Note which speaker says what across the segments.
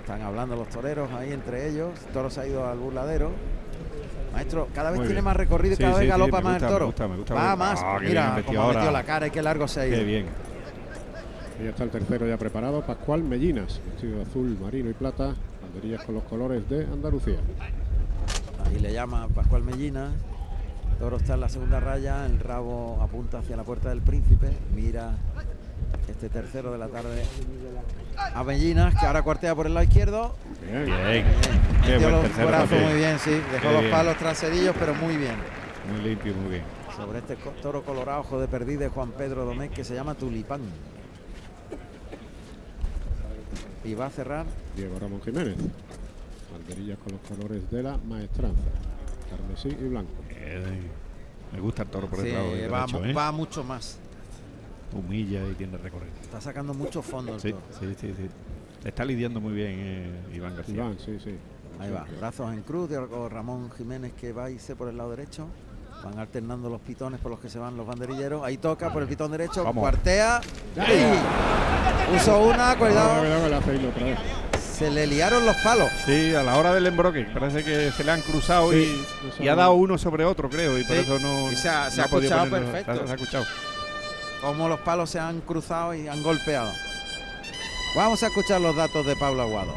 Speaker 1: Están hablando los toreros ahí entre ellos. El toro se ha ido al burladero. Maestro, cada vez
Speaker 2: Muy
Speaker 1: tiene
Speaker 2: bien.
Speaker 1: más recorrido y
Speaker 2: Sí,
Speaker 1: cada vez
Speaker 2: sí, sí,
Speaker 1: galopa
Speaker 2: me
Speaker 1: más
Speaker 2: gusta,
Speaker 1: el toro.
Speaker 2: me gusta, me gusta.
Speaker 1: Va
Speaker 2: Ah,
Speaker 1: más.
Speaker 2: qué bien
Speaker 1: Mira
Speaker 2: ha metido
Speaker 1: cómo ha
Speaker 2: ahora.
Speaker 1: metido la cara y qué largo se ha ido.
Speaker 2: Qué bien.
Speaker 3: Ahí está el tercero ya preparado, Pascual Mellinas, vestido de azul, marino y plata, banderillas con los colores de Andalucía.
Speaker 1: Ahí le llama Pascual Mellina. Toro está en la segunda raya, el rabo apunta hacia la puerta del príncipe. Mira este tercero de la tarde a Mellinas, que ahora cuartea por el lado izquierdo.
Speaker 3: Bien.
Speaker 2: Bien. Qué
Speaker 1: Metió
Speaker 2: buen
Speaker 1: los
Speaker 2: tercero
Speaker 1: brazos
Speaker 2: también.
Speaker 1: muy bien, sí. Dejó
Speaker 2: Qué
Speaker 1: los
Speaker 2: bien.
Speaker 1: palos traserillos, pero muy bien.
Speaker 2: Muy limpio, muy bien.
Speaker 1: Sobre este co- toro colorado, ojo de perdiz de Juan Pedro Domé, que se llama Tulipán. Y va a cerrar
Speaker 3: Diego Ramón Jiménez, banderillas con los colores de la maestranza, carmesí y blanco.
Speaker 2: Eh, me gusta el toro por el
Speaker 1: Sí,
Speaker 2: lado del
Speaker 1: va,
Speaker 2: derecho,
Speaker 1: mu-
Speaker 2: ¿eh?
Speaker 1: va mucho más.
Speaker 2: Humilla y tiene recorrido.
Speaker 1: Está sacando mucho fondo el
Speaker 2: Sí,
Speaker 1: toro.
Speaker 2: sí, sí, sí. Está lidiando muy bien eh, Iván García.
Speaker 3: Iván, sí, sí.
Speaker 1: Ahí va, brazos en cruz, Diego Ramón Jiménez que va a irse por el lado derecho. Van alternando los pitones por los que se van los banderilleros. Ahí toca por el pitón derecho,
Speaker 2: Vamos.
Speaker 1: cuartea. ¡Ay! Usó una,
Speaker 3: Cuidado,
Speaker 1: cuidado.
Speaker 3: Ah, cuidado que le hace hilo otra vez.
Speaker 1: Se le liaron los palos.
Speaker 2: Sí, a la hora del embroque. Parece que se le han cruzado
Speaker 3: Sí,
Speaker 2: y-
Speaker 3: eso
Speaker 2: y, ha
Speaker 3: no-
Speaker 2: dado uno sobre otro, creo. Y por
Speaker 1: Sí,
Speaker 2: eso no.
Speaker 1: y se ha- se
Speaker 2: no
Speaker 1: ha
Speaker 2: podido
Speaker 1: escuchado
Speaker 2: ponerlo-
Speaker 1: perfecto.
Speaker 2: Se ha escuchado.
Speaker 1: Como los palos se han cruzado y han golpeado. Vamos a escuchar los datos de Pablo Aguado.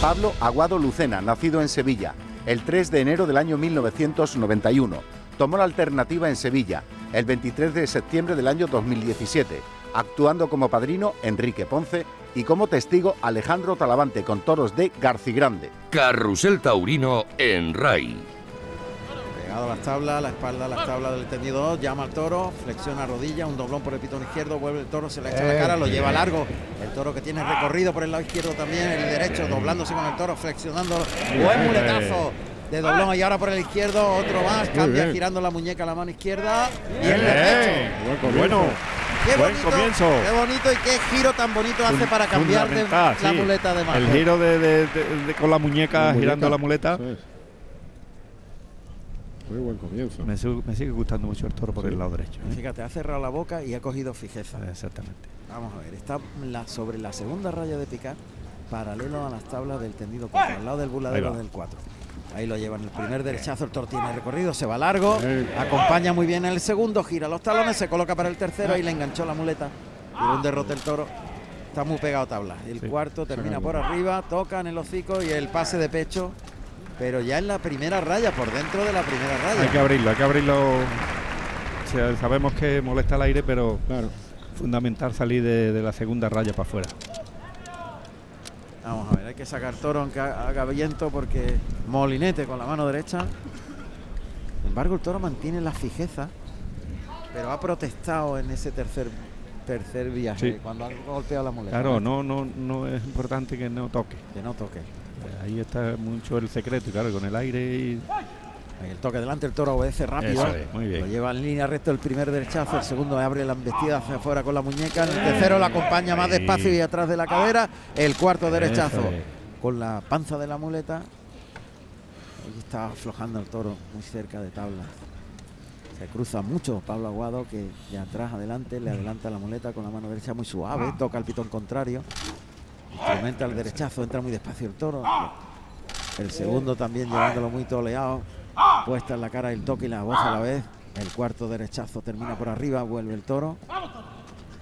Speaker 4: Pablo Aguado Lucena, nacido en Sevilla, el 3 de enero del año 1991. Tomó la alternativa en Sevilla, el 23 de septiembre del año 2017, actuando como padrino Enrique Ponce y como testigo Alejandro Talavante con toros de Garcigrande.
Speaker 5: Carrusel Taurino en RAI.
Speaker 1: Pegado a las tablas, la espalda a las tablas del tendido 2, llama al toro, flexiona rodilla, un doblón por el pitón izquierdo, vuelve el toro, se le echa la cara,
Speaker 2: Eh,
Speaker 1: lo lleva largo. El toro que tiene recorrido por el lado izquierdo también, el derecho, doblándose con el toro, flexionando. Buen muletazo de doblón y ahora por el izquierdo, otro más, cambia
Speaker 3: bien.
Speaker 1: girando la muñeca a la mano izquierda y el
Speaker 2: Bien,
Speaker 1: derecho.
Speaker 3: Buen comienzo.
Speaker 2: bueno,
Speaker 1: Qué
Speaker 2: buen
Speaker 1: bonito,
Speaker 2: comienzo.
Speaker 1: qué bonito y qué giro tan bonito hace para cambiar de la
Speaker 2: Fundamental, sí.
Speaker 1: muleta de mano.
Speaker 2: El giro de, de- de- de- con la muñeca,
Speaker 3: La
Speaker 2: girando la muleta.
Speaker 3: Eso es. Muy buen comienzo.
Speaker 2: Me, su- me sigue gustando mucho el toro por
Speaker 3: Sí.
Speaker 2: el lado derecho. ¿eh?
Speaker 1: Fíjate, ha cerrado la boca y ha cogido fijeza.
Speaker 2: Exactamente.
Speaker 1: Vamos a ver, está la- sobre la segunda raya de picar, paralelo a las tablas del tendido 4, al lado del
Speaker 2: Ahí
Speaker 1: buladero
Speaker 2: va.
Speaker 1: del 4. Ahí lo llevan el primer derechazo, el toro tiene recorrido, se va largo,
Speaker 3: Bien.
Speaker 1: acompaña muy bien el segundo, gira los talones, se coloca para el tercero y le enganchó la muleta. Dio un derrote el toro. Está muy pegado a tabla. El
Speaker 2: Sí.
Speaker 1: cuarto termina
Speaker 3: Sacando.
Speaker 1: por arriba, toca en el hocico y el pase de pecho, pero ya en la primera raya, por dentro de la primera
Speaker 2: Hay que
Speaker 1: raya.
Speaker 2: abrirlo, hay que abrirlo. O sea, sabemos que molesta el aire, pero
Speaker 3: Claro.
Speaker 2: fundamental salir de, de la segunda raya para afuera.
Speaker 1: Vamos a ver, hay que sacar toro aunque ha- haga viento porque molinete con la mano derecha. Sin embargo, el toro mantiene la fijeza, pero ha protestado en ese tercer tercer viaje,
Speaker 2: Sí.
Speaker 1: cuando ha golpeado la muleta.
Speaker 2: Claro, no, no, no es importante que no toque.
Speaker 1: Que no toque.
Speaker 2: Ahí está mucho el secreto, y claro, con el aire y
Speaker 1: Ahí el toque delante, el toro obedece rápido.
Speaker 2: Eso es, muy bien.
Speaker 1: Lo lleva en línea recto el primer derechazo, el segundo abre la embestida hacia afuera con la muñeca, el tercero la acompaña más
Speaker 2: Ahí.
Speaker 1: despacio y atrás de la cadera, el cuarto derechazo
Speaker 2: Eso es.
Speaker 1: con la panza de la muleta. Hoy está aflojando el toro muy cerca de tabla. Se cruza mucho Pablo Aguado que de atrás adelante le adelanta la muleta con la mano derecha muy
Speaker 2: Ah.
Speaker 1: suave, toca el pitón contrario, aumenta el derechazo, entra muy despacio el toro. El segundo también llevándolo muy toleado. Puesta en la cara el toque y la voz a la vez. El cuarto derechazo termina por arriba, vuelve el toro.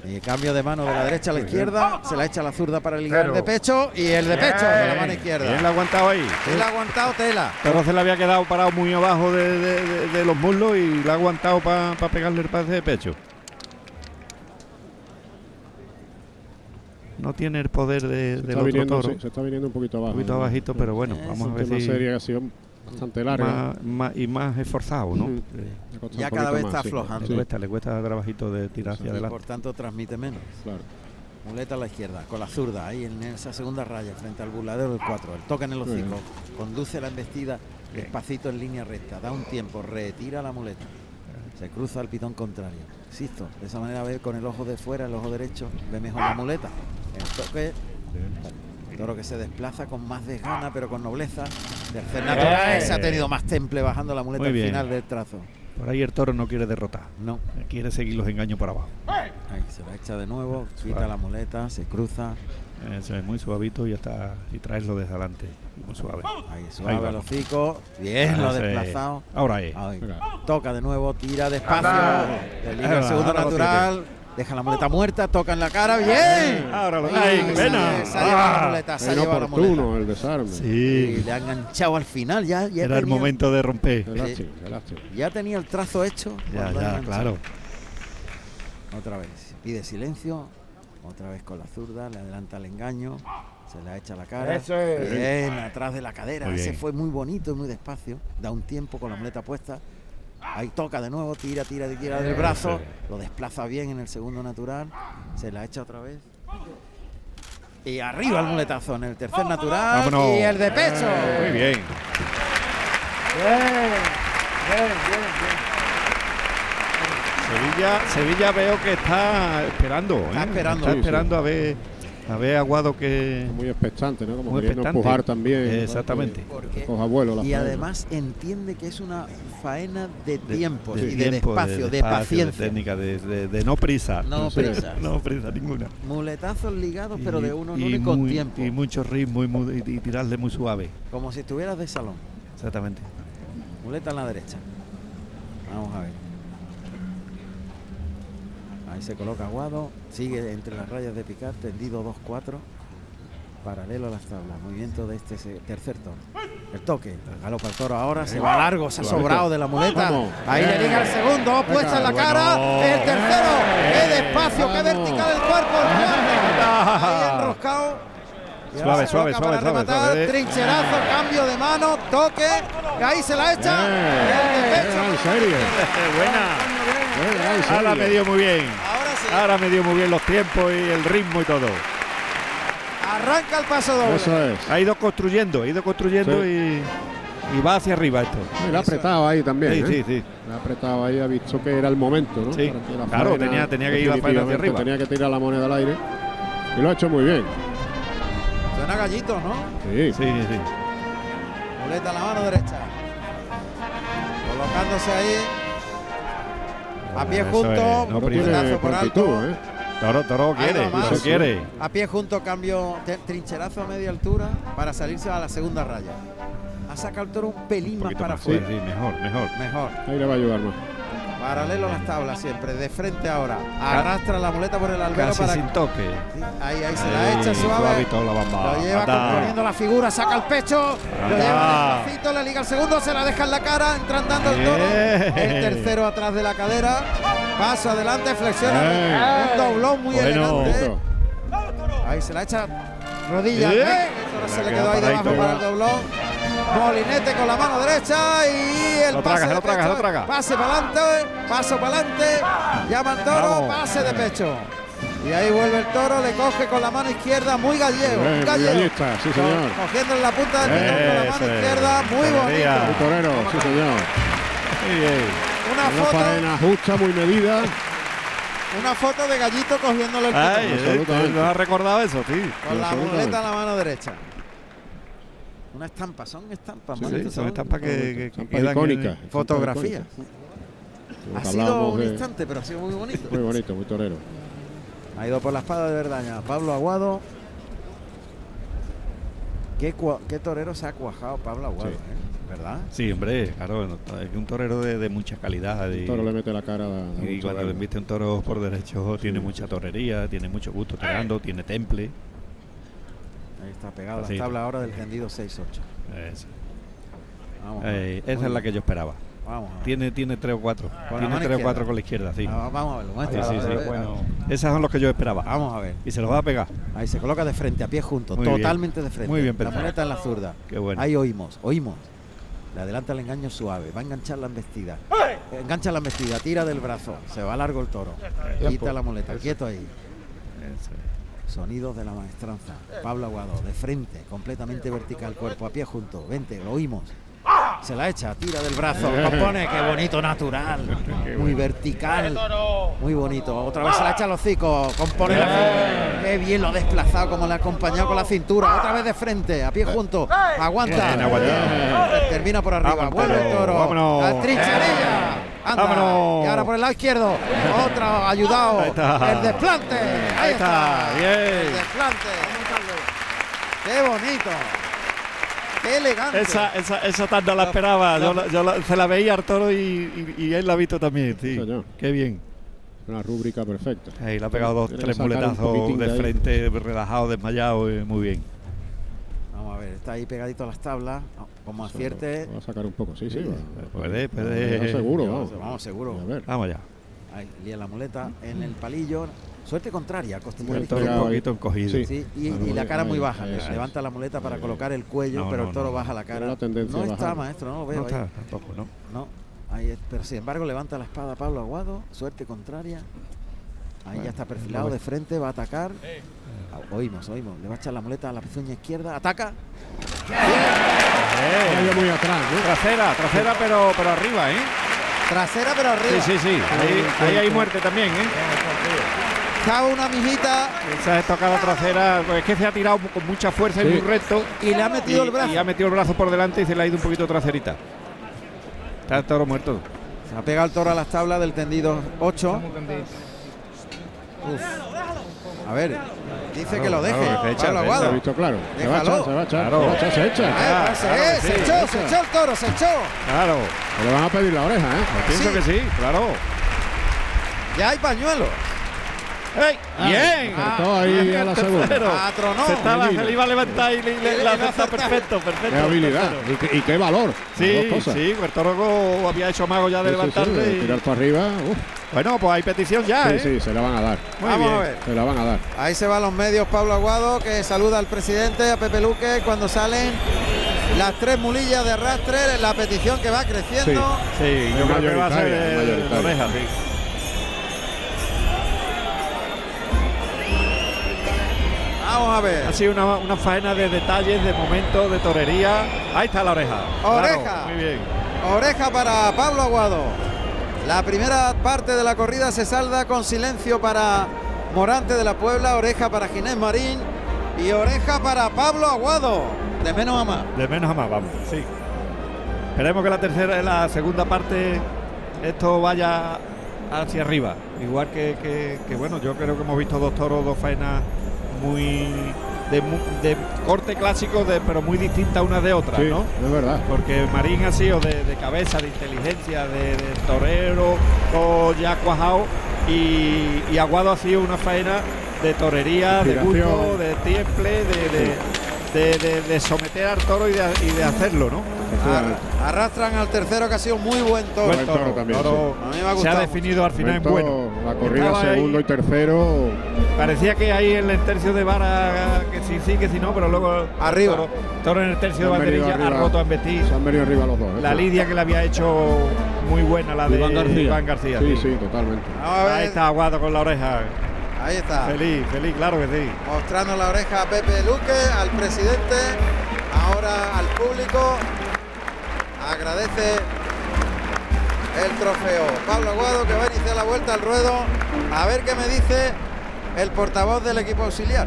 Speaker 1: Y cambio de mano de la derecha a la izquierda. Se la echa la zurda para ligar el de pecho y el de pecho de la mano
Speaker 2: Bien,
Speaker 1: izquierda.
Speaker 2: la ha aguantado ahí.
Speaker 1: Él ha aguantado tela.
Speaker 2: Pero se le había quedado parado muy abajo de, de- de- de los muslos y la ha aguantado para pegarle el pase de pecho. No tiene el poder de,
Speaker 3: Se
Speaker 2: del
Speaker 3: está,
Speaker 2: otro
Speaker 3: viniendo,
Speaker 2: toro.
Speaker 3: sí, se está viniendo un poquito
Speaker 2: Un
Speaker 3: abajo.
Speaker 2: poquito abajito, pero bueno,
Speaker 1: Es
Speaker 2: vamos a
Speaker 3: Una
Speaker 2: ver si
Speaker 3: serie que ha sido bastante larga.
Speaker 2: más- más- y más esforzado, ¿no?
Speaker 3: Mm.
Speaker 2: Eh,
Speaker 3: Ha costado
Speaker 1: Ya
Speaker 3: un
Speaker 1: cada
Speaker 3: poquito
Speaker 1: vez
Speaker 3: más,
Speaker 1: está
Speaker 3: sí.
Speaker 1: aflojando.
Speaker 2: Le cuesta, le cuesta trabajito de tirar hacia
Speaker 1: Y
Speaker 2: adelante.
Speaker 1: por tanto transmite menos.
Speaker 3: Claro.
Speaker 1: Muleta a la izquierda, con la zurda, ahí en esa segunda raya, frente al burladero del 4. El toca en el
Speaker 3: Muy bien.
Speaker 1: hocico, conduce la embestida despacito en línea recta, da un tiempo, retira la muleta, se cruza al pitón contrario. Insisto, de esa manera ve con el ojo de fuera, el ojo derecho, ve mejor la muleta. El toque, el toro que se desplaza con más desgana, pero con nobleza. Tercer natural,
Speaker 2: Bien.
Speaker 1: se ha tenido más temple bajando la muleta
Speaker 2: Muy
Speaker 1: al
Speaker 2: bien.
Speaker 1: final del trazo.
Speaker 2: Por ahí el toro no quiere derrotar.
Speaker 1: No,
Speaker 2: Quiere seguir los engaños para abajo.
Speaker 1: ahí se la echa de nuevo, quita la muleta, se cruza,
Speaker 2: Eso es muy suavito y ya está. Y traeslo desde adelante. Muy suave.
Speaker 1: ahí suave
Speaker 2: va. Ah,
Speaker 1: el hocico, bien lo ha
Speaker 2: Eso es.
Speaker 1: desplazado. Ah.
Speaker 2: Ahora es.
Speaker 1: Ahí.
Speaker 3: Venga.
Speaker 1: Toca de nuevo, tira despacio, elige el
Speaker 2: Ahora,
Speaker 1: segundo
Speaker 2: ahora lo
Speaker 1: natural, deja la muleta muerta, toca en la cara, bien.
Speaker 2: Ahora lo
Speaker 1: Ahí
Speaker 2: ¡Ay, qué
Speaker 1: se-
Speaker 2: pena!
Speaker 1: Se ha llevado la
Speaker 2: Ah.
Speaker 1: muleta, se ha
Speaker 3: Era
Speaker 1: llevado la muleta.
Speaker 3: oportuno el desarme.
Speaker 1: Y
Speaker 2: Sí.
Speaker 1: le ha enganchado al final, ya, ya
Speaker 2: eh. Era el
Speaker 1: tenía-
Speaker 2: momento de romper.
Speaker 3: El ácido, el ácido.
Speaker 1: Ya tenía el trazo hecho.
Speaker 2: Ya,
Speaker 1: cuando ha
Speaker 2: ya,
Speaker 1: enganchado.
Speaker 2: claro.
Speaker 1: Otra vez. Pide silencio. Otra vez con la zurda. Le adelanta el engaño. Se la echa a la cara.
Speaker 6: Eso es.
Speaker 1: Bien, atrás de la cadera.
Speaker 2: Muy
Speaker 1: Ese
Speaker 2: bien.
Speaker 1: fue muy bonito y muy despacio. Da un tiempo con la muleta puesta. Ahí toca de nuevo, tira, tira, tira del brazo. Lo desplaza bien en el segundo natural. Se la echa otra vez. Y arriba el muletazo en el tercer natural.
Speaker 2: Vámonos.
Speaker 1: Y el de pecho.
Speaker 2: Muy bien.
Speaker 6: Bien, bien, bien, bien.
Speaker 2: Sevilla, Sevilla veo que está esperando.
Speaker 1: Está
Speaker 2: ¿eh?
Speaker 1: esperando.
Speaker 2: Está
Speaker 3: Sí,
Speaker 2: esperando a ver, a ver Aguado que.
Speaker 3: Muy expectante, ¿no? Como
Speaker 2: Muy
Speaker 3: queriendo
Speaker 2: expectante.
Speaker 3: empujar también. ¿no?
Speaker 2: Exactamente.
Speaker 1: Porque-
Speaker 3: Que Coja vuelo la
Speaker 1: y
Speaker 3: faena.
Speaker 1: además entiende que es una faena de
Speaker 2: de-
Speaker 1: tiempo
Speaker 2: de
Speaker 1: y de
Speaker 2: tiempo,
Speaker 1: despacio, de,
Speaker 2: despacio,
Speaker 1: paciencia.
Speaker 2: técnica, de, de- de no prisa.
Speaker 1: no
Speaker 3: Sí.
Speaker 1: prisa.
Speaker 2: No prisa ninguna.
Speaker 1: Muletazos ligados, pero de uno en
Speaker 2: y
Speaker 1: uno y con
Speaker 2: muy-
Speaker 1: tiempo.
Speaker 2: Y mucho ritmo y, mu- y- y tirarle muy suave.
Speaker 1: Como si estuvieras de salón.
Speaker 2: Exactamente.
Speaker 1: Muleta en la derecha. Vamos a ver. Ahí se coloca Aguado. Sigue entre las rayas de picar, tendido 2-4. Paralelo a las tablas. Movimiento de este se- tercer toro. El toque. Galopa el toro ahora. Se va largo. Se ha sobrado de la muleta.
Speaker 3: Vamos.
Speaker 1: Ahí le llega el segundo. Puesta en la cara. El tercero. Qué despacio. Qué
Speaker 3: Vamos.
Speaker 1: vertical el cuerpo. el guante. Ahí enroscado. Y ahora
Speaker 2: Suave,
Speaker 1: se
Speaker 2: suave,
Speaker 1: coloca
Speaker 2: suave,
Speaker 1: para
Speaker 2: suave,
Speaker 1: rematar.
Speaker 2: suave, eh.
Speaker 1: Trincherazo, cambio de mano, toque. y Ahí se la echa.
Speaker 3: Eh,
Speaker 1: el de
Speaker 3: ¡Qué
Speaker 1: pecho.
Speaker 3: gran serie!
Speaker 2: buena.
Speaker 3: ¡Qué gran
Speaker 2: Ahora
Speaker 3: serie!
Speaker 2: me dio muy bien.
Speaker 1: Ahora sí.
Speaker 2: Ahora me dio muy bien los tiempos y el ritmo y todo. Ah.
Speaker 1: Arranca el paso doble.
Speaker 3: Eso es.
Speaker 2: Ha ido construyendo, ha ido construyendo y, y va hacia arriba esto.
Speaker 3: Y la ha apretado ahí también.
Speaker 2: Sí,
Speaker 3: ¿eh?
Speaker 2: sí, sí.
Speaker 3: La ha apretado ahí, ha visto que era el momento, ¿no?
Speaker 2: Sí.
Speaker 3: Para que la
Speaker 2: Claro,
Speaker 3: faena
Speaker 2: tenía- tenía que ir la faena hacia arriba.
Speaker 3: definitivamente Tenía que tirar la moneda al aire. Y lo ha hecho muy bien.
Speaker 1: Suena gallito, ¿no?
Speaker 3: Sí.
Speaker 2: Sí, sí.
Speaker 1: Muleta en la mano derecha. Colocándose ahí. A pie
Speaker 2: Eso
Speaker 1: junto.
Speaker 2: es, no
Speaker 3: No tiene
Speaker 1: muletazo por alto.
Speaker 3: prontitud, ¿eh?
Speaker 2: Toro, Toro
Speaker 1: Ahí
Speaker 2: quiere,
Speaker 1: nomás.
Speaker 2: Toro quiere.
Speaker 1: A pie junto, cambio, te- trincherazo a media altura para salirse a la segunda raya. Ha sacado el toro un pelín
Speaker 2: Un
Speaker 1: más
Speaker 2: poquito
Speaker 1: para
Speaker 2: más, sí,
Speaker 1: afuera.
Speaker 2: sí, mejor, mejor.
Speaker 1: Mejor.
Speaker 3: Ahí le va a ayudar más.
Speaker 1: Paralelo a las tablas siempre. De frente ahora. Arrastra la muleta por el albero
Speaker 2: Casi
Speaker 1: para.
Speaker 2: sin toque.
Speaker 1: Sí, Ahí, ahí se la
Speaker 2: Ahí,
Speaker 1: echa suave.
Speaker 2: suavito la bamba.
Speaker 1: Lo lleva
Speaker 2: Anda.
Speaker 1: componiendo la figura, saca el pecho, lo
Speaker 2: Anda.
Speaker 1: lleva en el bracito, le liga el segundo, se la deja en la cara, entran dando el toro.
Speaker 2: Bien.
Speaker 1: El tercero atrás de la cadera, paso adelante, flexiona.
Speaker 3: Bien.
Speaker 1: Un doblón muy
Speaker 2: Bueno.
Speaker 1: elegante. Ahí se la echa rodilla.
Speaker 2: Bien.
Speaker 1: bien, Ahora se
Speaker 2: Le
Speaker 1: le
Speaker 2: queda
Speaker 1: quedó ahí debajo
Speaker 2: paradito.
Speaker 1: para el doblón. Molinete con la mano derecha y el
Speaker 2: Lo traga,
Speaker 1: pase de
Speaker 2: lo traga,
Speaker 1: pecho.
Speaker 2: lo traga.
Speaker 1: Pase para adelante, paso para adelante, llama al toro,
Speaker 2: Vamos.
Speaker 1: pase de pecho. Y ahí vuelve el toro, le coge con la mano izquierda, muy gallego.
Speaker 3: Bien,
Speaker 1: muy
Speaker 3: muy
Speaker 1: gallego.
Speaker 3: gallista, sí,
Speaker 1: Co-
Speaker 3: señor.
Speaker 1: Cogiendo en la punta del pitón con la
Speaker 2: Eso
Speaker 1: mano
Speaker 2: es.
Speaker 1: izquierda, muy
Speaker 2: Galería.
Speaker 1: bonito.
Speaker 3: Un torero, sí señor.
Speaker 2: Muy bien.
Speaker 1: Una
Speaker 3: Una
Speaker 1: foto,
Speaker 3: faena justa, muy medida.
Speaker 1: una foto de gallito cogiéndole el
Speaker 2: Ay,
Speaker 1: pitón.
Speaker 2: eh,
Speaker 3: absolutamente.
Speaker 2: nos ha recordado eso, sí.
Speaker 1: Con la
Speaker 3: absolutamente.
Speaker 1: muleta en la mano derecha. Una estampa, son estampas,
Speaker 2: Sí,
Speaker 1: Manito,
Speaker 2: son estampas que, que- que
Speaker 3: Estampas
Speaker 2: quedan en-
Speaker 3: icónicas.
Speaker 1: Fotografías.
Speaker 3: Como
Speaker 1: Ha
Speaker 3: que
Speaker 1: sido
Speaker 3: hablábamos
Speaker 1: un
Speaker 3: de-
Speaker 1: instante, pero ha sido muy bonito.
Speaker 3: Muy bonito, muy torero.
Speaker 1: Ha ido por la espada de Verdaña. Pablo Aguado. Qué, cua- qué torero se ha cuajado Pablo Aguado,
Speaker 3: Sí.
Speaker 1: ¿eh? ¿verdad?
Speaker 2: Sí, hombre, claro, no, es un torero de, de mucha calidad.
Speaker 3: El
Speaker 2: Y,
Speaker 3: toro le mete la cara a- a
Speaker 2: y
Speaker 3: mucho
Speaker 2: cuando le
Speaker 3: verbo.
Speaker 2: viste un toro por derecho, tiene mucha torería, tiene mucho gusto tirando, tiene temple.
Speaker 1: Ahí está pegado
Speaker 2: Así.
Speaker 1: la tabla ahora del tendido 6-8.
Speaker 2: Es-
Speaker 1: Vamos. a ver.
Speaker 2: eh, esa es la que yo esperaba.
Speaker 1: Vamos. a ver.
Speaker 2: Tiene, tiene tres o cuatro.
Speaker 1: la
Speaker 2: tiene
Speaker 1: mano
Speaker 2: tres o
Speaker 1: izquierda.
Speaker 2: cuatro con la izquierda, sí.
Speaker 1: Ah, vamos a verlo.
Speaker 2: Sí,
Speaker 1: maestro.
Speaker 2: sí,
Speaker 1: Vamos a ver.
Speaker 2: sí. Esas son los que yo esperaba.
Speaker 1: Vamos a ver.
Speaker 2: Y se los va a pegar.
Speaker 1: Ahí se coloca de frente, a pie juntos,
Speaker 2: Muy bien.
Speaker 1: totalmente de frente.
Speaker 2: Muy bien
Speaker 1: la
Speaker 2: pensado.
Speaker 1: muleta en la zurda.
Speaker 2: Qué bueno.
Speaker 1: Ahí oímos, oímos. Le adelanta el engaño suave, va a enganchar la embestida. Engancha la embestida, tira del brazo, se va largo el toro. Quita la muleta, quieto ahí. Sonidos de la maestranza. Pablo Aguado, de frente, completamente vertical, cuerpo a pie junto. Vente, lo oímos. Se la echa, tira del brazo,
Speaker 2: Eh.
Speaker 1: compone, qué bonito natural. Muy vertical. Muy bonito. Otra vez se la echa a los hocico, compone
Speaker 2: Eh.
Speaker 1: la cintura. Qué bien lo ha desplazado, como le ha acompañado con la cintura. Otra vez de frente, a pie junto. Aguanta.
Speaker 2: Eh.
Speaker 1: Eh.
Speaker 2: Bien, aguantado.
Speaker 1: Termina por arriba.
Speaker 2: Vámonos,
Speaker 1: Vuelve el toro.
Speaker 2: vámonos. Eh.
Speaker 1: La trincherilla. Anda.
Speaker 2: Vámonos.
Speaker 1: Y ahora por el lado izquierdo. Otro ayudado.
Speaker 2: Ahí está.
Speaker 1: El desplante. Ahí,
Speaker 2: Ahí está, bien.
Speaker 1: El desplante. Qué bonito. Qué elegante.
Speaker 2: Esa, esa, esa tarda la esperaba. Yo, la- yo la- se la veía Arturo y, y- y él la ha visto también. Sí.
Speaker 3: Señor.
Speaker 2: Qué bien.
Speaker 3: Una rúbrica perfecta.
Speaker 2: Ahí le ha pegado dos,
Speaker 3: Tiene que
Speaker 2: tres
Speaker 3: sacar un
Speaker 2: muletazos
Speaker 3: poquitín
Speaker 2: de
Speaker 3: ahí.
Speaker 2: frente, relajado, desmayado. eh, muy bien.
Speaker 1: Vamos a ver, está ahí pegadito a las tablas. Ah, Como acierte.
Speaker 3: Va a sacar un poco, sí, sí.
Speaker 2: Sí,
Speaker 3: va-
Speaker 2: puede,
Speaker 3: va-
Speaker 2: puede.
Speaker 3: va Seguro, vamos.
Speaker 1: Vamos, seguro.
Speaker 3: A ver.
Speaker 2: Vamos ya.
Speaker 1: Ahí, lía la muleta en el palillo. Suerte contraria, costillar
Speaker 3: Muy
Speaker 1: izquierdo.
Speaker 2: Toro un
Speaker 3: pegado ahí.
Speaker 2: poquito encogido.
Speaker 3: Sí.
Speaker 1: Sí, y,
Speaker 3: Ah,
Speaker 1: y la
Speaker 3: muy-
Speaker 1: cara muy
Speaker 3: ahí,
Speaker 1: baja.
Speaker 3: ahí,
Speaker 1: Le-
Speaker 3: ahí.
Speaker 1: Levanta la muleta para
Speaker 3: Ahí,
Speaker 1: colocar el cuello,
Speaker 2: No,
Speaker 1: pero
Speaker 2: no,
Speaker 1: el toro
Speaker 2: no.
Speaker 1: baja la cara.
Speaker 3: Tiene la tendencia
Speaker 1: no
Speaker 3: a
Speaker 1: está,
Speaker 3: bajar.
Speaker 1: maestro, no lo veo
Speaker 2: No está
Speaker 1: ahí.
Speaker 2: tampoco, ¿no?
Speaker 1: No, ahí es- pero sin embargo levanta la espada Pablo Aguado, suerte contraria. Ahí ya está perfilado de frente, va a atacar. Ah, Oímos, oímos. Le va a echar la muleta a la pezuña izquierda, ataca.
Speaker 3: Ha ido muy atrás, ¿eh? ¿no?
Speaker 2: Trasera, trasera, pero, pero arriba, ¿eh?
Speaker 1: Trasera pero
Speaker 2: Sí,
Speaker 1: arriba.
Speaker 2: sí, sí. Ahí, ahí hay muerte también, ¿eh?
Speaker 1: Cava una mijita
Speaker 2: Se ha tocado la trasera, pues es que se ha tirado con mucha fuerza y
Speaker 3: Sí.
Speaker 2: muy recto.
Speaker 1: y le ha metido
Speaker 2: y-
Speaker 1: el brazo.
Speaker 2: Y ha metido el brazo por delante y se le ha ido un poquito traserita. Está el toro muerto.
Speaker 1: Se ha pegado el toro a las tablas del tendido 8. A ver, dice que lo deje.
Speaker 2: claro, que se echa,
Speaker 1: Pablo
Speaker 2: se
Speaker 1: Aguado.
Speaker 3: Lo ha visto claro. Se va a echar,
Speaker 1: Déjalo.
Speaker 3: se va a echar.
Speaker 2: Claro.
Speaker 3: Se va a echar, se echa.
Speaker 1: Eh,
Speaker 2: Ah,
Speaker 1: pues,
Speaker 2: claro
Speaker 1: eh,
Speaker 2: que
Speaker 1: se
Speaker 2: sí,
Speaker 1: echó, se echó el toro, se echó.
Speaker 2: Claro,
Speaker 3: Le van a pedir la oreja, ¿eh?
Speaker 2: pienso
Speaker 1: Sí.
Speaker 2: que sí, claro.
Speaker 1: Ya hay pañuelo.
Speaker 2: ¡Ey! ¡Bien! Ah,
Speaker 3: Cortó ahí a la
Speaker 2: el
Speaker 3: segunda.
Speaker 2: tercero.
Speaker 1: Atronó.
Speaker 2: Se, estaba,
Speaker 3: Medina.
Speaker 2: se le iba a levantar y le, le-
Speaker 1: Y le-
Speaker 2: la
Speaker 1: y lo ha
Speaker 2: acepta
Speaker 1: acertado.
Speaker 2: perfecto, perfecto.
Speaker 3: Qué habilidad
Speaker 2: perfecto.
Speaker 3: y qué, y qué valor. Las dos
Speaker 2: Sí,
Speaker 3: cosas.
Speaker 2: sí, pues Puerto Rico había hecho mago ya de
Speaker 3: Sí, sí, sí,
Speaker 2: levantarse.
Speaker 3: de
Speaker 2: y-
Speaker 3: tirar para arriba. uf.
Speaker 2: Bueno, pues hay petición ya,
Speaker 3: Sí,
Speaker 2: ¿eh?
Speaker 3: sí, se la van a dar.
Speaker 2: Muy
Speaker 1: Vamos
Speaker 2: bien.
Speaker 1: a ver.
Speaker 3: Se la van a dar.
Speaker 1: Ahí se va a los medios Pablo Aguado que saluda al presidente, a Pepe Luque cuando salen las tres mulillas de arrastre, la petición que va creciendo.
Speaker 2: Sí,
Speaker 3: Es
Speaker 2: yo creo que va a ser
Speaker 3: mayoritaria,
Speaker 2: eh,
Speaker 3: mayoritaria.
Speaker 2: oreja, sí.
Speaker 1: Vamos a ver.
Speaker 2: Ha sido una, una faena de detalles, de momentos, de torería. Ahí está la oreja. Claro,
Speaker 1: Oreja.
Speaker 2: muy bien.
Speaker 1: Oreja para Pablo Aguado. La primera parte de la corrida se salda con silencio para Morante de la Puebla, oreja para Ginés Marín y oreja para Pablo Aguado. De menos a más.
Speaker 2: De menos a más, vamos. Sí. Esperemos que la tercera, la segunda parte, esto vaya hacia arriba. Igual que, que- que, bueno, yo creo que hemos visto dos toros, dos faenas muy de, mu- de corte clásico, de, pero muy distintas una de otra,
Speaker 3: Sí,
Speaker 2: ¿no?
Speaker 3: es verdad.
Speaker 2: Porque Marín ha sido de, de cabeza, de inteligencia, de, de torero, todo ya cuajado. Y, y Aguado ha sido una faena de torería, de
Speaker 3: Inspiración.
Speaker 2: gusto, de tiemple, de, de- de- de- de someter al toro y de, y de hacerlo, ¿no? Ah,
Speaker 1: Arra- Arrastran al tercero que ha sido muy buen toro.
Speaker 2: Buen
Speaker 3: el toro también,
Speaker 1: sí. A mí me ha
Speaker 2: se ha
Speaker 1: gustado
Speaker 2: definido al final en
Speaker 3: Momento,
Speaker 2: bueno.
Speaker 3: La corrida
Speaker 2: Estaba ahí-
Speaker 3: segundo y tercero.
Speaker 2: Parecía que ahí en el tercio de vara, que sí, sí, que sí, no, pero luego.
Speaker 1: Arriba.
Speaker 2: Toro, toro en el tercio de
Speaker 3: se han venido
Speaker 2: banderilla ha
Speaker 3: arriba-
Speaker 2: roto a Embestí.
Speaker 3: Se han venido arriba los dos. ¿eh?
Speaker 2: La lidia que le había hecho muy buena, la de
Speaker 3: Iván García.
Speaker 2: García,
Speaker 3: Sí,
Speaker 2: sí.
Speaker 3: sí, totalmente.
Speaker 1: Vamos a ver.
Speaker 2: Ahí está Aguado con la oreja.
Speaker 1: Ahí está.
Speaker 2: Feliz, feliz, claro que sí.
Speaker 1: Mostrando la oreja a Pepe Luque, al presidente, ahora al público. Agradece el trofeo. Pablo Aguado que va a iniciar la vuelta al ruedo. A ver qué me dice el portavoz del equipo auxiliar,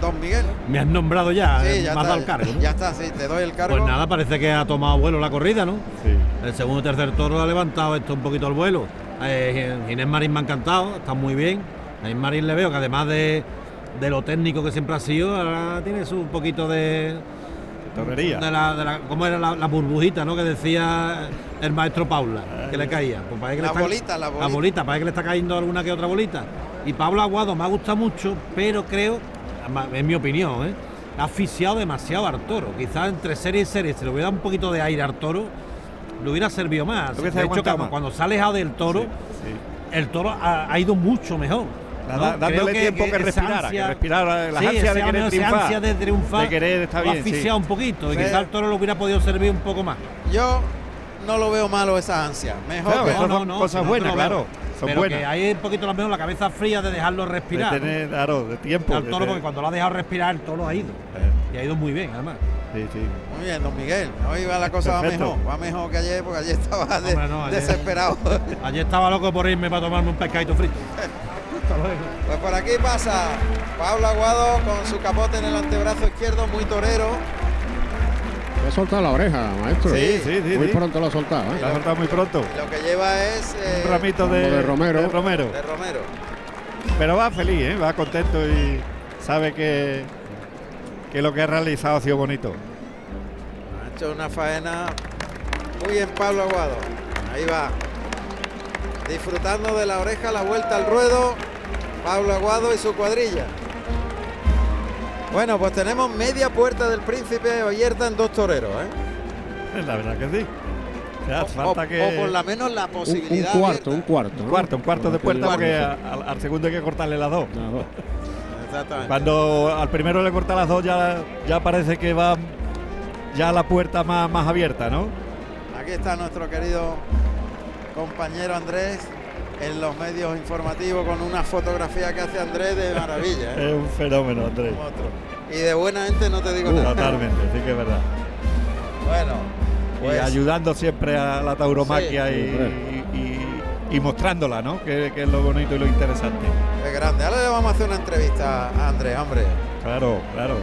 Speaker 1: don Miguel.
Speaker 7: Me has nombrado ya,
Speaker 1: Sí,
Speaker 7: eh,
Speaker 1: ya
Speaker 7: me has
Speaker 1: está.
Speaker 7: dado el cargo. ¿no?
Speaker 1: Ya está, sí, te doy el cargo.
Speaker 7: Pues nada, parece que ha tomado vuelo la corrida, ¿no?
Speaker 2: Sí.
Speaker 7: El segundo y tercer toro ha levantado esto un poquito el vuelo. Eh, Ginés Marín me ha encantado, está muy bien. A Inés Marín le veo que además de, de lo técnico que siempre ha sido, ahora tiene su poquito de.
Speaker 2: Torrería.
Speaker 7: De la, de la- ¿Cómo era la, la burbujita, ¿no? Que decía el maestro
Speaker 2: Ah,
Speaker 7: Paula, que le caía. Pues parece que le
Speaker 1: La
Speaker 7: están-
Speaker 1: bolita, la bolita.
Speaker 7: La bolita, parece que le está cayendo alguna que otra bolita. Y Pablo Aguado me ha gustado mucho, pero creo, ama- en mi opinión, ¿eh? ha asfixiado demasiado al toro. Quizás entre serie y serie se le hubiera dado un poquito de aire al toro, le hubiera servido más.
Speaker 2: Lo
Speaker 7: De
Speaker 2: hubiese
Speaker 7: hecho,
Speaker 2: aguantado
Speaker 7: cuando,
Speaker 2: más.
Speaker 7: cuando se ha alejado del toro, el toro ha, ha ido mucho mejor.
Speaker 2: Da-
Speaker 7: ¿no?
Speaker 2: da- dándole
Speaker 7: Creo
Speaker 2: tiempo que,
Speaker 7: esa
Speaker 2: respirara, que respirara, la
Speaker 7: Sí,
Speaker 2: ansia
Speaker 7: ese
Speaker 2: de querer
Speaker 7: ánimo, ese
Speaker 2: triunfar.
Speaker 7: ansia de triunfar
Speaker 2: De querer, está
Speaker 7: lo ha
Speaker 2: bien, sí.
Speaker 7: asfixiado un poquito y
Speaker 1: Sí.
Speaker 7: quizás el toro lo hubiera podido servir un poco más.
Speaker 1: Yo no lo veo malo esa ansia. Mejor
Speaker 2: Claro,
Speaker 1: que-
Speaker 2: eso- son cosas
Speaker 7: si no,
Speaker 2: buenas,
Speaker 7: no lo
Speaker 2: claro,
Speaker 7: veo.
Speaker 2: son
Speaker 7: Pero
Speaker 2: buenas.
Speaker 7: que hay un poquito lo menos la cabeza fría de dejarlo
Speaker 2: De
Speaker 7: respirar. ¿no?
Speaker 2: tener, claro, de tiempo.
Speaker 7: Al
Speaker 2: de
Speaker 7: toro,
Speaker 2: tener- Eh,
Speaker 7: porque cuando lo ha dejado respirar, el toro ha ido. Y ha ido muy bien, además.
Speaker 2: Sí, sí.
Speaker 1: Muy bien, don Miguel. Hoy va la cosa va
Speaker 2: Perfecto.
Speaker 1: mejor. Va mejor que ayer, porque ayer estaba de-
Speaker 7: Hombre, no, ayer-
Speaker 1: desesperado.
Speaker 7: Ayer estaba loco por irme para tomarme un pescadito frito. Hasta luego.
Speaker 1: Pues por aquí pasa Pablo Aguado con su capote en el antebrazo izquierdo, muy torero.
Speaker 3: Le ha soltado la oreja, maestro.
Speaker 2: Sí, sí, sí,
Speaker 3: Muy
Speaker 2: sí.
Speaker 3: pronto lo ha soltado,
Speaker 2: La
Speaker 3: ¿eh?
Speaker 2: ha soltado muy pronto.
Speaker 1: Lo que lleva es eh,
Speaker 2: Un ramito de,
Speaker 3: de romero.
Speaker 2: de romero.
Speaker 1: de Romero.
Speaker 2: Pero va feliz, ¿eh? va contento y sabe que, que lo que ha realizado ha sido bonito.
Speaker 1: Ha hecho una faena muy en Pablo Aguado. Ahí va. Disfrutando de la oreja, la vuelta al ruedo. Pablo Aguado y su cuadrilla. Bueno, pues tenemos media puerta del príncipe Oyerta en dos toreros. ¿eh?
Speaker 2: La verdad que sí. O sea,
Speaker 1: O-
Speaker 2: falta
Speaker 1: o,
Speaker 2: que.
Speaker 1: o por lo menos la
Speaker 3: Un, un
Speaker 1: posibilidad.
Speaker 3: cuarto, un
Speaker 1: abierta.
Speaker 3: cuarto.
Speaker 2: Un
Speaker 3: ¿no?
Speaker 2: cuarto, un cuarto de
Speaker 3: Aquello
Speaker 2: puerta porque
Speaker 3: cuando
Speaker 2: a- al, al segundo hay que cortarle las dos.
Speaker 3: se- Nada, dos.
Speaker 1: Exactamente.
Speaker 2: Cuando al primero le corta las dos ya, ya parece que va ya la puerta más, más abierta, ¿no?
Speaker 1: Aquí está nuestro querido compañero Andrés en los medios informativos con una fotografía que hace Andrés de maravilla. ¿eh?
Speaker 2: Es un fenómeno, Andrés.
Speaker 1: Otro. Y de buena gente no te digo
Speaker 2: Uh,
Speaker 1: nada.
Speaker 2: Totalmente, sí que es verdad.
Speaker 1: Bueno,
Speaker 2: y
Speaker 1: pues,
Speaker 2: ayudando siempre a la tauromaquia
Speaker 3: Sí.
Speaker 2: y, y- y mostrándola, ¿no? Que, que es lo bonito y lo interesante.
Speaker 1: qué grande. Ahora le vamos a hacer una entrevista a Andrés, hombre.
Speaker 2: Claro, claro.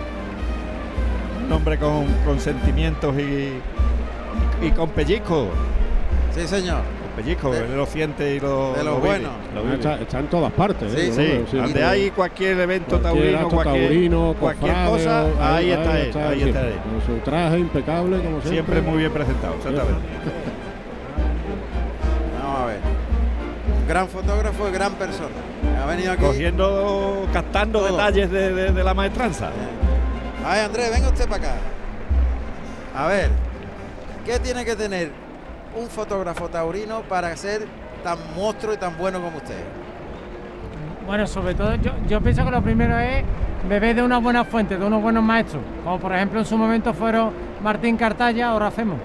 Speaker 2: Un hombre con, con sentimientos y, y con pellizco.
Speaker 1: Sí, señor.
Speaker 2: Con pellizco,
Speaker 1: De-
Speaker 2: él lo siente y lo.
Speaker 1: de lo
Speaker 2: vive,
Speaker 1: bueno.
Speaker 2: lo vive.
Speaker 3: Está, está en todas partes.
Speaker 1: Sí,
Speaker 3: ¿eh?
Speaker 2: Sí,
Speaker 3: Yo creo,
Speaker 2: donde hay cualquier evento
Speaker 3: Cualquier
Speaker 2: taurino,
Speaker 3: acto
Speaker 2: cualquier,
Speaker 3: taurino,
Speaker 2: cualquier
Speaker 3: cofrade,
Speaker 2: cosa,
Speaker 3: o-
Speaker 2: ahí, está él, ahí
Speaker 3: sí,
Speaker 2: está él.
Speaker 3: Con su traje impecable, como siempre.
Speaker 2: Siempre muy bien presentado, exactamente.
Speaker 1: Vamos a ver. Un gran fotógrafo y gran persona. Ha venido aquí.
Speaker 2: Cogiendo, captando
Speaker 1: Todo.
Speaker 2: detalles de, de- de la maestranza.
Speaker 1: A ver, Andrés, venga usted para acá. A ver, ¿qué tiene que tener un fotógrafo taurino para ser tan monstruo y tan bueno como usted?
Speaker 8: Bueno, sobre todo yo, yo pienso que lo primero es beber de una buena fuente, de unos buenos maestros, como por ejemplo en su momento fueron Martín Cartaya o Racemo.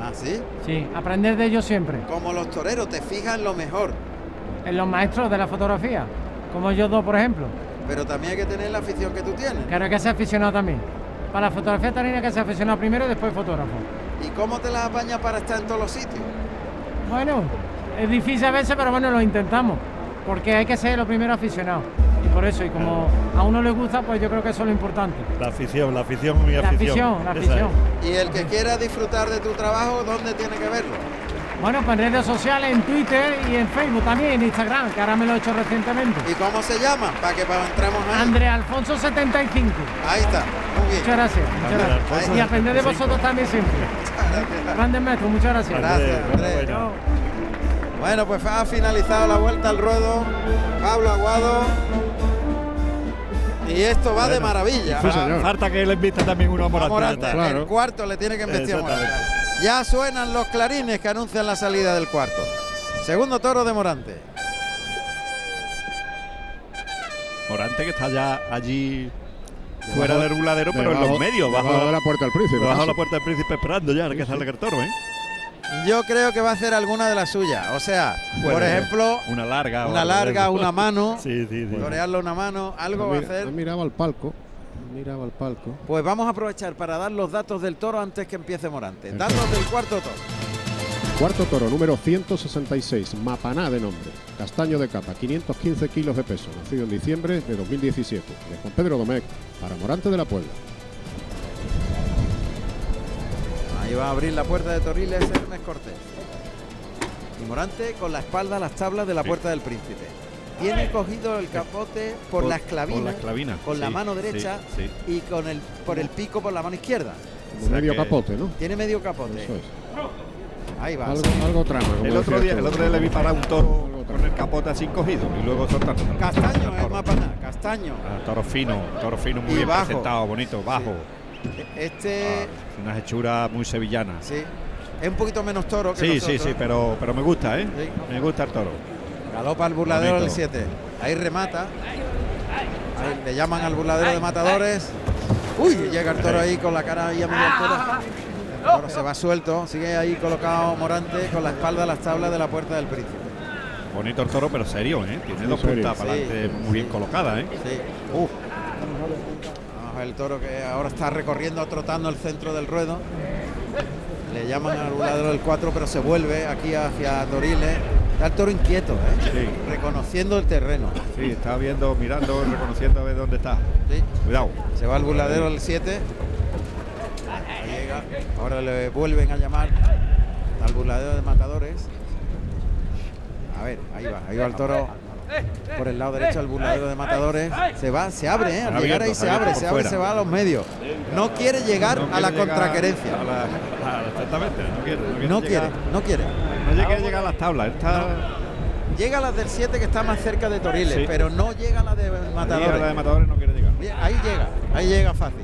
Speaker 1: ¿Ah, sí?
Speaker 8: Sí, aprender de ellos siempre,
Speaker 1: Como los toreros, te fijas en lo mejor,
Speaker 8: en los maestros de la fotografía, como yo dos por ejemplo.
Speaker 1: pero también hay que tener la afición que tú tienes.
Speaker 8: Claro hay que se aficionado también. Para la fotografía también hay que se aficionado primero y después fotógrafo.
Speaker 1: ¿Y cómo te las apañas para estar en todos los sitios?
Speaker 8: Bueno, es difícil a veces, pero bueno, lo intentamos, porque hay que ser lo primero aficionado. Y por eso, y como a uno le gusta, pues yo creo que eso es lo importante.
Speaker 2: La afición, la afición y
Speaker 8: La afición, la
Speaker 2: Esa es.
Speaker 8: afición.
Speaker 1: Y el que quiera disfrutar de tu trabajo, ¿dónde tiene que verlo?
Speaker 8: Bueno, pues en redes sociales, en Twitter y en Facebook también, en Instagram, que ahora me lo he hecho recientemente.
Speaker 1: ¿Y cómo se llama? Para que pa- entramos ahí.
Speaker 8: Andrea Alfonso 75.
Speaker 1: Ahí está, muy bien.
Speaker 8: Muchas gracias. muchas
Speaker 2: Andrea
Speaker 8: gracias.
Speaker 2: Alfonso
Speaker 8: Y aprender de
Speaker 2: 75.
Speaker 8: vosotros también siempre. Grandes maestros, muchas gracias.
Speaker 1: Gracias, Andrés.
Speaker 2: Bueno.
Speaker 1: Bueno, pues ha finalizado la vuelta al ruedo. Pablo Aguado. Y esto va de
Speaker 2: Bueno.
Speaker 1: maravilla.
Speaker 3: Sí, señor.
Speaker 2: Falta que le invite también uno a
Speaker 1: A
Speaker 2: Morata.
Speaker 1: Morata,
Speaker 3: Claro.
Speaker 1: el cuarto le tiene que meter a Morata.
Speaker 2: Exactamente.
Speaker 1: Ya suenan los clarines que anuncian la salida del cuarto. Segundo toro de Morante.
Speaker 2: Morante que está ya allí fuera del reguladero, pero en
Speaker 3: Debajo-
Speaker 2: los medios, bajo,
Speaker 3: debajo de la puerta del príncipe.
Speaker 2: debajo de la
Speaker 3: casi.
Speaker 2: puerta del príncipe esperando ya que salga el toro, ¿eh?
Speaker 1: Yo creo que va a hacer alguna de las suyas. O sea, por
Speaker 2: Bueno,
Speaker 1: ejemplo,
Speaker 2: una larga. o
Speaker 1: una
Speaker 2: algo de
Speaker 1: larga,
Speaker 2: eso.
Speaker 1: una mano,
Speaker 2: Sí, sí, sí.
Speaker 1: torearle una mano, algo
Speaker 3: Ha
Speaker 1: va a
Speaker 3: mira- ha
Speaker 1: hacer.
Speaker 3: mirado al palco. ha mirado al palco.
Speaker 1: Pues vamos a aprovechar para dar los datos del toro antes que empiece Morante. Datos del cuarto toro.
Speaker 3: Cuarto toro, número 166, Mapaná de nombre, castaño de capa, 515 kilos de peso, nacido en diciembre de 2017, de Juan Pedro Domecq, para Morante de la Puebla.
Speaker 1: Ahí va a abrir la puerta de Torriles Hermes Cortés. Y Morante con la espalda a las tablas de la puerta del príncipe. Tiene cogido el capote por, la esclavina.
Speaker 2: Por la esclavina.
Speaker 1: con la
Speaker 2: sí,
Speaker 1: mano derecha
Speaker 2: Sí, sí.
Speaker 1: y con el por el pico por la mano izquierda.
Speaker 3: Como
Speaker 2: O sea
Speaker 3: medio
Speaker 2: que-
Speaker 3: capote, ¿no?
Speaker 1: Tiene medio capote.
Speaker 3: Eso es.
Speaker 1: Ahí va.
Speaker 3: Algo, algo trama. como
Speaker 2: El otro,
Speaker 3: decías
Speaker 2: día,
Speaker 3: tú.
Speaker 2: el otro día le vi parar un toro con el capote así cogido y luego soltándolo.
Speaker 1: Castaño
Speaker 2: Al
Speaker 1: es
Speaker 2: toro.
Speaker 1: más para nada, Castaño.
Speaker 2: Ah, toro fino, toro fino muy
Speaker 1: Y
Speaker 2: bien
Speaker 1: bajo.
Speaker 2: presentado, bonito, bajo.
Speaker 1: Este
Speaker 2: Ah, unas hechuras muy sevillanas.
Speaker 1: sí. Es un poquito menos toro que
Speaker 2: Sí, sí,
Speaker 1: nosotros.
Speaker 2: sí, pero, pero me gusta, ¿eh?
Speaker 1: Sí.
Speaker 2: Me gusta el toro.
Speaker 1: Galopa al burladero
Speaker 2: Bonito.
Speaker 1: del 7. Ahí remata. Ahí le llaman al burladero de matadores. Uy, llega el toro ahí con la cara ahí a media altura. El toro se va suelto. Sigue ahí colocado Morante con la espalda a las tablas de la puerta del príncipe.
Speaker 2: Bonito el toro, pero serio, ¿eh? Tiene
Speaker 3: Muy
Speaker 2: dos
Speaker 3: serio.
Speaker 2: puntas para
Speaker 1: Sí,
Speaker 2: adelante muy bien
Speaker 1: sí.
Speaker 2: colocadas, ¿eh?
Speaker 1: Sí. Vamos a ver el toro que ahora está recorriendo, trotando el centro del ruedo. Le llaman al burladero del 4, pero se vuelve aquí hacia Toriles. Está el toro inquieto, ¿eh?
Speaker 2: Sí.
Speaker 1: reconociendo el terreno.
Speaker 2: Sí, está viendo, mirando, reconociendo a ver dónde está.
Speaker 1: Sí.
Speaker 2: Cuidado.
Speaker 1: Se va al burladero del 7. Llega llamar. Ahora le vuelven a llamar al burladero de matadores. A ver, ahí va, ahí va el toro por el lado derecho al burladero de matadores. Se va, se abre, ¿eh? al
Speaker 2: Está
Speaker 1: llegar
Speaker 2: abierto,
Speaker 1: ahí
Speaker 2: está
Speaker 1: se abre,
Speaker 2: abierto
Speaker 1: se
Speaker 2: por
Speaker 1: abre,
Speaker 2: fuera.
Speaker 1: se va a los medios. No quiere llegar a la contraquerencia.
Speaker 2: Exactamente, no quiere.
Speaker 1: No
Speaker 2: No quiere. llegar-
Speaker 1: quiere, no quiere.
Speaker 2: No llegue a llegar a las tablas. Está
Speaker 1: Llega a las del 7 que está más cerca de Toriles,
Speaker 2: Sí.
Speaker 1: pero no llega a la de
Speaker 2: la de
Speaker 1: matadores.
Speaker 2: matadores no quiere llegar.
Speaker 1: Bien, Ahí llega, ahí llega fácil.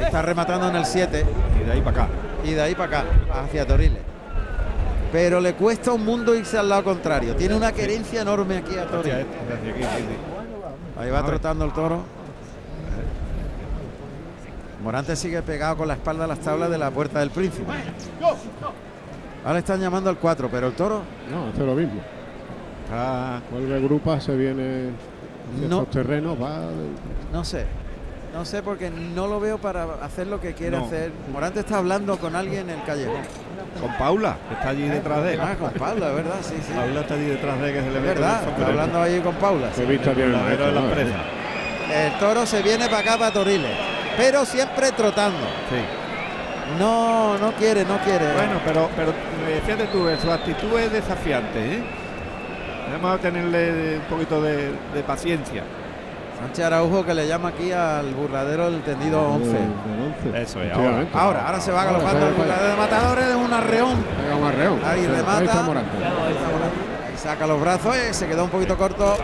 Speaker 1: Está rematando en el 7.
Speaker 2: Y de ahí para acá.
Speaker 1: y de ahí para acá, hacia Toriles. Pero le cuesta un mundo irse al lado contrario. Tiene una querencia enorme aquí a
Speaker 2: Hostia, eh.
Speaker 1: Toriles.
Speaker 2: esto, hacia aquí, sí, sí.
Speaker 1: Ahí va trotando el toro. Morante sigue pegado con la espalda a las tablas de la puerta del príncipe. Ahora están llamando al 4, pero el toro
Speaker 3: No, hace lo mismo.
Speaker 2: Está-
Speaker 3: Vuelve grupa, se viene hacia
Speaker 1: No.
Speaker 3: estos terrenos, va.
Speaker 1: no sé. No sé porque no lo veo para hacer lo que quiere
Speaker 2: No.
Speaker 1: hacer. Morante está hablando con alguien en el callejón.
Speaker 2: con Paula, que está allí detrás de él.
Speaker 1: Ah, con Paula, es verdad, sí, sí.
Speaker 2: Paula está allí detrás de él, que se le
Speaker 1: Es
Speaker 2: ve
Speaker 1: verdad,
Speaker 2: todo el
Speaker 1: está hablando ahí con Paula. sí.
Speaker 3: Se vista bien el
Speaker 2: verdadero de
Speaker 3: maestro, ¿no? Eh,
Speaker 2: las presas.
Speaker 1: El toro se viene para acá, para Toriles, pero siempre trotando.
Speaker 2: Sí.
Speaker 1: No, no quiere, no quiere.
Speaker 2: Bueno, pero, pero eh, fíjate tú, eh, su actitud es desafiante, ¿eh? Vamos a tenerle un poquito de, de paciencia.
Speaker 1: Sánchez Araujo que le llama aquí al burladero del tendido
Speaker 3: Del-
Speaker 1: 11.
Speaker 3: del once.
Speaker 2: Eso es, ahora.
Speaker 3: Efectivamente.
Speaker 1: Ahora, ahora se va
Speaker 3: Ahora,
Speaker 1: galopando
Speaker 3: ahí,
Speaker 1: el
Speaker 3: ahí.
Speaker 1: burladero de matadores de un arreón.
Speaker 3: Pega un arreón.
Speaker 1: Ahí
Speaker 3: Sí,
Speaker 1: remata.
Speaker 3: está Morante.
Speaker 1: Ahí saca los brazos, eh, se quedó un poquito corto.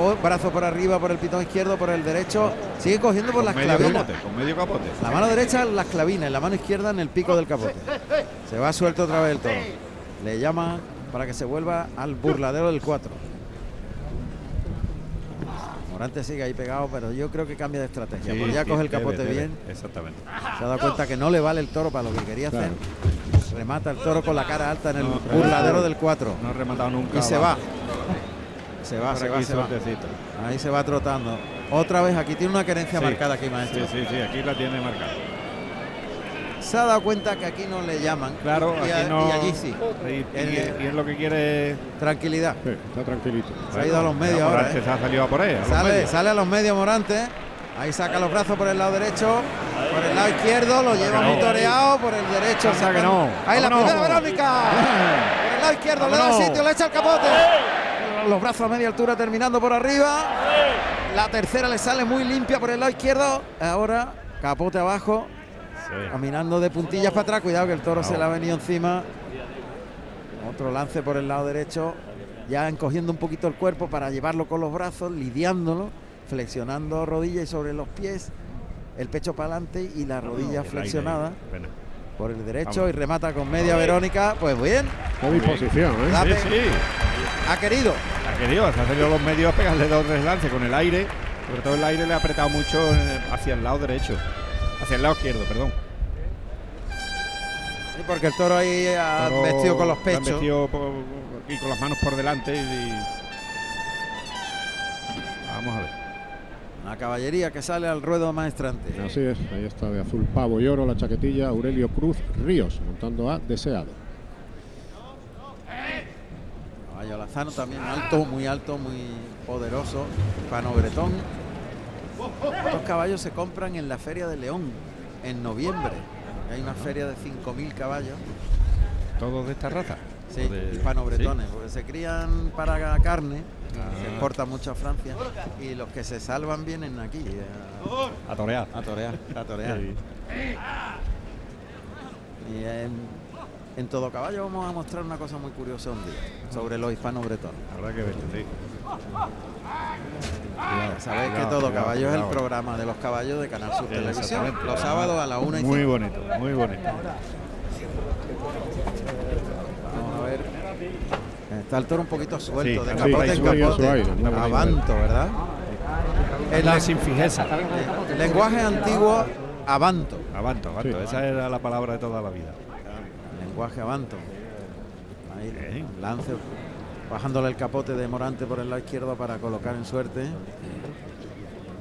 Speaker 1: O brazo por arriba, por el pitón izquierdo, por el derecho. Sigue cogiendo por
Speaker 2: Con
Speaker 1: las
Speaker 2: medio
Speaker 1: clavinas.
Speaker 2: capote, con medio capote.
Speaker 1: La mano derecha en las clavinas y la mano izquierda en el pico del capote. Se va suelto otra vez el toro. Le llama para que se vuelva al burladero del 4. Morante sigue ahí pegado, pero yo creo que cambia de estrategia. porque ya
Speaker 2: Sí,
Speaker 1: coge el
Speaker 2: debe,
Speaker 1: capote
Speaker 2: debe,
Speaker 1: bien,
Speaker 2: Exactamente.
Speaker 1: se ha dado cuenta que no le vale el toro para lo que quería hacer. Remata el toro con la cara alta en el burladero del 4.
Speaker 2: No ha rematado nunca.
Speaker 1: Y se va. Se va,
Speaker 2: Ahora
Speaker 1: se va,
Speaker 2: aquí
Speaker 1: se va.
Speaker 2: suertecito.
Speaker 1: Ahí se va trotando. Otra vez aquí, tiene una querencia
Speaker 2: Sí.
Speaker 1: marcada aquí, maestro.
Speaker 2: Sí, sí, sí, aquí la tiene marcada.
Speaker 1: Se ha dado cuenta que aquí no le llaman.
Speaker 2: Claro,
Speaker 1: y,
Speaker 2: aquí
Speaker 1: a-
Speaker 2: no.
Speaker 1: y allí sí.
Speaker 2: Y, y-
Speaker 1: El-
Speaker 2: y es lo que quiere.
Speaker 1: Tranquilidad.
Speaker 3: Sí, está tranquilito.
Speaker 1: ha ido a los medios ahora,
Speaker 2: Morante
Speaker 1: ¿eh?
Speaker 2: Se ha salido a por él. a los
Speaker 1: Sale,
Speaker 2: medios.
Speaker 1: sale a los medios Morante. Ahí saca los brazos por el lado derecho, por el lado izquierdo, lo lleva muy toreado, por el derecho.
Speaker 2: Anda que
Speaker 1: saca-
Speaker 2: no.
Speaker 1: Ahí la
Speaker 2: Vámonos.
Speaker 1: primera Verónica. Por el lado izquierdo, le da
Speaker 2: Vámonos.
Speaker 1: sitio, le echa el capote. Los brazos a media altura terminando por arriba. La tercera le sale muy limpia por el lado izquierdo. Ahora capote abajo,
Speaker 2: Sí.
Speaker 1: Caminando de puntillas para atrás, cuidado que el toro se le ha venido encima. Otro lance por el lado derecho, ya encogiendo un poquito el cuerpo para llevarlo con los brazos, lidiándolo, flexionando rodillas y sobre los pies, el pecho para adelante y la rodilla
Speaker 2: El
Speaker 1: flexionada
Speaker 2: aire, pena.
Speaker 1: por el derecho
Speaker 2: Vamos.
Speaker 1: y remata con media Verónica. Pues bien,
Speaker 3: Qué disposición, ¿eh?
Speaker 1: La-
Speaker 2: Sí,
Speaker 1: Ape-
Speaker 2: sí.
Speaker 1: ha querido.
Speaker 2: La que digo, se ha salido a los medios a pegarle dos tres lances con el aire. Sobre todo el aire le ha apretado mucho eh, hacia el lado derecho. Hacia el lado izquierdo, perdón.
Speaker 1: Sí, porque el toro ahí ha
Speaker 2: Pero
Speaker 1: vestido con los
Speaker 2: lo han
Speaker 1: pechos.
Speaker 2: vestido por- y con las manos por delante. Y, y- Vamos a ver.
Speaker 1: Una caballería que sale al ruedo maestrante.
Speaker 3: Así es, ahí está de azul pavo y oro la chaquetilla Aurelio Cruz Ríos, montando a deseado.
Speaker 1: Caballo Lazano también alto, muy alto, muy poderoso. Hispano Bretón. Estos caballos se compran en la Feria de León en noviembre. Hay una feria de 5.000 caballos.
Speaker 2: Todos de esta raza.
Speaker 1: Sí, Ah.
Speaker 2: De-
Speaker 1: hispano-bretones, porque se crían para carne, se exporta mucho a Francia y los que se salvan vienen aquí a,
Speaker 2: sí, A torear.
Speaker 1: a torear, a torear.
Speaker 2: Sí.
Speaker 1: Y en, en todo caballo vamos a mostrar una cosa muy curiosa un día sobre los hispano-bretones.
Speaker 2: Habrá que ver, sí.
Speaker 1: Sabéis que
Speaker 2: Cuidado,
Speaker 1: Todo
Speaker 2: cuidado,
Speaker 1: Caballo es el
Speaker 2: cuidado.
Speaker 1: programa de los caballos de Canal Sur
Speaker 2: Sí,
Speaker 1: Televisión.
Speaker 2: exactamente.
Speaker 1: Los sábados a la una y
Speaker 2: Muy
Speaker 1: cinco.
Speaker 2: bonito, muy bonito.
Speaker 1: Vamos a ver. Está el toro un poquito
Speaker 2: Sí,
Speaker 1: suelto, de
Speaker 2: anda por
Speaker 1: capote
Speaker 2: ahí,
Speaker 1: en
Speaker 2: sube y a su
Speaker 1: capote.
Speaker 2: aire, anda por ahí.
Speaker 1: Avanto, ¿verdad? El
Speaker 2: La sin fijeza.
Speaker 1: le- lenguaje antiguo, avanto.
Speaker 2: Avanto, avanto.
Speaker 3: Sí.
Speaker 2: Esa era la palabra de toda la vida.
Speaker 1: Lenguaje avanto. Ahí,
Speaker 2: Bien.
Speaker 1: lance, bajándole el capote de Morante por el lado izquierdo para colocar en suerte.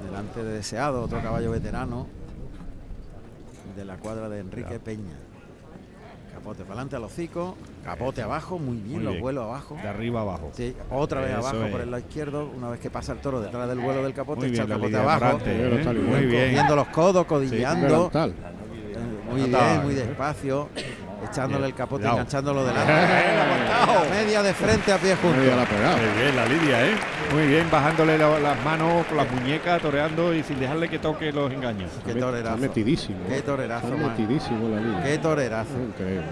Speaker 1: Delante de Deseado, otro caballo veterano de la cuadra de Enrique Peña. Capote para adelante al hocico, capote abajo, muy bien,
Speaker 2: Muy
Speaker 1: los
Speaker 2: bien.
Speaker 1: vuelos abajo.
Speaker 2: De arriba abajo.
Speaker 1: Sí, otra vez
Speaker 2: Eso
Speaker 1: abajo por
Speaker 2: es.
Speaker 1: el lado izquierdo, una vez que pasa el toro detrás del vuelo del capote,
Speaker 2: Muy
Speaker 1: echa
Speaker 2: bien,
Speaker 1: el
Speaker 2: la
Speaker 1: capote
Speaker 2: lidia
Speaker 1: abajo,
Speaker 2: Morante, ¿eh?
Speaker 3: Muy
Speaker 2: Muy bien.
Speaker 1: cogiendo los codos, codillando.
Speaker 3: Delantal.
Speaker 1: En Muy bien, muy despacio. Echándole el capote,
Speaker 2: Cuidado.
Speaker 1: enganchándolo delante. Media- Media de frente a pie junto.
Speaker 3: Ahí a la pegada.
Speaker 2: Muy bien, la Lidia, ¿eh? Muy bien, bajándole la- las manos con las muñecas, toreando y sin dejarle que toque los engaños.
Speaker 1: Qué
Speaker 3: Está met-
Speaker 1: torerazo.
Speaker 3: Está metidísimo. ¿eh?
Speaker 1: Qué torerazo,
Speaker 3: Está
Speaker 1: man.
Speaker 3: metidísimo en la liga.
Speaker 1: Qué torerazo.
Speaker 3: Increíble.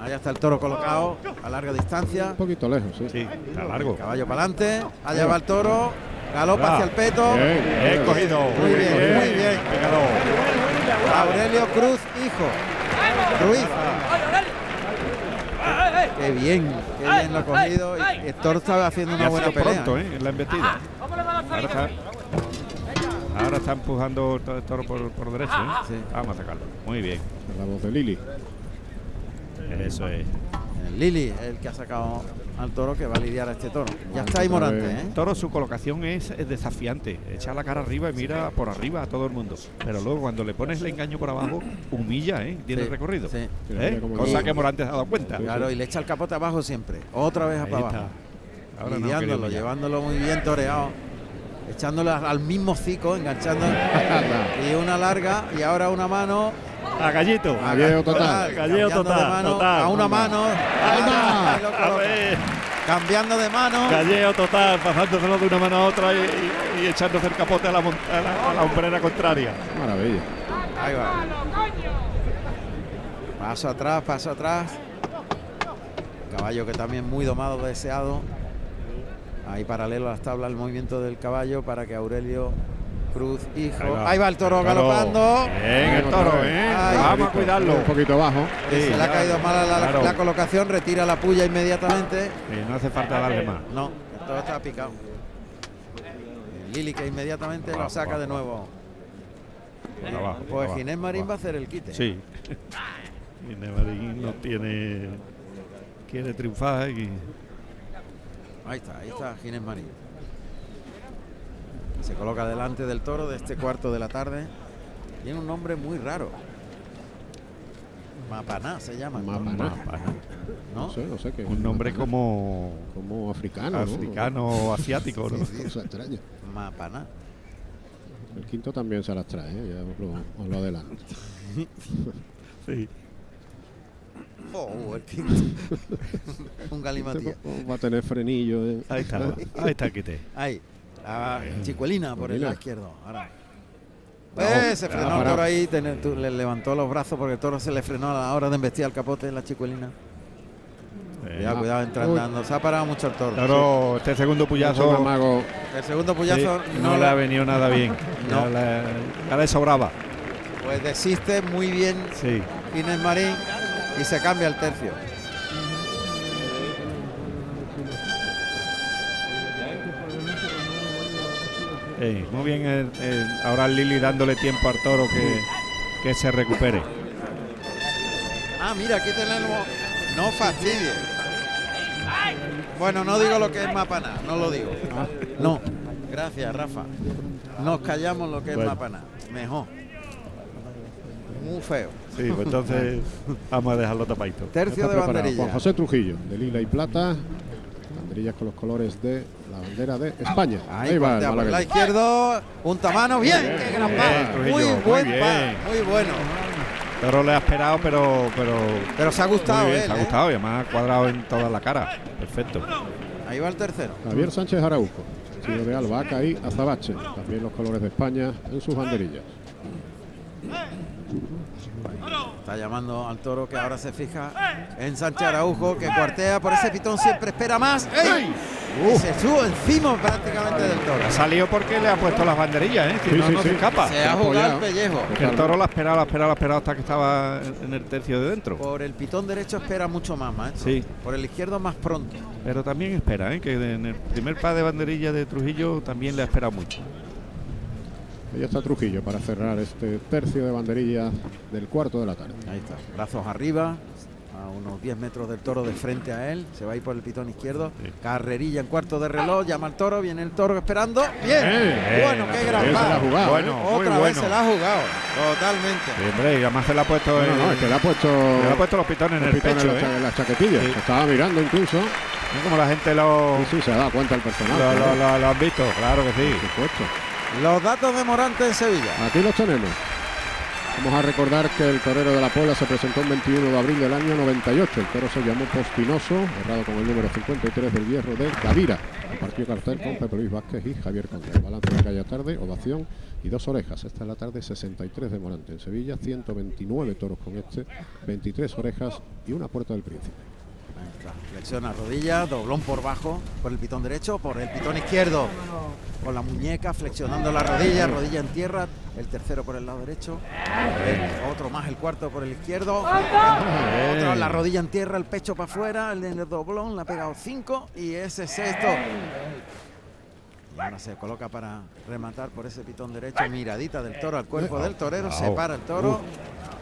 Speaker 1: Ahí está el toro colocado a larga distancia.
Speaker 3: Un poquito lejos, ¿eh? sí.
Speaker 2: Sí, está largo.
Speaker 1: Caballo para adelante. Allá va el toro. Galopa hacia el peto.
Speaker 3: Bien,
Speaker 2: Bien
Speaker 3: bien.
Speaker 2: cogido.
Speaker 1: Muy bien, muy bien.
Speaker 2: Pégalo.
Speaker 1: Aurelio Cruz, hijo. Ruiz. Qué bien, qué bien lo ha cogido. Y El toro estaba haciendo
Speaker 2: Y
Speaker 1: una
Speaker 2: ha
Speaker 1: buena
Speaker 2: sido
Speaker 1: pelea.
Speaker 2: pronto, ¿eh? En la embestida. Ahora está, ahora está empujando el to- el toro por, por derecho, ¿eh?
Speaker 1: Sí.
Speaker 2: Vamos a sacarlo. Muy bien.
Speaker 3: La voz de Lili.
Speaker 2: Eso es.
Speaker 1: El Eh, Lili es el que ha sacado al toro que va a lidiar a este toro. Ya está ahí
Speaker 3: Otra vez.
Speaker 1: Morante, ¿eh?
Speaker 2: Toro, su colocación es, es desafiante. Echa la cara arriba y mira por arriba a todo el mundo. Pero luego, cuando le pones el engaño por abajo, humilla, ¿eh? Tiene
Speaker 1: Sí,
Speaker 2: recorrido.
Speaker 1: sí.
Speaker 2: ¿Eh?
Speaker 3: Mira cómo
Speaker 2: Cosa
Speaker 3: lo-
Speaker 2: que Morantes ha dado cuenta.
Speaker 1: Claro, y le echa el capote abajo siempre. Otra vez
Speaker 2: Ahí
Speaker 1: para abajo.
Speaker 2: está. Ahora no,
Speaker 1: lidiándolo,
Speaker 2: querido, ya.
Speaker 1: llevándolo muy bien toreado. Echándolo al al mismo cico, enganchando. y una larga, y ahora una mano.
Speaker 2: A gallito.
Speaker 3: Galleo total.
Speaker 1: Ah,
Speaker 2: Galleo
Speaker 1: cambiando de
Speaker 2: total,
Speaker 1: mano,
Speaker 2: total.
Speaker 1: A una
Speaker 2: Venga.
Speaker 1: mano.
Speaker 3: va.
Speaker 1: Ahí lo
Speaker 2: A
Speaker 1: coloca.
Speaker 2: ver,
Speaker 1: Cambiando de mano.
Speaker 2: galleo total, pasándoselo de una mano a otra y, y- y echándose el capote a la, mon- a la- a la hombrera contraria.
Speaker 3: Maravilla.
Speaker 1: Ahí va. Paso atrás, paso atrás. Caballo que también muy domado, deseado. Ahí paralelo a las tablas el movimiento del caballo para que Aurelio Cruz, hijo. Ahí va, el toro galopando.
Speaker 2: Bien, el toro, ¿eh?
Speaker 1: Ay.
Speaker 2: Vamos a cuidarlo.
Speaker 3: Un poquito bajo.
Speaker 1: que
Speaker 2: Sí,
Speaker 1: se le ha
Speaker 2: ya.
Speaker 1: caído mal a la,
Speaker 2: Claro.
Speaker 1: la colocación, retira la puya inmediatamente.
Speaker 2: Eh, no hace falta darle más.
Speaker 1: No, el toro está picado. El Lili que inmediatamente lo
Speaker 2: Abajo,
Speaker 1: saca de
Speaker 2: abajo,
Speaker 1: nuevo.
Speaker 2: Por abajo, por
Speaker 1: Pues
Speaker 2: abajo,
Speaker 1: Ginés
Speaker 2: por
Speaker 1: Marín va a
Speaker 2: abajo.
Speaker 1: hacer el quite.
Speaker 2: Sí. Ginés Marín no tiene. Quiere triunfar y.
Speaker 1: Ahí está, ahí está Ginés Marín. Se coloca delante del toro de este cuarto de la tarde. Tiene un nombre muy raro. Mapaná se llama. ¿no?
Speaker 3: Mapaná.
Speaker 1: ¿No?
Speaker 3: No sé, no sé qué.
Speaker 2: Un nombre como.
Speaker 3: Como africano. Ah, ¿no?
Speaker 2: africano o asiático, ¿no?
Speaker 3: Cosa extraña.
Speaker 1: Mapaná.
Speaker 3: El quinto también se las trae, ¿eh? ya os lo, os lo adelanto. Este
Speaker 2: Sí.
Speaker 1: Oh, el quinto. un galimatía.
Speaker 3: Va a tener frenillo. ¿eh?
Speaker 2: Ahí está, ahí está el quite.
Speaker 1: Ahí. La chicuelina por el lado
Speaker 3: Chicuelina.
Speaker 1: izquierdo. Ahora.
Speaker 3: No,
Speaker 1: Eh, se frenó el
Speaker 3: ahora-
Speaker 1: toro ahí, ten- tú- le levantó los brazos porque el toro se le frenó a la hora de embestir al capote de la chicuelina.
Speaker 2: Eh,
Speaker 1: Cuidado, cuidado, entra
Speaker 3: Uy.
Speaker 1: andando. Se ha parado mucho el toro.
Speaker 2: Toro, este segundo
Speaker 3: Mucho
Speaker 2: puyazo.
Speaker 3: amago.
Speaker 1: El segundo
Speaker 2: Sí,
Speaker 1: puyazo
Speaker 2: no le ha venido nada bien.
Speaker 1: No.
Speaker 2: Ya, le, ya le sobraba.
Speaker 1: Pues desiste muy bien
Speaker 2: Sí.
Speaker 1: Inés Marín y se cambia el tercio.
Speaker 2: Eh, muy bien, el- el- ahora Lili dándole tiempo al toro que, que se recupere.
Speaker 1: Ah, mira, aquí tenemos. No fastidie. Bueno, no digo lo que es Mapaná, no lo digo. No, gracias, Rafa. Nos callamos lo que es
Speaker 2: Bueno.
Speaker 1: Mapaná. Mejor. Muy feo.
Speaker 2: Sí, pues entonces vamos a dejarlo tapadito.
Speaker 1: Tercio
Speaker 3: Está
Speaker 1: de
Speaker 3: preparado.
Speaker 1: banderilla.
Speaker 3: Juan José Trujillo, de lila y plata. Banderillas con los colores de la bandera de España.
Speaker 1: Ahí,
Speaker 3: Ahí, va el
Speaker 1: voltea por el lado
Speaker 3: malagueño.
Speaker 1: izquierdo, junta mano, bien, qué gran
Speaker 2: bien,
Speaker 1: par.
Speaker 2: Trujillo,
Speaker 1: Muy
Speaker 2: muy
Speaker 1: buen
Speaker 2: bien.
Speaker 1: par, muy bueno.
Speaker 2: Toro le ha esperado, pero. pero
Speaker 1: Pero se ha gustado
Speaker 2: muy bien,
Speaker 1: él,
Speaker 2: se ha
Speaker 1: ¿eh?
Speaker 2: gustado y además ha cuadrado en toda la cara. Perfecto.
Speaker 1: Ahí va el tercero.
Speaker 3: Javier Sánchez Araujo, vestido de albahaca y azabache. También los colores de España en sus banderillas.
Speaker 1: Está llamando al toro que ahora se fija en Sánchez Araujo, que cuartea por ese pitón, siempre espera más. ¡Ey! Y se sube encima prácticamente del toro.
Speaker 2: Ha salido porque le ha puesto las banderillas, ¿eh? Si
Speaker 3: Sí,
Speaker 2: no,
Speaker 3: sí,
Speaker 2: no
Speaker 3: sí.
Speaker 2: se escapa.
Speaker 1: Se ha
Speaker 3: apoyado.
Speaker 1: jugado el pellejo.
Speaker 2: Que El toro lo ha esperado, lo ha esperado, lo ha esperado hasta que estaba en el tercio de dentro.
Speaker 1: Por el pitón derecho espera mucho más, maestro.
Speaker 2: Sí.
Speaker 1: Por el izquierdo más pronto.
Speaker 2: Pero también espera, ¿eh? que en el primer par de banderilla de Trujillo también le ha esperado mucho.
Speaker 3: Ahí está Trujillo para cerrar este tercio de banderillas del cuarto de la tarde.
Speaker 1: Ahí está. Brazos arriba, a unos 10 metros del toro de frente a él. Se va a ir por el pitón izquierdo. Carrerilla en cuarto de reloj, llama al toro, viene el toro esperando. ¡Bien!
Speaker 3: Eh,
Speaker 1: bueno,
Speaker 2: eh,
Speaker 1: qué
Speaker 2: la-
Speaker 3: Él
Speaker 1: gran
Speaker 3: se la ha
Speaker 1: par.
Speaker 3: jugado.
Speaker 2: Bueno.
Speaker 3: ¿eh?
Speaker 2: Muy
Speaker 1: Otra vez
Speaker 2: bueno.
Speaker 1: se la ha jugado. Totalmente.
Speaker 2: Sí, hombre, y además se le ha puesto,
Speaker 3: No,
Speaker 2: el-
Speaker 3: no, es que le ha puesto,
Speaker 2: le ha puesto los pitones en
Speaker 3: los
Speaker 2: el
Speaker 3: pitones en
Speaker 2: pecho.
Speaker 3: la, cha-
Speaker 2: ¿eh?
Speaker 3: en la chaquetilla.
Speaker 2: Sí.
Speaker 3: Estaba mirando incluso.
Speaker 2: Como la gente lo,
Speaker 3: Sí, sí, se ha dado cuenta el personaje.
Speaker 2: lo,
Speaker 3: ¿eh?
Speaker 2: lo- lo- lo han visto, claro que sí.
Speaker 3: Por supuesto.
Speaker 1: Los datos de Morante en Sevilla.
Speaker 3: Aquí los tenemos. Vamos a recordar que el torero de la Puebla se presentó el 21 de abril del año 98. El toro se llamó Postinoso, errado con el número 53 del hierro de Gavira. Compartió cartel con Pepe Luis Vázquez y Javier Conde. Balance de calle tarde, ovación y dos orejas. Esta es la tarde 63 de Morante. En Sevilla, 129 toros con este, 23 orejas y una puerta del príncipe.
Speaker 1: Ahí está. Flexiona rodilla, doblón por bajo, por el pitón derecho, por el pitón izquierdo. Con la muñeca, flexionando la rodilla, rodilla en tierra. El tercero por el lado derecho. el otro más, el cuarto por el izquierdo. Otro, la rodilla en tierra, el pecho para afuera. El, el doblón, la ha pegado cinco. Y ese sexto. Y ahora se coloca para rematar por ese pitón derecho. Miradita del toro al cuerpo del torero. Se para el toro.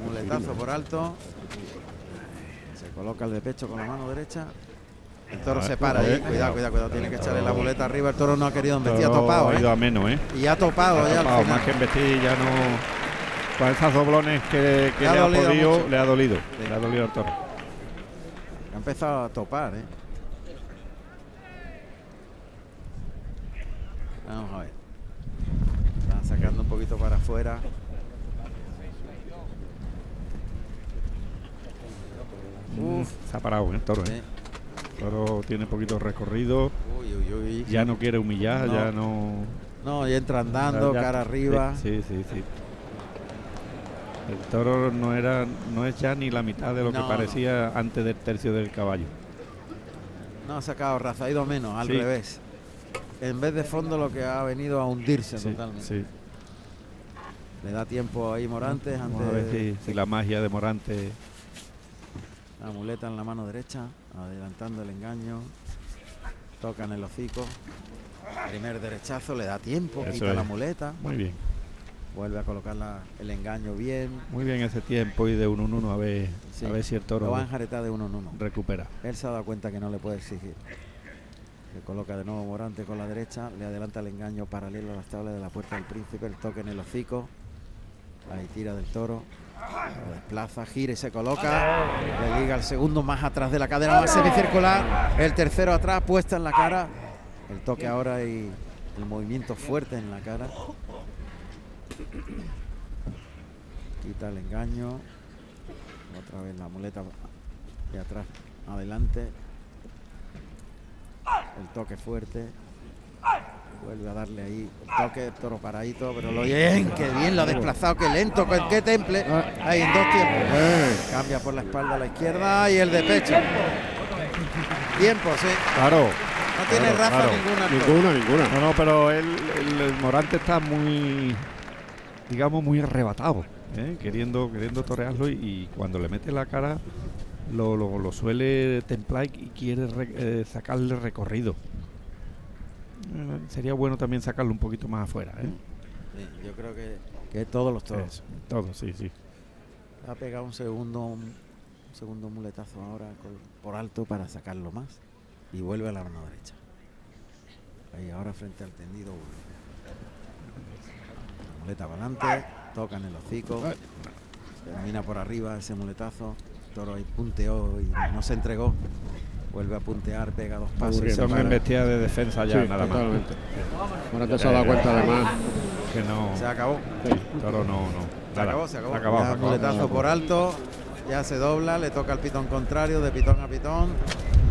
Speaker 1: Muletazo por alto. Se coloca el de pecho con la mano derecha. El toro se para ahí. Cuidado, cuidado, cuidado. Tiene que echarle la muleta arriba. El toro no ha querido embestir. Ha
Speaker 2: Todo
Speaker 1: topado.
Speaker 2: ha
Speaker 1: ¿eh?
Speaker 2: ido a menos, ¿eh?
Speaker 1: Y ha topado
Speaker 2: Ha
Speaker 1: ya
Speaker 2: tapado,
Speaker 1: al
Speaker 2: más que
Speaker 1: final.
Speaker 2: embestir ya no. Con esos doblones que, que
Speaker 1: Le ha
Speaker 2: le, ha
Speaker 1: dolido
Speaker 2: podido,
Speaker 1: mucho.
Speaker 2: le ha dolido.
Speaker 1: Sí.
Speaker 2: Le ha dolido al toro.
Speaker 1: Ha empezado a topar, ¿eh? Vamos a ver. Están sacando un poquito para afuera. Uf.
Speaker 2: Se ha parado ¿eh? el toro, ¿eh?
Speaker 1: eh.
Speaker 2: El toro tiene poquito recorrido.
Speaker 1: Uy, uy, uy.
Speaker 2: Ya no quiere humillar,
Speaker 1: No.
Speaker 2: ya no.
Speaker 1: No, y entra andando,
Speaker 2: ya-
Speaker 1: cara arriba.
Speaker 2: Sí, sí, sí. El toro no era, no es ya ni la mitad de lo
Speaker 1: No,
Speaker 2: que parecía antes del tercio del caballo.
Speaker 1: No ha sacado raza, ha ido menos, al
Speaker 2: Sí.
Speaker 1: revés. En vez de fondo lo que ha venido a hundirse
Speaker 2: Sí,
Speaker 1: totalmente.
Speaker 2: sí.
Speaker 1: Le da tiempo ahí Morantes
Speaker 2: Vamos a ver
Speaker 1: antes de
Speaker 2: si, si la magia de Morante.
Speaker 1: la muleta en la mano derecha, adelantando el engaño. Tocan el hocico. Primer derechazo, le da tiempo,
Speaker 2: Eso
Speaker 1: quita la
Speaker 2: es.
Speaker 1: muleta,
Speaker 2: Muy bien,
Speaker 1: vuelve a colocar la- el engaño bien.
Speaker 2: muy bien ese tiempo y de uno en uno a ver,
Speaker 1: Sí.
Speaker 2: a ver si el
Speaker 1: Lo
Speaker 2: toro
Speaker 1: va a enjaretar de uno en uno.
Speaker 2: recupera.
Speaker 1: Él se ha dado cuenta que no le puede exigir. Se coloca de nuevo Morante con la derecha, le adelanta el engaño paralelo a las tablas de la puerta del príncipe, el toque en el hocico. Ahí tira del toro, lo desplaza, gira y se coloca. Le liga el segundo más atrás de la cadena, más semicircular. El tercero atrás, puesta en la cara. El toque ahora y el movimiento fuerte en la cara. Quita el engaño. Otra vez la muleta y atrás, adelante. El toque fuerte. Vuelve a darle ahí el toque, toro paradito, pero lo bien, qué bien lo ha desplazado, qué lento, qué, qué temple. Ahí en dos tiempos. Cambia por la espalda a la izquierda y el de pecho. Tiempo, sí.
Speaker 2: Claro,
Speaker 1: No tiene
Speaker 2: Claro,
Speaker 1: raza
Speaker 2: claro.
Speaker 1: ninguna.
Speaker 3: Ninguna, ninguna.
Speaker 2: no, no, pero él, el, el Morante está muy, digamos, muy arrebatado, ¿eh? queriendo, queriendo torearlo y, y cuando le mete la cara lo, lo- lo suele templar y quiere re- eh, sacarle recorrido. Eh, sería bueno también sacarlo un poquito más afuera, ¿eh?
Speaker 1: Sí, yo creo que, que todos los toros.
Speaker 2: Eso, todo, sí, sí.
Speaker 1: Ha pegado un segundo, un segundo muletazo ahora col- por alto para sacarlo más. Y vuelve a la mano derecha. Ahí ahora frente al tendido. uno. La muleta para adelante, tocan el hocico. Termina por arriba ese muletazo. El toro ahí punteó y no se entregó. Vuelve a puntear, pega dos pasos. y se
Speaker 2: Son
Speaker 1: para.
Speaker 2: embestidas de defensa ya,
Speaker 3: Sí,
Speaker 2: nada más.
Speaker 3: totalmente. Morante se ha dado cuenta además.
Speaker 2: Que no,
Speaker 1: Se acabó.
Speaker 2: Toro no, no.
Speaker 1: Se
Speaker 2: nada,
Speaker 1: acabó, se acabó.
Speaker 2: Se acabó,
Speaker 1: Ya
Speaker 2: se acabó.
Speaker 1: muletazo por alto, ya se dobla, le toca al pitón contrario, de pitón a pitón,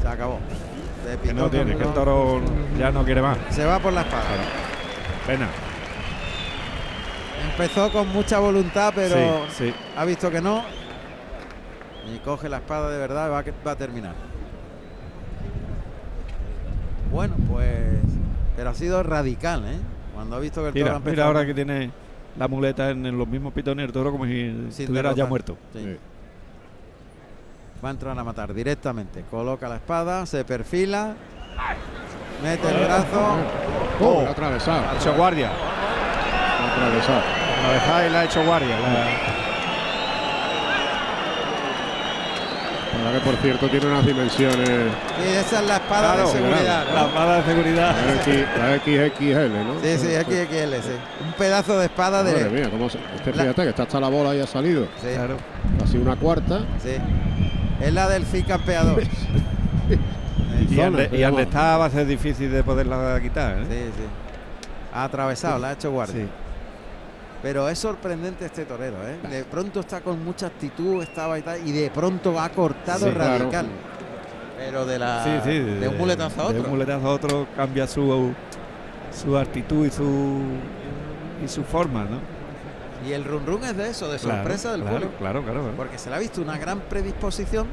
Speaker 1: se acabó. De
Speaker 2: Que
Speaker 1: pitón
Speaker 2: no
Speaker 1: a
Speaker 2: tiene, que el
Speaker 1: pitón.
Speaker 2: toro ya no quiere más.
Speaker 1: Se va por la espada.
Speaker 2: Pena.
Speaker 1: Empezó con mucha voluntad, pero
Speaker 2: Sí, sí.
Speaker 1: ha visto que no. Y coge la espada de verdad, va, a que- va a terminar. Bueno, pues. Pero ha sido radical, ¿eh? Cuando ha visto que el toro ha
Speaker 2: Mira,
Speaker 1: empezado.
Speaker 2: mira ahora que tiene la muleta en, en los mismos pitones, el toro como si
Speaker 1: sin
Speaker 2: estuviera ya
Speaker 1: derrota.
Speaker 2: muerto.
Speaker 1: Sí.
Speaker 3: Sí.
Speaker 1: Va a entrar a matar directamente. Coloca la espada, se perfila, mete el brazo.
Speaker 3: ¡Oh! Lo ha atravesado.
Speaker 2: Ha hecho guardia.
Speaker 3: lo ha atravesado.
Speaker 2: La dejáis la ha hecho guardia.
Speaker 3: La verdad que por cierto tiene unas dimensiones.
Speaker 1: Y esa es la espada
Speaker 2: Claro,
Speaker 1: de seguridad.
Speaker 2: La bala de seguridad.
Speaker 3: La, X- la XXL, ¿no?
Speaker 1: Sí, sí, XXL, sí. Un pedazo de espada
Speaker 3: Madre
Speaker 1: de.
Speaker 3: mía, cómo se- es que
Speaker 1: La-
Speaker 3: fíjate que está hasta la bola y ha salido.
Speaker 1: Sí,
Speaker 2: Claro.
Speaker 3: Ha sido una cuarta.
Speaker 1: sí. Es la del CIC campeador. Sí,
Speaker 2: Y
Speaker 3: Zona,
Speaker 2: al, de- y
Speaker 3: pero
Speaker 2: al de
Speaker 3: vamos.
Speaker 2: estar va a ser difícil de poderla quitar. ¿eh?
Speaker 1: sí. ha atravesado, la ha hecho guardia.
Speaker 2: Sí.
Speaker 1: Pero es sorprendente este torero, ¿eh? De pronto está con mucha actitud, estaba y tal, y de pronto ha cortado
Speaker 2: Sí,
Speaker 3: claro.
Speaker 1: radical. Pero de la
Speaker 2: Sí, sí,
Speaker 1: Ah, de un muletazo a
Speaker 2: de
Speaker 1: otro.
Speaker 2: un muletazo a otro cambia su, su actitud y su y su forma, ¿no?
Speaker 1: y el run run es de eso, de sorpresa del
Speaker 2: claro,
Speaker 1: público.
Speaker 2: Claro, claro. claro.
Speaker 1: Porque se le ha visto una gran predisposición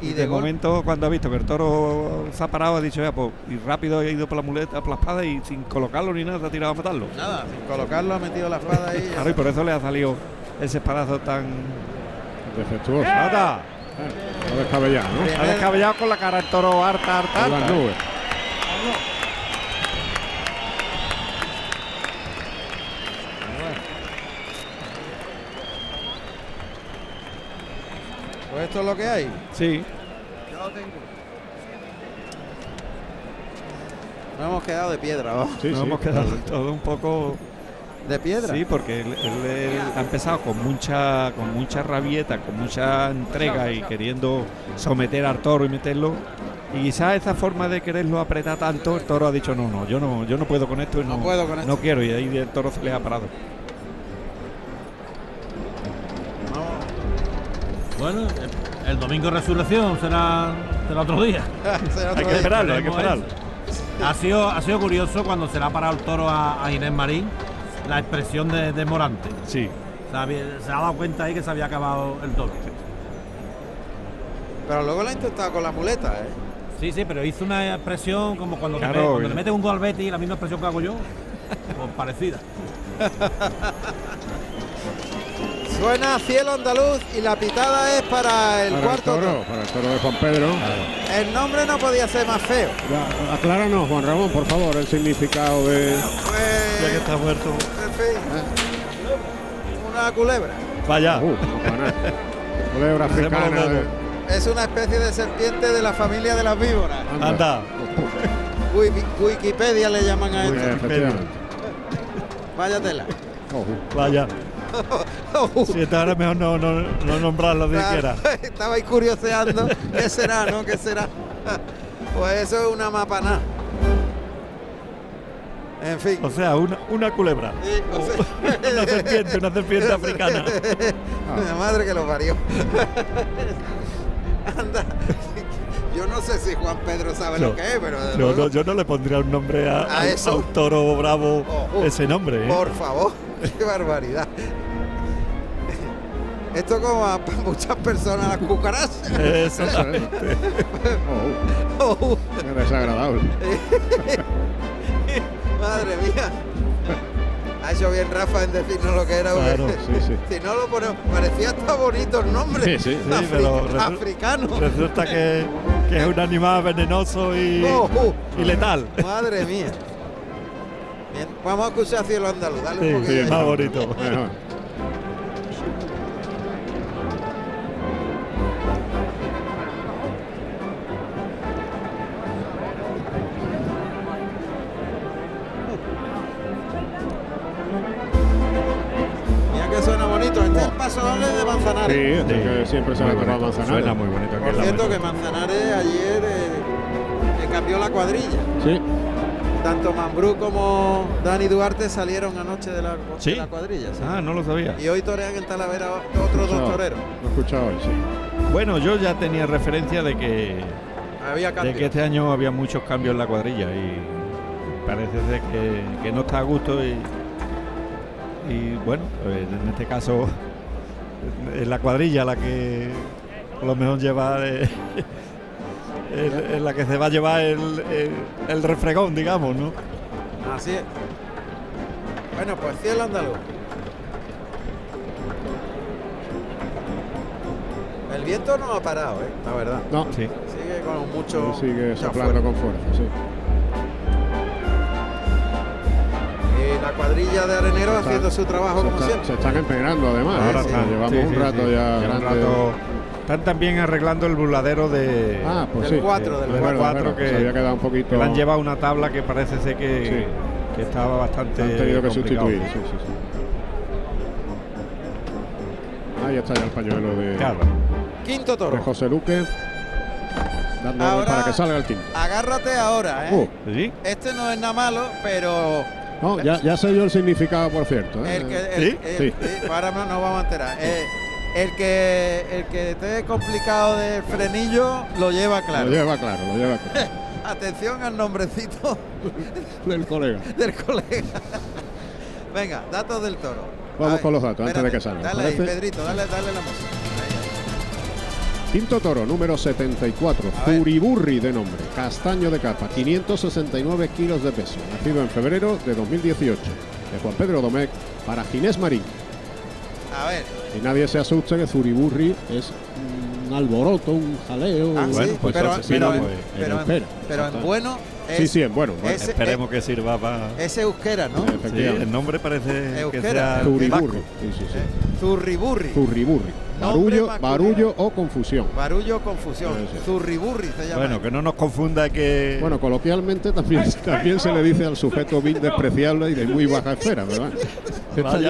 Speaker 1: y,
Speaker 2: Y
Speaker 1: de,
Speaker 2: de
Speaker 1: gol-
Speaker 2: momento, cuando ha visto que el toro se ha parado, ha dicho, ya, pues, y rápido ha ido por la muleta, por la espada y sin colocarlo ni nada, ha tirado a matarlo.
Speaker 1: nada, sin colocarlo ha metido la espada ahí.
Speaker 2: Claro, y por eso le ha salido ese espadazo tan.
Speaker 3: Defectuoso.
Speaker 2: ¡Nada!
Speaker 3: No descabellado, ¿no?
Speaker 1: Ah.
Speaker 2: Ha descabellado con la cara del toro harta, harta.
Speaker 3: Por las
Speaker 2: harta.
Speaker 3: nubes.
Speaker 1: Pues esto es lo que hay.
Speaker 2: Sí,
Speaker 1: Nos hemos quedado de piedra, vamos.
Speaker 3: Sí,
Speaker 2: nos
Speaker 3: sí.
Speaker 2: hemos quedado todo un poco.
Speaker 1: De piedra.
Speaker 2: Sí, porque él, él- él ha empezado con mucha, con mucha rabieta, con mucha entrega y queriendo someter al toro y meterlo. Y quizás esa forma de quererlo apretar tanto, el toro ha dicho no, no, yo no, yo no puedo con esto y no,
Speaker 1: No puedo con esto".
Speaker 2: no quiero. Y ahí el toro se le ha parado.
Speaker 1: Vamos.
Speaker 7: Bueno, el- el domingo de resurrección será el otro día.
Speaker 1: Será
Speaker 2: Hay
Speaker 1: otro
Speaker 2: que
Speaker 1: día.
Speaker 2: esperarlo, hay que
Speaker 7: veremos
Speaker 2: esperarlo.
Speaker 7: Ha sido, ha sido curioso cuando se le ha parado el toro a, a Inés Marín la expresión de, de Morante.
Speaker 2: Sí.
Speaker 7: Se, había- se ha dado cuenta ahí que se había acabado el toro.
Speaker 1: Pero luego lo ha intentado con la muleta, ¿eh?
Speaker 7: Sí, sí, pero hizo una expresión como cuando, le
Speaker 2: Claro,
Speaker 7: pe- cuando
Speaker 2: y-
Speaker 7: le metes un gol al Betis, la misma expresión que hago yo, pues parecida.
Speaker 1: Suena cielo andaluz y la pitada es para el
Speaker 3: Para
Speaker 1: cuarto.
Speaker 3: el toro, para el toro de Juan Pedro.
Speaker 1: El nombre no podía ser más feo.
Speaker 3: Ya, acláranos, Juan Ramón, por favor, el significado de.
Speaker 1: Pues,
Speaker 2: Ya que está muerto.
Speaker 1: en fin, una culebra.
Speaker 2: Vaya.
Speaker 3: Uh, campana. Culebra africana.
Speaker 2: Ah.
Speaker 3: eh.
Speaker 2: Hacemos lo
Speaker 3: de-
Speaker 2: mismo.
Speaker 1: Es una especie de serpiente de la familia de las víboras.
Speaker 2: Anda.
Speaker 1: Wiki- Wikipedia le llaman a
Speaker 3: Muy
Speaker 1: esto.
Speaker 3: bien, efectivamente.
Speaker 1: Váyatela.
Speaker 3: Ojo.
Speaker 2: Vaya. Si esta ahora mejor no, no, no nombrarlo ni siquiera.
Speaker 1: Estaba ahí curioseando. ¿Qué será, no? ¿Qué será? pues eso es una mapaná. En fin.
Speaker 2: O sea, una, una culebra.
Speaker 1: Sí, o sea-
Speaker 2: Una serpiente, una serpiente africana.
Speaker 1: La madre que lo parió. Anda. Yo no sé si Juan Pedro sabe lo
Speaker 2: No,
Speaker 1: que es, pero de
Speaker 2: No,
Speaker 1: luego-
Speaker 2: no, yo no le pondría un nombre a,
Speaker 1: A
Speaker 2: a-
Speaker 1: eso.
Speaker 2: a un toro bravo
Speaker 1: Ojo.
Speaker 2: ese nombre. ¿eh?
Speaker 1: por favor, qué barbaridad. Esto como a pa- muchas personas las cucarachas. Oh, uh.
Speaker 2: Eso.
Speaker 3: Ojo. Qué desagradable.
Speaker 1: Madre mía. Ha hecho bien Rafa en decirnos lo que era. porque
Speaker 2: Claro,
Speaker 3: Sí, sí.
Speaker 1: Si no lo ponemos, parecía hasta bonito el nombre.
Speaker 3: Sí, sí.
Speaker 2: Sí, pero resu-
Speaker 1: africano.
Speaker 2: Resulta que, que es un animal venenoso y,
Speaker 1: Ojo.
Speaker 2: y letal.
Speaker 1: Oh, Madre mía. Bien, vamos a escuchar Cielo Andaluz. Dale un
Speaker 2: Sí,
Speaker 1: poquillo.
Speaker 2: es más bonito.
Speaker 3: Mejor.
Speaker 1: Mira que suena bonito. Este es el paso doble de
Speaker 3: Sí,
Speaker 1: Manzanares.
Speaker 3: este que siempre se le
Speaker 2: Muy
Speaker 3: tocado
Speaker 2: bonito,
Speaker 3: manzana.
Speaker 2: Suena muy bonito. que es
Speaker 1: Por
Speaker 2: la
Speaker 1: cierto, que
Speaker 2: mejor.
Speaker 1: Manzanares ayer eh, le cambió la cuadrilla.
Speaker 3: Sí,
Speaker 1: Tanto Mambrú como Dani Duarte salieron anoche de la, de
Speaker 2: ¿Sí?
Speaker 1: la cuadrilla. sí.
Speaker 2: Ah, no lo sabía.
Speaker 1: Y hoy torean en Talavera otros
Speaker 3: escuchado.
Speaker 1: dos toreros.
Speaker 3: Lo he escuchado hoy, sí.
Speaker 2: Bueno, yo ya tenía referencia de que,
Speaker 1: Había
Speaker 2: de
Speaker 1: cambio.
Speaker 2: que este año había muchos cambios en la cuadrilla y parece ser que, que no está a gusto y, y bueno, pues, en este caso es la cuadrilla la que a lo mejor lleva eh, el- es la que se va a llevar el, el- el refregón, digamos, ¿no?
Speaker 1: Así es. Bueno, pues Cielo Andaluz. El viento no ha parado, ¿eh? la verdad.
Speaker 3: No,
Speaker 2: Sí.
Speaker 1: Sigue con mucho.
Speaker 3: sigue
Speaker 1: mucha
Speaker 3: soplando
Speaker 1: fuerza.
Speaker 3: con fuerza, sí.
Speaker 1: Y la cuadrilla de arenero
Speaker 3: Está-
Speaker 1: haciendo su trabajo
Speaker 3: se,
Speaker 1: como
Speaker 3: está- se
Speaker 1: siempre.
Speaker 3: están empeñando además.
Speaker 1: Ahora
Speaker 3: ¿eh?
Speaker 1: están,
Speaker 3: Llevamos
Speaker 2: Sí, sí,
Speaker 3: un rato ya
Speaker 2: sí. Lleva un
Speaker 3: grande.
Speaker 2: rato. Están también arreglando el burladero de,
Speaker 3: Ah, pues
Speaker 1: Del
Speaker 3: sí.
Speaker 1: cuatro, del
Speaker 3: Es verdad,
Speaker 2: cuatro
Speaker 3: es verdad,
Speaker 2: que-
Speaker 3: se había quedado un
Speaker 2: Que
Speaker 3: poquito.
Speaker 2: le han llevado una tabla que parece ser que,
Speaker 3: Sí.
Speaker 2: que estaba bastante.
Speaker 3: han tenido que
Speaker 2: complicado.
Speaker 3: sustituir. Sí, sí, sí. Ahí está ya el pañuelo de,
Speaker 2: Claro.
Speaker 1: Quinto
Speaker 3: de
Speaker 1: toro.
Speaker 3: José Luque. Dando
Speaker 1: Ahora-
Speaker 3: para que salga el quinto.
Speaker 1: Agárrate ahora, ¿eh?
Speaker 3: Uh,
Speaker 2: ¿Sí?
Speaker 1: Este no es nada malo, pero
Speaker 3: No, ya, ya sé yo el significado, por cierto. ¿eh?
Speaker 1: El que, el-
Speaker 2: ¿Sí?
Speaker 1: el-
Speaker 3: Sí.
Speaker 1: eh, ahora no nos vamos a enterar. Eh, el que el que esté complicado del frenillo lo lleva claro.
Speaker 3: Lo lleva claro, lo lleva claro.
Speaker 1: Atención al nombrecito
Speaker 3: Del colega.
Speaker 1: del colega. Venga, datos del toro.
Speaker 3: Vamos
Speaker 1: A ver,
Speaker 3: con los datos, antes de
Speaker 1: espérate,
Speaker 3: que salga,
Speaker 1: Dale ahí,
Speaker 3: ¿parece?
Speaker 1: Pedrito, dale, dale la música. Ahí,
Speaker 3: Quinto toro, número 74,
Speaker 1: A ver.
Speaker 3: Zuriburri de nombre, castaño de capa, 569 kilos de peso, nacido en febrero de 2018, de Juan Pedro Domecq para Ginés Marín.
Speaker 1: ahí. A ver,
Speaker 3: Y nadie se asuste que Zuriburri es un alboroto, un jaleo.
Speaker 1: ah,
Speaker 3: un-
Speaker 1: sí,
Speaker 2: Bueno, pues
Speaker 1: pero,
Speaker 2: entonces sí,
Speaker 1: pero,
Speaker 2: no,
Speaker 1: en-
Speaker 2: pues,
Speaker 1: pero en-
Speaker 3: eh, espera,
Speaker 1: pero en
Speaker 3: exacto.
Speaker 1: bueno es,
Speaker 3: sí, sí, en bueno. bueno,
Speaker 1: ese-
Speaker 2: Esperemos que sirva para.
Speaker 1: ese es euskera, ¿no?
Speaker 3: eh,
Speaker 2: Sí,
Speaker 3: efectivamente.
Speaker 2: el nombre parece que
Speaker 1: Euskera.
Speaker 2: sea.
Speaker 3: Zuriburri.
Speaker 1: vasco.
Speaker 3: Sí, sí, sí.
Speaker 1: Eh, Zurriburri.
Speaker 3: Zuriburri.
Speaker 1: Nombre
Speaker 3: Barullo,
Speaker 1: masculino.
Speaker 3: barullo o confusión.
Speaker 1: Barullo confusión.
Speaker 3: Sí, sí.
Speaker 1: Zurriburri se llama.
Speaker 2: Bueno, que no nos confunda que.
Speaker 3: Bueno, coloquialmente también, también se le dice al sujeto vil despreciable y de muy baja esfera, ¿verdad? Esta
Speaker 2: Vaya.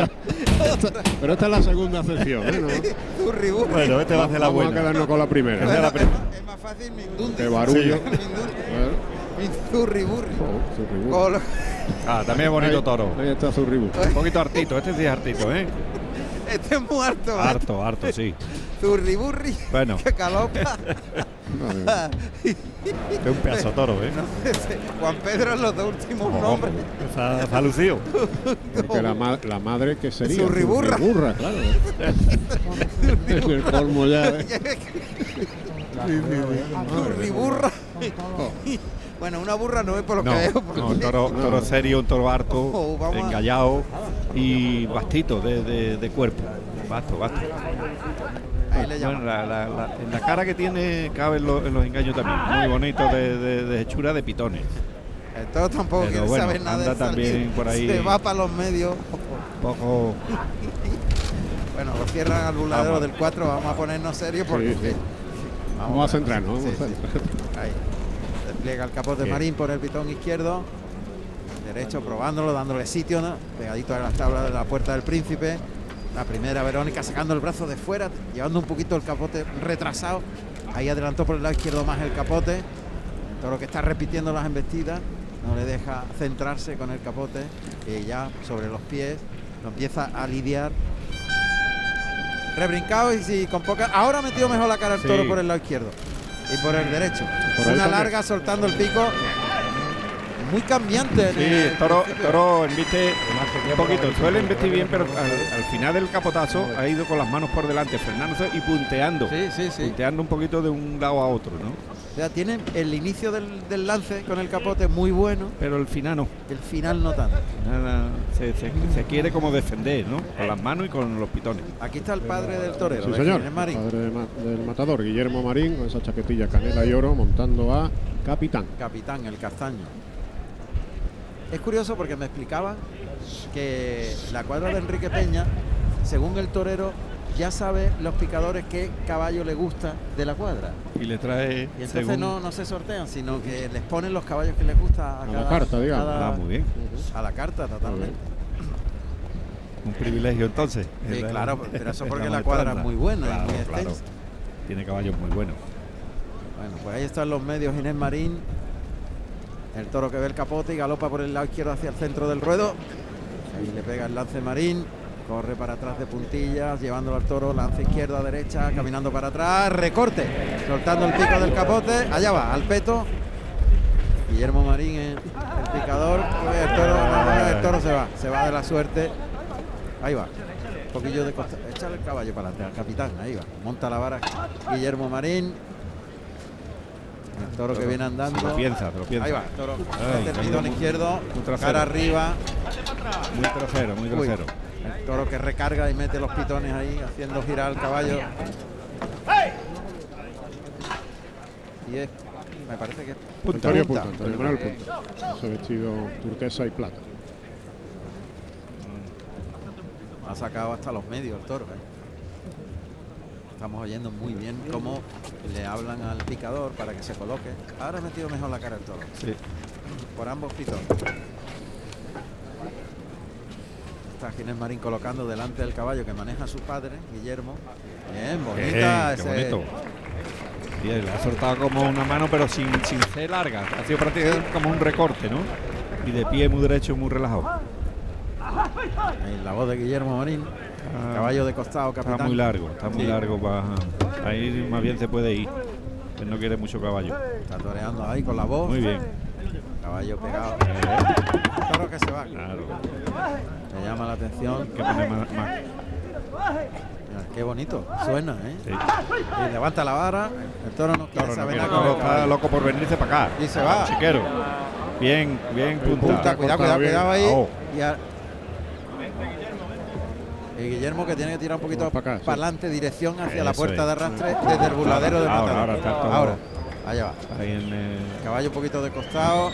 Speaker 3: ya- esta- pero esta es la segunda sección, ¿eh? No-
Speaker 1: Zurriburri.
Speaker 2: Bueno, este va a hacer la
Speaker 3: Vamos a
Speaker 2: buena.
Speaker 3: quedarnos con la primera.
Speaker 2: Esa es
Speaker 1: Bueno,
Speaker 2: la
Speaker 1: es,
Speaker 2: prim-
Speaker 1: más, es más fácil Mindundi.
Speaker 3: De barullo.
Speaker 1: Sí. Mindundi.
Speaker 3: Claro.
Speaker 1: Zurriburri.
Speaker 3: Oh, Zurriburri.
Speaker 1: Colo-
Speaker 2: Ah, también bonito
Speaker 3: Ahí-
Speaker 2: toro.
Speaker 3: Ahí está Zurriburri.
Speaker 2: Un poquito hartito, este sí es hartito, ¿eh?
Speaker 1: Este es muy harto. ¿eh?
Speaker 2: Harto, harto, sí.
Speaker 1: Zurriburri.
Speaker 2: Bueno.
Speaker 1: Que calopa.
Speaker 3: Madre mía.
Speaker 2: este Es un pedazo de toro, ¿eh?
Speaker 1: Juan Pedro es los dos últimos
Speaker 2: Ojo,
Speaker 1: nombres.
Speaker 2: se ha- se ha lucido.
Speaker 3: Porque la, ma- la madre que sería.
Speaker 1: Zurriburra.
Speaker 3: Zurriburra, claro. es el colmo ya. ¿eh?
Speaker 1: Zurriburra. Bueno, una burra no es por lo
Speaker 2: No,
Speaker 1: que veo.
Speaker 2: no,
Speaker 1: porque-
Speaker 2: un toro, un toro serio, un toro harto,
Speaker 1: Ojo, vamos a-
Speaker 2: engallado y bastito de, de- de cuerpo. Basto, basto.
Speaker 1: Ahí le
Speaker 2: Bueno,
Speaker 1: llaman.
Speaker 2: la, la- la- en la cara que tiene cabe en, lo- en los engaños también. Muy bonito de, de- de hechura de pitones.
Speaker 1: El toro tampoco
Speaker 2: Pero
Speaker 1: quiere
Speaker 2: bueno,
Speaker 1: saber nada
Speaker 2: anda
Speaker 1: de salir.
Speaker 2: también por ahí.
Speaker 1: Se va para los medios.
Speaker 2: Poco.
Speaker 1: Bueno, lo cierran al burladero
Speaker 2: Vamos.
Speaker 1: del 4. Vamos a ponernos serios porque.
Speaker 3: Sí, sí. Vamos a centrarnos. Vamos
Speaker 1: Sí,
Speaker 3: a
Speaker 1: sí.
Speaker 3: centrarnos.
Speaker 1: Ahí. Despliega el capote
Speaker 2: Bien.
Speaker 1: marín por el pitón izquierdo. Derecho, probándolo, dándole sitio, ¿no? pegadito a las tablas de la puerta del príncipe. La primera Verónica sacando el brazo de fuera, llevando un poquito el capote retrasado. Ahí adelantó por el lado izquierdo más el capote. El toro que está repitiendo las embestidas. No le deja centrarse con el capote. Y ya sobre los pies lo empieza a lidiar. Rebrincado y si con poca. Ahora ha metido mejor la cara al toro
Speaker 2: Sí.
Speaker 1: por el lado izquierdo y por el derecho.
Speaker 3: Por ahí
Speaker 1: Una
Speaker 3: también.
Speaker 1: larga soltando el pico. Muy cambiante. en
Speaker 2: Sí,
Speaker 1: el
Speaker 2: el toro, el
Speaker 1: principio.
Speaker 2: toro embiste un poquito. Suele investir bien, pero al, al final del capotazo ha ido con las manos por delante, Fernando y punteando.
Speaker 1: Sí, sí, sí.
Speaker 2: Punteando un poquito de un lado a otro, ¿no?
Speaker 1: O sea, tienen el inicio del, del lance con el capote muy bueno,
Speaker 2: Pero el final no.
Speaker 1: el final no tanto.
Speaker 2: Nada, se, se- se quiere como defender, ¿no? Con las manos y con los pitones.
Speaker 1: Aquí está el padre del torero,
Speaker 3: Sí,
Speaker 1: de
Speaker 3: señor.
Speaker 1: Jiménez Marín.
Speaker 3: Padre de ma- del matador, Guillermo Marín, con esa chaquetilla canela y oro, montando a Capitán.
Speaker 1: capitán, el castaño. Es curioso porque me explicaba que la cuadra de Enrique Peña, según el torero, ya sabe los picadores qué caballo le gusta de la cuadra.
Speaker 2: Y le trae.
Speaker 1: Y entonces
Speaker 2: según-
Speaker 1: no, no se sortean, sino que les ponen los caballos que les gusta a,
Speaker 3: A la
Speaker 1: cada-
Speaker 3: carta, digamos.
Speaker 1: cada-
Speaker 2: Ah, muy bien.
Speaker 1: A la carta, totalmente.
Speaker 2: Un privilegio entonces.
Speaker 1: Sí,
Speaker 2: Es la-
Speaker 1: claro, pero eso
Speaker 2: es
Speaker 1: porque la
Speaker 2: maestranza.
Speaker 1: cuadra es muy buena, es
Speaker 2: Claro,
Speaker 1: muy
Speaker 2: claro.
Speaker 1: extensa.
Speaker 2: Tiene caballos muy buenos.
Speaker 1: Bueno, pues ahí están los medios Inés Marín. El toro que ve el capote y galopa por el lado izquierdo hacia el centro del ruedo. Ahí le pega el lance Marín. Corre para atrás de puntillas, llevándolo al toro, lance izquierda, derecha, caminando para atrás, recorte, soltando el pico del capote, allá va, al peto. Guillermo Marín, eh, el picador, el toro, no, el toro se va, se va de la suerte. Ahí va, un poquillo de costa, échale el caballo para atrás, capitán, ahí va, monta la vara Guillermo Marín, el toro que viene andando.
Speaker 2: Se lo piensa, se lo piensa.
Speaker 1: Ahí va, toro.
Speaker 2: Ay,
Speaker 1: tendido en
Speaker 2: muy-
Speaker 1: izquierdo,
Speaker 2: muy trasero.
Speaker 1: cara arriba.
Speaker 2: Muy trasero, muy
Speaker 1: Uy,
Speaker 2: grosero.
Speaker 1: el toro que recarga y mete los pitones ahí, haciendo girar al caballo. Y es, me parece que es punta,
Speaker 3: Antonio
Speaker 1: punta.
Speaker 3: Punta, Antonio Manuel Punta. Ese vestido turquesa y plata.
Speaker 1: Ha sacado hasta los medios el toro. ¿eh? Estamos oyendo muy bien cómo le hablan al picador para que se coloque. Ahora ha metido mejor la cara el toro.
Speaker 2: Sí.
Speaker 1: por ambos pitones. Está Ginés Marín colocando delante del caballo que maneja su padre, Guillermo. Bien, bonita.
Speaker 2: Bien, qué
Speaker 1: ese-
Speaker 2: bonito. Bien, le ha soltado como una mano, pero sin, sin ser larga. Ha sido prácticamente como un recorte, ¿no? y de pie muy derecho, muy relajado.
Speaker 1: Ahí la voz de Guillermo Marín.
Speaker 2: Ah.
Speaker 1: Caballo de costado, capitán.
Speaker 2: Está muy largo, está muy
Speaker 1: Sí.
Speaker 2: largo. para- Ahí más bien se puede ir. Él no quiere mucho caballo.
Speaker 1: Está toreando ahí con la voz.
Speaker 2: Muy bien. Eh,
Speaker 1: Caballo pegado. Toro que se va.
Speaker 2: Claro.
Speaker 1: Me llama la atención.
Speaker 2: Hay que poner más- más.
Speaker 1: Mira, qué bonito. Suena, ¿eh?
Speaker 2: Sí.
Speaker 1: Y levanta la vara. El toro no quiere
Speaker 2: Toro, no
Speaker 1: saber
Speaker 2: quiere.
Speaker 1: nada con
Speaker 2: Toro
Speaker 1: el
Speaker 2: está
Speaker 1: caballo.
Speaker 2: loco por venirse para acá.
Speaker 1: Y se va.
Speaker 2: Chiquero. Bien, bien punta.
Speaker 1: Punta, cuidado, cuidado, cuidado ahí.
Speaker 2: Ajo.
Speaker 1: Y, a- Y Guillermo que tiene que tirar un poquito
Speaker 3: Vamos pa'
Speaker 1: para
Speaker 3: acá, sí.
Speaker 1: adelante, dirección hacia la
Speaker 2: Eso
Speaker 1: puerta
Speaker 2: es.
Speaker 1: de arrastre desde el burladero de
Speaker 2: Ahora,
Speaker 1: Matador.
Speaker 2: ahora está todo-
Speaker 1: Ahora, allá va.
Speaker 2: Ahí en, eh,
Speaker 1: Caballo un poquito de costado,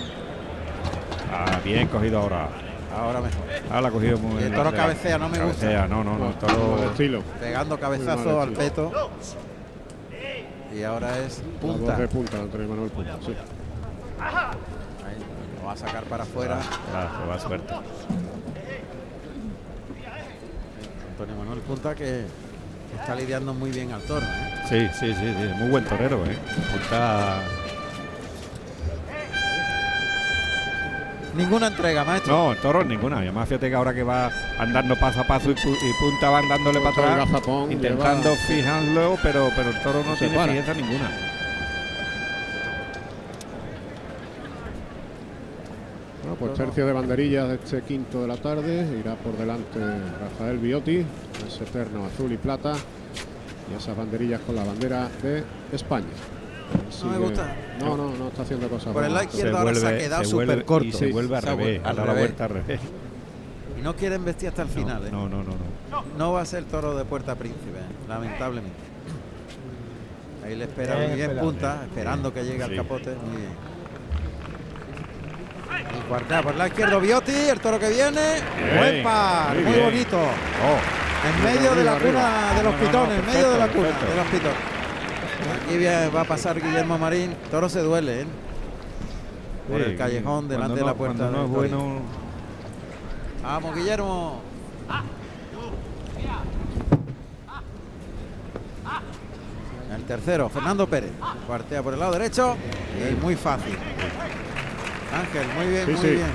Speaker 2: ah, bien cogido ahora.
Speaker 1: ahora mejor.
Speaker 2: Ahora Ah, la ha cogido muy
Speaker 1: Y el
Speaker 2: bien.
Speaker 1: toro cabecea, no me gusta.
Speaker 2: Cabecea, no, no, no. el toro-
Speaker 3: Mal estilo.
Speaker 1: Pegando
Speaker 3: Muy
Speaker 1: cabezazo
Speaker 3: mal
Speaker 1: al
Speaker 3: hecho.
Speaker 1: peto. Y ahora es
Speaker 3: La voz
Speaker 1: punta.
Speaker 3: de punta, Antonio Manuel Punta. sí.
Speaker 1: Ahí, lo va a sacar para afuera.
Speaker 2: Ah, se va suerte.
Speaker 1: Antonio Manuel Punta que está lidiando muy bien al toro. ¿eh?
Speaker 2: Sí, sí, sí, sí, Muy buen torero, ¿eh? Punta-
Speaker 1: Ninguna entrega, maestro.
Speaker 2: No, el toro ninguna. Y Además, fíjate que ahora que va andando paso a paso y, pu- y punta van dándole
Speaker 3: Otro
Speaker 2: para atrás,
Speaker 3: gazapón,
Speaker 2: intentando
Speaker 3: lleva-
Speaker 2: fijarlo, pero, pero el toro no,
Speaker 3: No se
Speaker 2: tiene
Speaker 3: para.
Speaker 2: fijeza ninguna.
Speaker 3: Bueno, pues tercio de banderillas de este quinto de la tarde. Irá por delante Rafael Biotti, ese eterno azul y plata. Y esas banderillas con la bandera de España. A ver si
Speaker 1: No me
Speaker 3: le-
Speaker 1: gusta.
Speaker 3: No, no, no está haciendo cosas.
Speaker 1: Por el
Speaker 3: malas.
Speaker 1: like. izquierda ahora se ha quedado
Speaker 2: se vuelve-
Speaker 1: supercorto.
Speaker 2: y se
Speaker 1: Sí,
Speaker 2: vuelve al
Speaker 1: se ha
Speaker 2: revés,
Speaker 1: vuelto al
Speaker 2: a la
Speaker 1: revés.
Speaker 2: vuelta al revés.
Speaker 1: Y no quieren vestir hasta el final. ¿eh?
Speaker 2: No, no, no, no.
Speaker 1: No va a ser toro de Puerta Príncipe, lamentablemente. Ahí le espera muy bien punta, esperando que llegue al
Speaker 2: Sí.
Speaker 1: capote. Muy bien. Y cuartea por la izquierda Biotti, el toro que viene.
Speaker 2: Bien,
Speaker 1: Buen par,
Speaker 2: muy
Speaker 1: muy,
Speaker 2: bien.
Speaker 1: bonito.
Speaker 2: Oh,
Speaker 1: En medio de la
Speaker 3: arriba,
Speaker 1: cuna de los
Speaker 2: No, no, no,
Speaker 1: pitones, en medio de la
Speaker 2: perfecto,
Speaker 1: cuna
Speaker 2: perfecto.
Speaker 1: de los pitones. Aquí viene- va a pasar Guillermo Marín. Toro se duele, ¿eh? Por
Speaker 2: sí,
Speaker 1: el callejón,
Speaker 2: cuando
Speaker 1: delante
Speaker 2: no-
Speaker 1: de la puerta.
Speaker 2: cuando no
Speaker 1: del
Speaker 2: es
Speaker 1: Torino.
Speaker 2: bueno.
Speaker 1: Vamos, Guillermo. El tercero, Fernando Pérez. Cuartea por el lado derecho y muy fácil. Ángel, muy bien,
Speaker 3: Sí,
Speaker 1: muy
Speaker 3: sí.
Speaker 1: bien.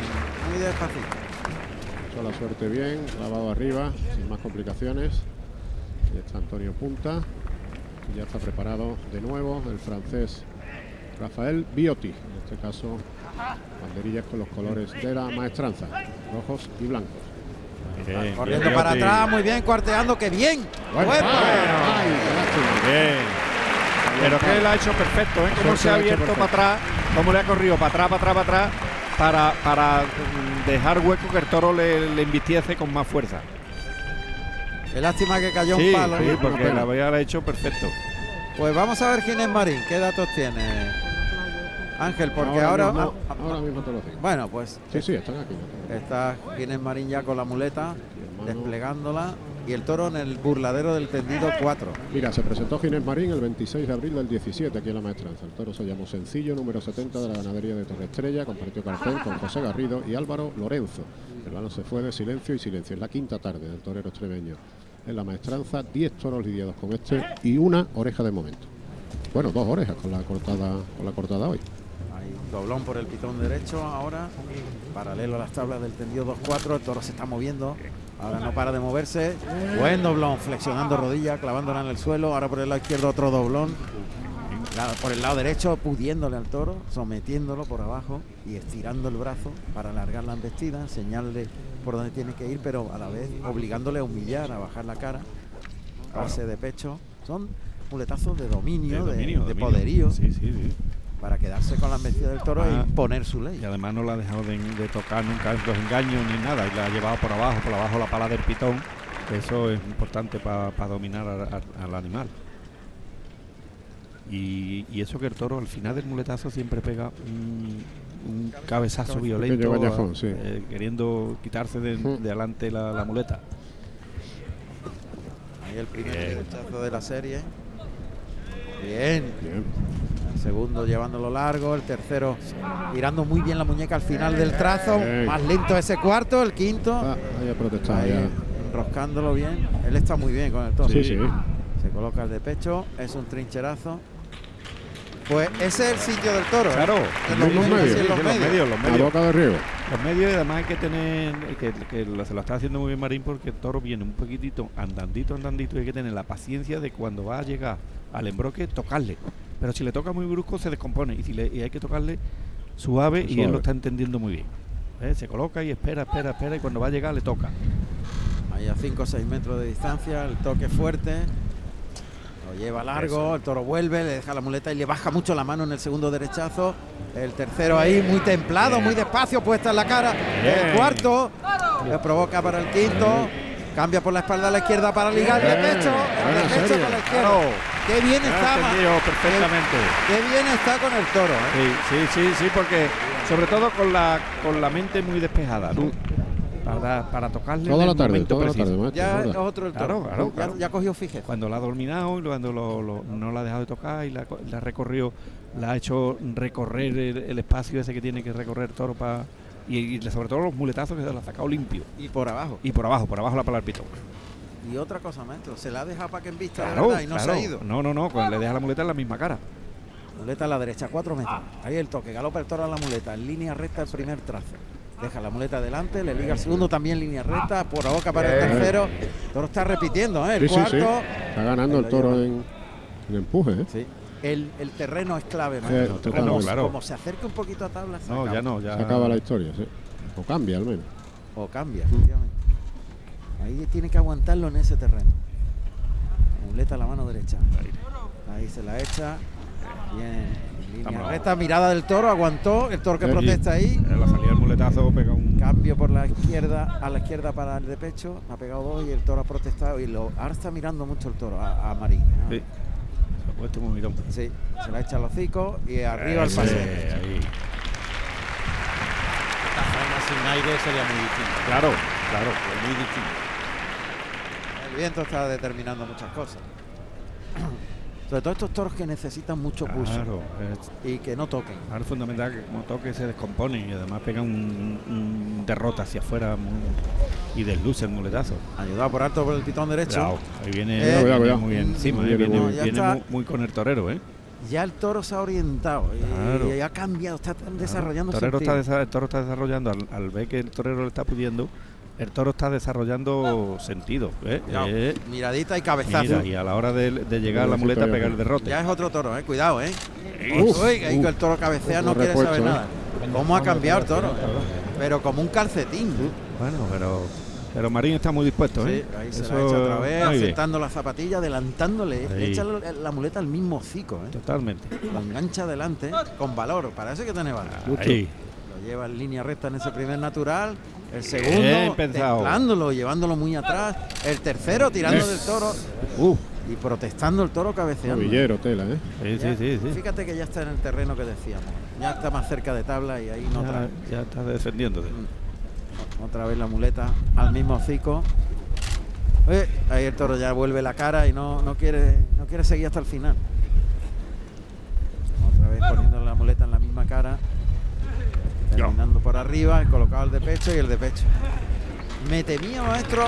Speaker 1: Muy despacito.
Speaker 3: Echó la suerte bien, lavado arriba, sin más complicaciones. Y está Antonio Punta. Y ya está preparado de nuevo el francés Rafael Biotti. En este caso, banderillas con los colores de la maestranza, rojos y blancos.
Speaker 2: Bien,
Speaker 1: Corriendo
Speaker 2: bien,
Speaker 1: para
Speaker 2: Biotti.
Speaker 1: atrás, muy bien, cuarteando, que bien.
Speaker 3: ¡Buen
Speaker 1: Buen
Speaker 3: palo! ¡Ay, qué lástima!
Speaker 2: Bien. Pero que él ha hecho perfecto, ¿eh? Cómo
Speaker 3: Eso
Speaker 2: se ha
Speaker 3: lo ha hecho
Speaker 2: abierto para
Speaker 3: perfecto.
Speaker 2: atrás, cómo le ha corrido para atrás, para atrás, para atrás, para, para mm, dejar hueco que el toro le, le embistiese con más fuerza.
Speaker 1: Qué lástima que cayó
Speaker 2: Sí,
Speaker 1: un palo.
Speaker 2: sí, porque
Speaker 3: pena.
Speaker 2: la había hecho perfecto.
Speaker 1: Pues vamos a ver quién es Marín, qué datos tiene. Ángel, porque ahora.
Speaker 3: mismo, ahora mismo te lo digo.
Speaker 1: Bueno, pues
Speaker 3: Sí, sí, están aquí.
Speaker 1: Está Ginés Marín ya con la muleta,
Speaker 3: hermano.
Speaker 1: desplegándola. Y el toro en el burladero del tendido 4.
Speaker 3: Mira, se presentó Ginés Marín el 26 de abril del 17 aquí en La Maestranza. El toro se llamó Sencillo, número 70 de la ganadería de Torre Estrella, compartió cartel con José Garrido y Álvaro Lorenzo. El balón se fue de silencio y silencio. Es la quinta tarde del torero extremeño. En La Maestranza, 10 toros lidiados con este y una oreja de momento. Bueno, dos orejas con la cortada, con la cortada hoy.
Speaker 1: Hay doblón por el pitón derecho ahora. Paralelo a las tablas del tendido 2-4. El toro se está moviendo. Ahora no para de moverse. Buen doblón, flexionando rodilla, clavándola en el suelo. Ahora por el lado izquierdo otro doblón. La- Por el lado derecho, pudiéndole al toro, sometiéndolo por abajo y estirando el brazo para alargar la embestida, enseñarle por dónde tiene que ir, pero a la vez obligándole a humillar, a bajar la cara, pase de pecho. Son muletazos de dominio, de, de poderío
Speaker 2: Sí, sí, sí.
Speaker 1: para quedarse con la embestida del toro
Speaker 2: Ah.
Speaker 1: y poner su ley.
Speaker 2: Y además no la ha dejado de, de tocar nunca los engaños ni nada, y la ha llevado por abajo, por abajo la pala del pitón. Eso es importante para dominar a- a- al animal. Y, y eso que el toro al final del muletazo siempre pega un, un cabezazo violento,
Speaker 3: Pequeño callejón, sí.
Speaker 2: eh, queriendo quitarse de,
Speaker 3: Ujú.
Speaker 2: de delante la, la muleta.
Speaker 1: Ahí el primer rechazo de la serie. Bien.
Speaker 3: Bien.
Speaker 1: El segundo llevándolo largo. El tercero girando muy bien la muñeca al final del trazo.
Speaker 3: Bien.
Speaker 1: Más lento ese cuarto. El quinto.
Speaker 3: Ah, ahí ha protestado
Speaker 1: Ahí
Speaker 3: ya.
Speaker 1: enroscándolo bien. Él está muy bien con el toro.
Speaker 3: Sí, sí.
Speaker 1: Se coloca el de pecho. Es un trincherazo. Pues ese es el sitio del toro. ¿eh?
Speaker 2: Claro,
Speaker 1: En los
Speaker 3: sí, sí,
Speaker 1: medios,
Speaker 3: sí,
Speaker 1: en los
Speaker 2: de
Speaker 1: medios.
Speaker 2: medios, los
Speaker 3: A
Speaker 2: medios.
Speaker 3: boca de riego.
Speaker 2: Los medios además hay que tener, eh, que, que lo- se lo está haciendo muy bien Marín porque el toro viene un poquitito andandito, andandito y hay que tener la paciencia de cuando va a llegar al embroque tocarle. Pero si le toca muy brusco se descompone y, si le- y hay que tocarle suave y él
Speaker 3: Suave.
Speaker 2: lo está entendiendo muy bien. ¿Eh? Se coloca y espera, espera, espera y cuando va a llegar le toca.
Speaker 1: Ahí a 5 o 6 metros de distancia, el toque fuerte. Lo lleva largo, el toro vuelve, le deja la muleta y le baja mucho la mano en el segundo derechazo. El tercero ahí, muy templado, muy despacio, puesta en la cara. El
Speaker 2: Bien.
Speaker 1: cuarto le provoca para el quinto. Cambia por la espalda a la izquierda para ligar de
Speaker 3: Bien.
Speaker 1: pecho. El de
Speaker 3: Buena
Speaker 1: pecho
Speaker 3: serie.
Speaker 1: para la izquierda. Qué bien está, Ma-
Speaker 2: Entendido perfectamente.
Speaker 1: qué bien está con el toro. ¿eh?
Speaker 2: Sí, sí, sí, sí, porque sobre todo con la con la mente muy despejada, ¿no? Para, para tocarle en
Speaker 3: Toda
Speaker 2: el
Speaker 3: la tarde,
Speaker 2: momento
Speaker 3: toda la
Speaker 2: preciso.
Speaker 3: tarde, maestro.
Speaker 1: Ya
Speaker 3: es
Speaker 1: es
Speaker 3: verdad.
Speaker 1: otro el toro.
Speaker 2: Claro, claro,
Speaker 1: Ya-
Speaker 2: claro.
Speaker 1: Ya, cogió fijeza.
Speaker 2: Cuando la ha dominado y cuando lo- lo- no la ha dejado de tocar y la, co- la ha recorrido, la ha hecho recorrer el, el espacio ese que tiene que recorrer toro para. Y, y sobre todo los muletazos que se los ha sacado limpio.
Speaker 1: Y por abajo.
Speaker 2: Y por abajo, por abajo la pala al pitón.
Speaker 1: Y otra cosa, maestro, se la ha dejado para que en vista, de
Speaker 2: Claro,
Speaker 1: verdad, y no
Speaker 2: claro.
Speaker 1: se ha ido.
Speaker 2: No, no, no, cuando le deja la muleta en la misma cara.
Speaker 1: Muleta a la derecha, 4 metros.
Speaker 2: Ah.
Speaker 1: Ahí el toque, galopa el toro a la muleta, en línea recta el primer trazo. Deja la muleta adelante, le
Speaker 2: Ah.
Speaker 1: liga el segundo también en línea recta, por la boca para el tercero. El toro está repitiendo, ¿eh? El
Speaker 3: Sí, sí, sí.
Speaker 1: cuarto.
Speaker 3: Está ganando el toro en, en empuje, ¿eh?
Speaker 1: Sí. El, el terreno es clave, maestro.
Speaker 3: el terreno,
Speaker 1: como,
Speaker 2: claro.
Speaker 1: como se acerca un poquito a tabla, se
Speaker 2: No,
Speaker 1: acaba.
Speaker 2: ya no, ya.
Speaker 3: Se acaba la historia, sí. O cambia al menos.
Speaker 1: O cambia, efectivamente. Ahí tiene que aguantarlo en ese terreno. Muleta a la mano derecha. Ahí se la echa. Bien. en línea
Speaker 2: Vámonos.
Speaker 1: recta, mirada del toro, aguantó. El toro que
Speaker 3: Bien.
Speaker 1: protesta ahí.
Speaker 2: La salida del muletazo pega un.
Speaker 1: Cambio por la izquierda, a la izquierda para el de pecho, ha pegado dos y el toro ha protestado y lo, ahora está mirando mucho el toro a, a Marín. ¿no?
Speaker 2: Sí. Se ha puesto un mirón.
Speaker 1: Sí, se la echa al hocico y arriba al
Speaker 2: Ese,
Speaker 1: pase.
Speaker 2: Eh, ahí.
Speaker 7: esta forma sin aire sería muy difícil.
Speaker 2: Claro, claro.
Speaker 7: Muy difícil.
Speaker 1: El viento está determinando muchas cosas. Sobre todo estos toros que necesitan mucho pulso
Speaker 2: Claro, es-
Speaker 1: y que no toquen.
Speaker 2: Ahora es fundamental que como toque se descomponen y además pegan un, un derrota hacia afuera muy- y desluce el muletazo.
Speaker 1: Ayudado por alto por el pitón derecho.
Speaker 2: Cuidado, ahí viene,
Speaker 1: Eh,
Speaker 2: viene
Speaker 3: Cuidado, cuidado.
Speaker 2: muy encima,
Speaker 3: Mm,
Speaker 2: eh,
Speaker 3: viene
Speaker 2: viene,
Speaker 1: muy- ya
Speaker 2: viene
Speaker 1: está.
Speaker 2: muy, muy con el torero. ¿eh?
Speaker 1: Ya el toro se ha orientado y,
Speaker 2: Claro.
Speaker 1: y ha cambiado, está desarrollando
Speaker 2: el, torero está
Speaker 1: sentido.
Speaker 2: desa- el toro está desarrollando, al, al ver que el torero le está pudiendo, el toro está desarrollando sentido. ¿eh?
Speaker 1: Cuidado.
Speaker 2: Eh,
Speaker 1: Miradita y cabezazo.
Speaker 2: mira, y a la hora de, de llegar a la
Speaker 3: Sí,
Speaker 2: muleta
Speaker 3: todavía.
Speaker 2: pegar el derrote.
Speaker 1: Ya es otro toro, eh. cuidado, eh.
Speaker 3: Uf,
Speaker 1: Uy, ahí
Speaker 3: uf.
Speaker 1: que el toro cabecea
Speaker 3: Un
Speaker 1: no quiere
Speaker 3: repuesto,
Speaker 1: saber
Speaker 3: ¿eh?
Speaker 1: nada. ¿Cómo ha cambiado el toro? Pero como un calcetín.
Speaker 2: Bueno, pero, pero Marín está muy dispuesto.
Speaker 1: Sí,
Speaker 2: ¿eh?
Speaker 1: ahí se
Speaker 2: Eso-
Speaker 1: la echa otra vez,
Speaker 2: muy bien,
Speaker 1: aceptando la zapatilla, adelantándole. Le
Speaker 2: Ahí.
Speaker 1: echa la la muleta al mismo hocico, ¿eh?
Speaker 2: Totalmente.
Speaker 1: Lo engancha adelante con valor. Para eso hay que tiene valor.
Speaker 2: Ahí.
Speaker 1: Lo lleva en línea recta en ese primer natural. El segundo,
Speaker 2: Bien pensado.
Speaker 1: templándolo, llevándolo muy atrás. El tercero, tirando del toro.
Speaker 2: Uh,
Speaker 1: Y protestando el toro cabeceando.
Speaker 3: Novillero, tela, ¿eh?
Speaker 2: sí,
Speaker 1: Ya,
Speaker 2: sí, sí, sí.
Speaker 1: Fíjate que ya está en el terreno que decíamos. Ya está más cerca de tabla y ahí no trae.
Speaker 2: Ya, ya está defendiéndose.
Speaker 1: Otra vez la muleta al mismo hocico. Eh, ahí el toro ya vuelve la cara y no, no, quiere, no quiere seguir hasta el final. Otra vez poniendo la muleta en la misma cara. Terminando por arriba, he colocado el de pecho y el de pecho. Me temía, maestro,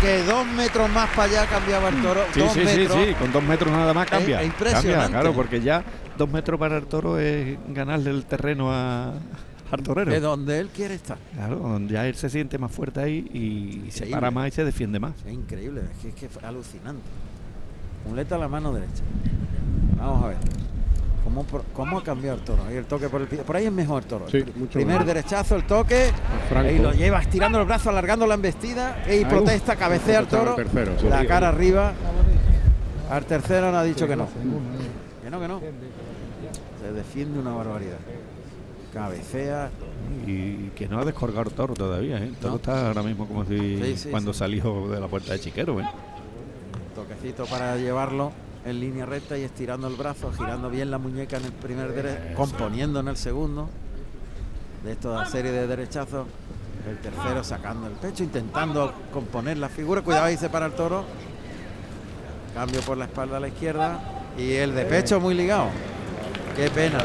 Speaker 1: que dos metros más para allá cambiaba el toro.
Speaker 2: Sí,
Speaker 1: dos
Speaker 2: sí, sí,
Speaker 1: metros.
Speaker 2: sí, con dos metros nada más cambia.
Speaker 1: es impresionante.
Speaker 2: Cambia, claro, porque ya dos metros para el toro es ganarle el terreno a, al
Speaker 1: De
Speaker 2: torero.
Speaker 1: donde él quiere estar.
Speaker 2: Claro, donde ya él se siente más fuerte ahí y se
Speaker 1: Increíble.
Speaker 2: para más y se defiende más.
Speaker 1: Es increíble, es que, es que fue alucinante. Muleta a la mano derecha. Vamos a ver. ¿Cómo, pro- cómo ha cambiado el toro? Ahí el toque por el pi- Por ahí es mejor el toro.
Speaker 3: Sí,
Speaker 1: El pri-
Speaker 3: mucho
Speaker 1: Primer
Speaker 3: mejor.
Speaker 1: derechazo, el toque.
Speaker 3: Franco.
Speaker 1: Y lo lleva estirando el brazo, alargando la embestida. Y
Speaker 3: Ahí,
Speaker 1: protesta,
Speaker 3: uf,
Speaker 1: cabecea el
Speaker 3: protestaba
Speaker 1: toro.
Speaker 3: el tercero, sí.
Speaker 1: la cara arriba. Al tercero no ha dicho que no. Que no, que no. Se defiende una barbaridad. Cabecea.
Speaker 2: Y que no ha descolgado el toro todavía, ¿eh? El toro
Speaker 1: No.
Speaker 2: está ahora mismo como si
Speaker 1: Sí, sí,
Speaker 2: cuando
Speaker 1: sí.
Speaker 2: salió de la puerta de Chiquero, ¿eh?
Speaker 1: Toquecito para llevarlo en línea recta y estirando el brazo, girando bien la muñeca en el primer derecho, componiendo en el segundo. De esta serie de derechazos, el tercero sacando el pecho, intentando componer la figura. Cuidado, ahí se para el toro. Cambio por la espalda a la izquierda y el de pecho muy ligado. Qué pena.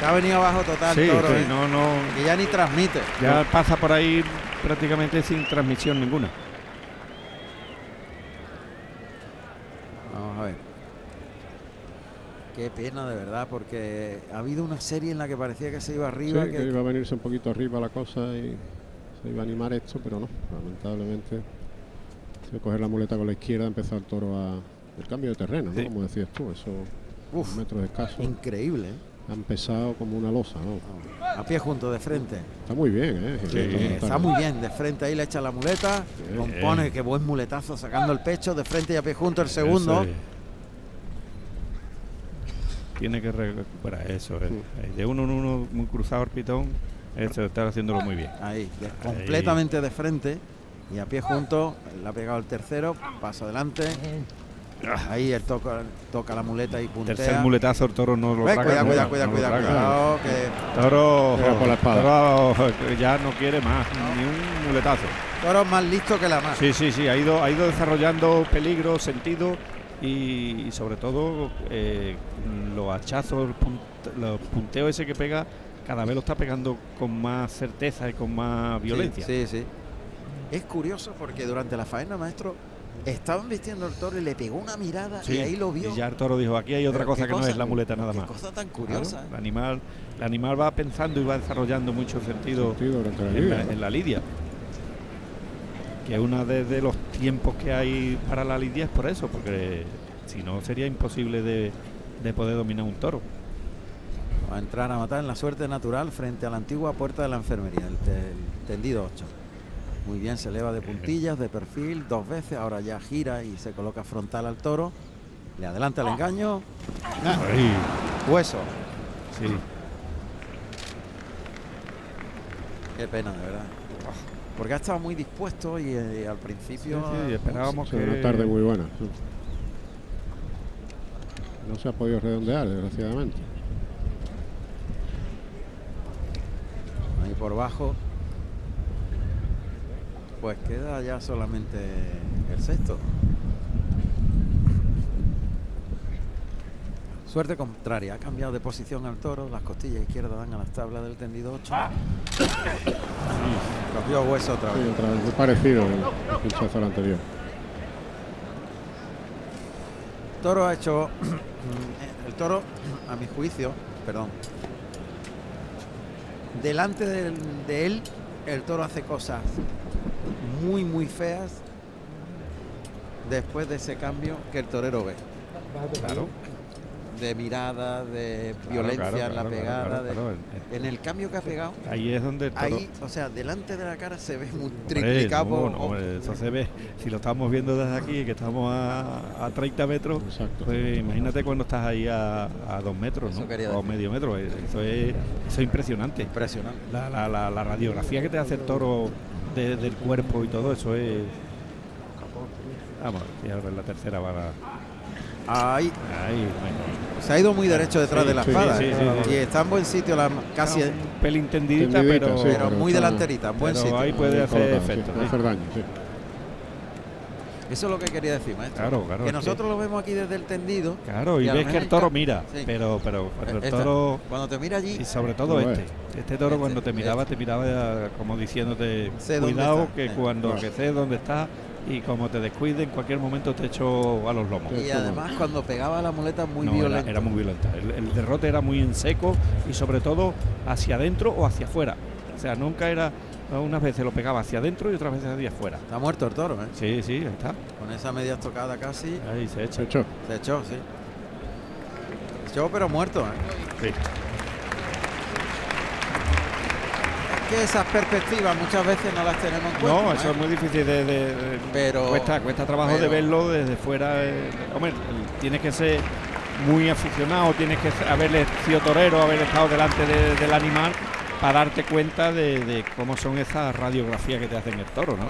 Speaker 1: Que ha venido abajo total,
Speaker 2: Sí,
Speaker 1: toro.
Speaker 2: sí,
Speaker 1: ¿eh?
Speaker 2: no, no.
Speaker 1: Que ya ni transmite.
Speaker 2: Ya pasa por ahí prácticamente sin transmisión ninguna.
Speaker 1: Vamos a ver. Qué Qué pena, de verdad, porque ha habido una serie en la que parecía que se iba arriba.
Speaker 3: Sí,
Speaker 1: que-
Speaker 3: que iba a venirse un poquito arriba la cosa y se iba a animar esto, pero no, lamentablemente. Se coger la muleta con la izquierda, empezó el toro a. El cambio de terreno, ¿no?
Speaker 2: Sí.
Speaker 3: como decías tú, eso.
Speaker 1: Uf.
Speaker 3: metros escasos.
Speaker 1: Increíble, ¿eh?
Speaker 3: Ha empezado como una losa, ¿no?
Speaker 1: A pie junto, de frente.
Speaker 3: Está muy bien, ¿eh?
Speaker 1: Eh, Está muy bien, de frente ahí le echa la muleta,
Speaker 3: Bien.
Speaker 1: compone, qué buen muletazo sacando el pecho, de frente y a pie junto el segundo.
Speaker 2: Eso es. Tiene que recuperar eso. es. De uno en uno, muy cruzado el pitón, eso está haciéndolo muy bien.
Speaker 1: Ahí, de- completamente de frente y a pie junto, le ha pegado el tercero, paso adelante. Ahí él toca, toca la muleta y puntea.
Speaker 2: Tercer muletazo, el toro no lo
Speaker 1: Ve, cuidado,
Speaker 2: traga, no,
Speaker 1: cuidado,
Speaker 2: no
Speaker 1: cuidado,
Speaker 2: lo
Speaker 1: cuidado, cuidado,
Speaker 2: traga.
Speaker 1: que
Speaker 2: Toro,
Speaker 3: Pega por la espada.
Speaker 2: Toro ya no quiere más, ni un muletazo.
Speaker 1: toro más listo que la más.
Speaker 2: Sí, sí, sí, ha ido, ha ido desarrollando peligro, sentido y, y sobre todo eh, los hachazos, el punt- los punteos ese que pega, cada vez lo está pegando con más certeza y con más violencia.
Speaker 1: Sí, sí. Es curioso porque durante la faena, maestro, estaban vistiendo el toro y le pegó una mirada
Speaker 2: Sí,
Speaker 1: y ahí lo vio.
Speaker 2: Y ya el toro dijo, aquí hay otra
Speaker 1: Pero
Speaker 2: cosa
Speaker 1: qué
Speaker 2: que no es la muleta nada
Speaker 1: qué
Speaker 2: más.
Speaker 1: cosa tan
Speaker 2: Claro,
Speaker 1: curiosa. ¿eh?
Speaker 2: el, animal, el animal va pensando y va desarrollando mucho sentido
Speaker 3: Sentido durante la
Speaker 2: en, la,
Speaker 3: lidia.
Speaker 2: en la lidia. Que uno de, de los tiempos que hay para la lidia es por eso, porque si no sería imposible de, de poder dominar un toro.
Speaker 1: ¿eh? Va a entrar a matar en la suerte natural frente a la antigua puerta de la enfermería, el, te- el tendido 8. Muy bien, se
Speaker 2: Eh.
Speaker 1: eleva de puntillas, de perfil, dos veces, ahora ya gira y se coloca frontal al toro. Le adelanta el engaño,
Speaker 3: Ah.
Speaker 1: hueso.
Speaker 2: Sí.
Speaker 1: Qué pena, de verdad. Porque ha estado muy dispuesto y, eh, al principio...
Speaker 2: Sí, sí, esperábamos
Speaker 3: Sí,
Speaker 2: que
Speaker 3: una tarde muy buena. sí. No se ha podido redondear, desgraciadamente.
Speaker 1: Ahí por bajo. Pues queda ya solamente el sexto. Suerte contraria, ha cambiado de posición al toro, las costillas izquierdas dan a las tablas del tendido 8. Cogió hueso otra
Speaker 3: Sí,
Speaker 1: vez.
Speaker 3: otra vez, muy parecido el pinchazo al anterior.
Speaker 1: El toro ha hecho. eh, El toro, a mi juicio, perdón. Delante del- de, él, el toro hace cosas muy, muy feas después de ese cambio que el torero ve.
Speaker 2: Claro,
Speaker 1: De mirada, de
Speaker 2: claro,
Speaker 1: violencia
Speaker 2: claro,
Speaker 1: en la
Speaker 2: claro,
Speaker 1: pegada.
Speaker 2: claro,
Speaker 1: de-
Speaker 2: claro, eh,
Speaker 1: En el cambio que ha pegado,
Speaker 2: eh, Ahí es donde el toro-
Speaker 1: ahí, o sea, delante de la cara se ve muy
Speaker 2: Hombre,
Speaker 1: triplicado.
Speaker 2: no,
Speaker 1: por-
Speaker 2: no, hombre,
Speaker 1: eh.
Speaker 2: eso se ve. Si lo estamos viendo desde aquí, que estamos a, a 30 metros,
Speaker 3: Exacto.
Speaker 2: pues imagínate cuando estás ahí a, a dos metros,
Speaker 1: Eso
Speaker 2: ¿no?
Speaker 1: quería
Speaker 2: o
Speaker 1: decir.
Speaker 2: medio metro. eh, Eso es, eso es impresionante.
Speaker 1: Impresionante.
Speaker 2: La, la- la- la radiografía que te hace el toro de- del cuerpo y todo eso es. Vamos, y ahora en la tercera va
Speaker 1: Ahí,
Speaker 2: Ahí, bueno.
Speaker 1: se ha ido muy derecho detrás
Speaker 2: Sí,
Speaker 1: de la
Speaker 2: sí,
Speaker 1: espada.
Speaker 2: sí,
Speaker 1: ¿eh?
Speaker 2: sí, sí, sí.
Speaker 1: Y está en buen sitio, la, casi.
Speaker 2: Un pelín tendidita,
Speaker 3: Tendidita,
Speaker 2: pero,
Speaker 3: sí,
Speaker 1: pero muy
Speaker 3: está-
Speaker 1: delanterita, en buen
Speaker 2: pero
Speaker 1: sitio.
Speaker 2: ahí puede
Speaker 3: Bien
Speaker 2: hacer
Speaker 3: colocado, sí,
Speaker 2: efecto.
Speaker 3: puede
Speaker 2: sí.
Speaker 3: hacer daño, sí.
Speaker 1: Eso es lo que quería decir, maestro.
Speaker 2: Claro, claro.
Speaker 1: que
Speaker 2: es
Speaker 1: nosotros lo vemos aquí desde el tendido.
Speaker 2: Claro, y,
Speaker 1: Y a lo
Speaker 2: ves que
Speaker 1: mejor
Speaker 2: el toro
Speaker 1: el ca-
Speaker 2: mira,
Speaker 1: sí. E,
Speaker 2: pero, pero cuando el
Speaker 1: Esta-
Speaker 2: toro.
Speaker 1: cuando te mira allí,
Speaker 2: Y sobre
Speaker 3: Lo
Speaker 2: todo este. Este toro
Speaker 1: Este,
Speaker 2: cuando te miraba,
Speaker 1: este.
Speaker 2: te miraba como diciéndote,
Speaker 1: Sé dónde
Speaker 2: cuidado,
Speaker 1: está".
Speaker 2: que
Speaker 1: Eh,
Speaker 2: cuando
Speaker 3: claro.
Speaker 2: que sé dónde está y como te descuide, en cualquier momento te echo a los lomos.
Speaker 3: Sí.
Speaker 1: y además cuando pegaba la muleta muy
Speaker 2: No, era-
Speaker 1: violenta.
Speaker 2: Era, muy violenta. El, el derrote era muy en seco y sobre todo hacia adentro o hacia afuera. O sea, nunca era, unas veces lo pegaba hacia adentro y otras veces hacia afuera.
Speaker 1: Está muerto el toro, ¿eh?
Speaker 2: Sí, sí, ahí está.
Speaker 1: Con esa media estocada casi,
Speaker 2: Ahí se echa.
Speaker 3: Se echó.
Speaker 1: se echó, sí. Se echó, pero muerto, ¿eh?
Speaker 2: Sí.
Speaker 1: Es que esas perspectivas muchas veces no las tenemos en cuenta. ¿eh?
Speaker 2: No, eso es muy difícil de... de- de-
Speaker 1: Pero-
Speaker 2: cuesta, cuesta trabajo de
Speaker 1: pero-
Speaker 2: verlo desde fuera. eh, hombre, tienes que ser muy aficionado, tienes que ser- haberle sido torero, haber estado delante de- del animal para darte cuenta de, de cómo son esas radiografías que te hacen el toro, ¿no?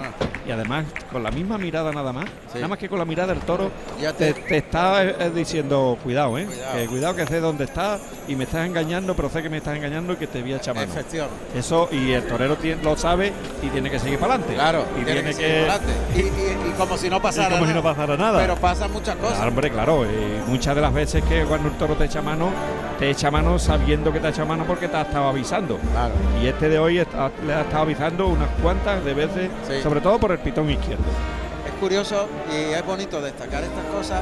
Speaker 2: Y además, con la misma mirada nada más,
Speaker 1: Ah. Sí.
Speaker 2: nada más que con la mirada del toro,
Speaker 1: Ya
Speaker 2: te,
Speaker 1: te-
Speaker 2: te está eh, eh, diciendo, cuidado, ¿eh?
Speaker 1: Cuidado.
Speaker 2: Que, cuidado que sé dónde estás y me estás engañando, pero sé que me estás engañando y que te voy a echar mano.
Speaker 1: Efectivamente.
Speaker 2: Eso, y el torero tie- lo sabe y tiene que seguir para adelante.
Speaker 1: Claro,
Speaker 2: y
Speaker 1: tiene que seguir adelante. Y, y- y como si no pasara
Speaker 2: y como si
Speaker 1: nada.
Speaker 2: no pasara nada.
Speaker 1: Pero pasan muchas cosas.
Speaker 2: Ah, hombre, claro, eh, muchas de las veces que cuando el toro te echa mano, te echa mano sabiendo que te echa mano porque te ha estado avisando.
Speaker 1: Claro.
Speaker 2: Y este de hoy está- le ha estado avisando unas cuantas de veces,
Speaker 1: Sí.
Speaker 2: sobre todo por el pitón izquierdo.
Speaker 1: Es curioso y es bonito destacar estas cosas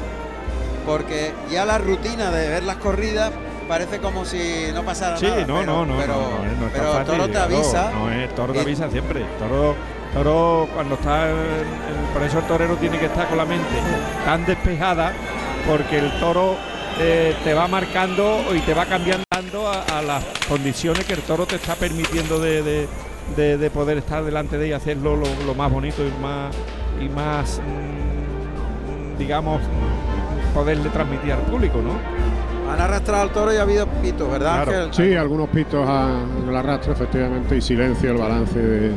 Speaker 1: porque ya la rutina de ver las corridas parece como si no pasara
Speaker 2: Sí,
Speaker 1: nada.
Speaker 2: no,
Speaker 1: pero,
Speaker 2: no, no,
Speaker 1: Pero,
Speaker 2: no, no, no, no es tan
Speaker 1: pero
Speaker 2: fácil,
Speaker 1: Toro te
Speaker 2: claro,
Speaker 1: avisa.
Speaker 2: No, es, Toro te
Speaker 1: y-
Speaker 2: avisa siempre. Toro, toro cuando está, en- en- por eso el torero tiene que estar con la mente tan despejada, porque el toro eh, te va marcando y te va cambiando a, a las condiciones que el toro te está permitiendo de, de- de- de poder estar delante de él y hacerlo lo, lo más bonito y más y más, mm, digamos, poderle transmitir al público, ¿no?
Speaker 1: Han arrastrado al toro y ha habido pitos, ¿verdad,
Speaker 2: Claro.
Speaker 1: Ángel?
Speaker 3: Sí, algunos pitos a- en el arrastre, efectivamente, y silencio el balance de,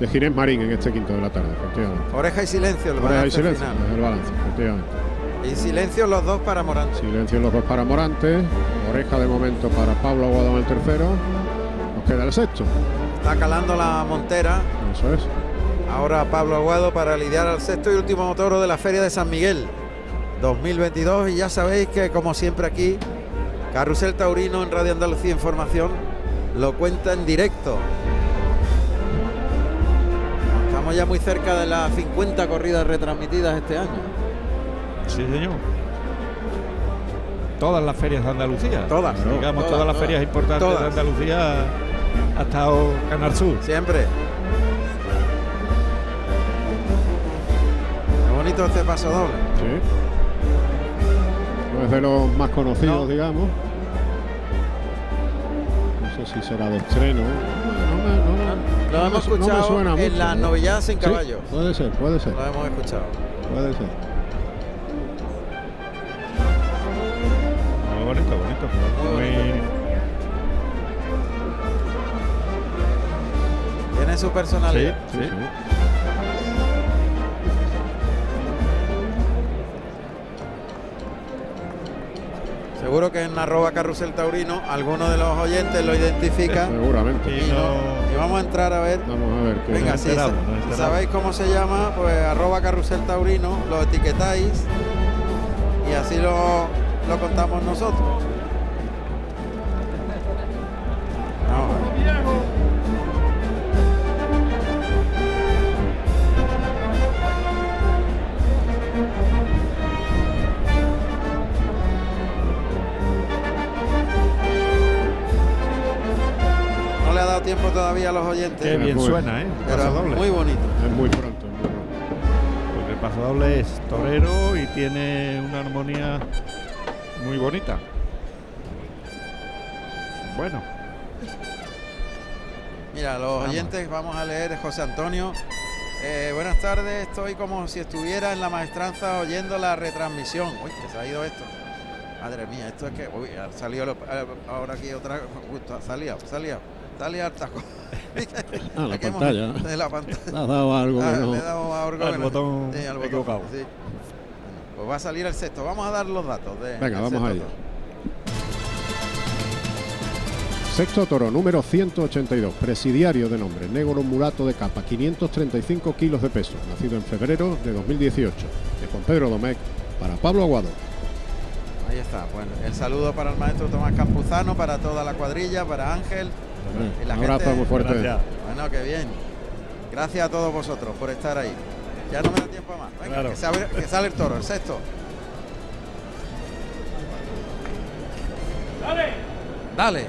Speaker 3: de Ginés Marín en este quinto de la tarde, efectivamente.
Speaker 1: Oreja y silencio, el
Speaker 3: Ahora hay
Speaker 1: balance
Speaker 3: silencio,
Speaker 1: final.
Speaker 3: es el balance, efectivamente.
Speaker 1: Y silencio los dos para Morante.
Speaker 3: Silencio en los dos para Morante, oreja de momento para Pablo Aguado en el tercero. Nos queda el sexto,
Speaker 1: Está calando la montera.
Speaker 3: eso es.
Speaker 1: Ahora Pablo Aguado para lidiar al sexto y último toro de la Feria de San Miguel 2022. Y ya sabéis que, como siempre, aquí Carrusel Taurino en Radio Andalucía Información lo cuenta en directo. Estamos ya muy cerca de las 50 corridas retransmitidas este año.
Speaker 2: Sí, señor. Todas las ferias de Andalucía.
Speaker 1: Todas,
Speaker 2: Digamos, todas,
Speaker 1: todas,
Speaker 2: las
Speaker 1: todas.
Speaker 2: ferias importantes
Speaker 1: Todas.
Speaker 2: de Andalucía ha estado Canal Sur.
Speaker 1: Siempre. Qué bonito este paso doble.
Speaker 3: Sí. No es de los más conocidos,
Speaker 1: No.
Speaker 3: digamos. No sé si será de estreno. No, no me- no-
Speaker 1: Ah, Lo hemos
Speaker 3: no me
Speaker 1: escuchado
Speaker 3: suena
Speaker 1: en
Speaker 3: mucho,
Speaker 1: las
Speaker 3: ¿no?
Speaker 1: novilladas sin
Speaker 3: Sí,
Speaker 1: caballo.
Speaker 3: puede ser, puede ser,
Speaker 1: Lo hemos escuchado.
Speaker 3: puede ser.
Speaker 2: Muy bonito, bonito.
Speaker 1: Muy
Speaker 2: Muy-
Speaker 1: Tiene su personalidad.
Speaker 2: Sí, sí.
Speaker 1: Seguro que en arroba carrusel taurino alguno de los oyentes lo identifica.
Speaker 3: Seguramente.
Speaker 1: y,
Speaker 2: Sí,
Speaker 1: no-
Speaker 2: no-
Speaker 1: y vamos a entrar a ver.
Speaker 3: Vamos a ver qué.
Speaker 1: Venga,
Speaker 2: nos
Speaker 1: si,
Speaker 2: enteramos,
Speaker 1: sa-
Speaker 2: nos enteramos.
Speaker 1: sabéis cómo se llama, pues arroba carrusel taurino, lo etiquetáis y así lo, lo contamos nosotros. Vamos a ver. No le ha dado tiempo todavía a los oyentes.
Speaker 2: Qué bien
Speaker 3: Muy-
Speaker 2: suena, ¿eh? El
Speaker 1: Pero
Speaker 2: paso doble.
Speaker 1: muy bonito.
Speaker 3: Es muy pronto. es muy pronto.
Speaker 2: Porque el paso doble es torero y tiene una armonía muy bonita. Bueno,
Speaker 1: Mira, los oyentes vamos a leer José Antonio. Eh, buenas tardes, estoy como si estuviera en la maestranza oyendo la retransmisión. Uy, que se ha ido esto. Madre mía, esto es que. Uy, ha salido lo- eh, ahora aquí otra. Justo, salía, salía, salía al taco.
Speaker 3: Ah, la
Speaker 1: Aquí hemos-
Speaker 3: pantalla.
Speaker 1: de la pantalla.
Speaker 3: Has dado algo
Speaker 1: Ah,
Speaker 3: que no.
Speaker 1: le he dado a algo
Speaker 2: Al
Speaker 1: que no-
Speaker 2: botón
Speaker 1: sí, al botón,
Speaker 2: equivocado.
Speaker 1: sí. Pues va a salir el sexto. Vamos a dar los datos. De,
Speaker 3: Venga,
Speaker 1: del
Speaker 3: vamos
Speaker 1: sexto
Speaker 3: a ello.
Speaker 1: toro.
Speaker 3: Sexto toro, número 182, presidiario de nombre, negro mulato de capa, 535 kilos de peso, nacido en febrero de 2018, de Juan Pedro Domecq para Pablo Aguado.
Speaker 1: Ahí está. Bueno, el saludo para el maestro Tomás Campuzano, para toda la cuadrilla, para Ángel. Y
Speaker 3: Un
Speaker 1: la
Speaker 3: abrazo
Speaker 1: gente-
Speaker 3: muy fuerte.
Speaker 2: gracias.
Speaker 1: Bueno, qué bien. Gracias a todos vosotros por estar ahí. Ya no me da tiempo más. Venga,
Speaker 2: Claro.
Speaker 1: que, se abre- que sale el toro, el sexto. Dale.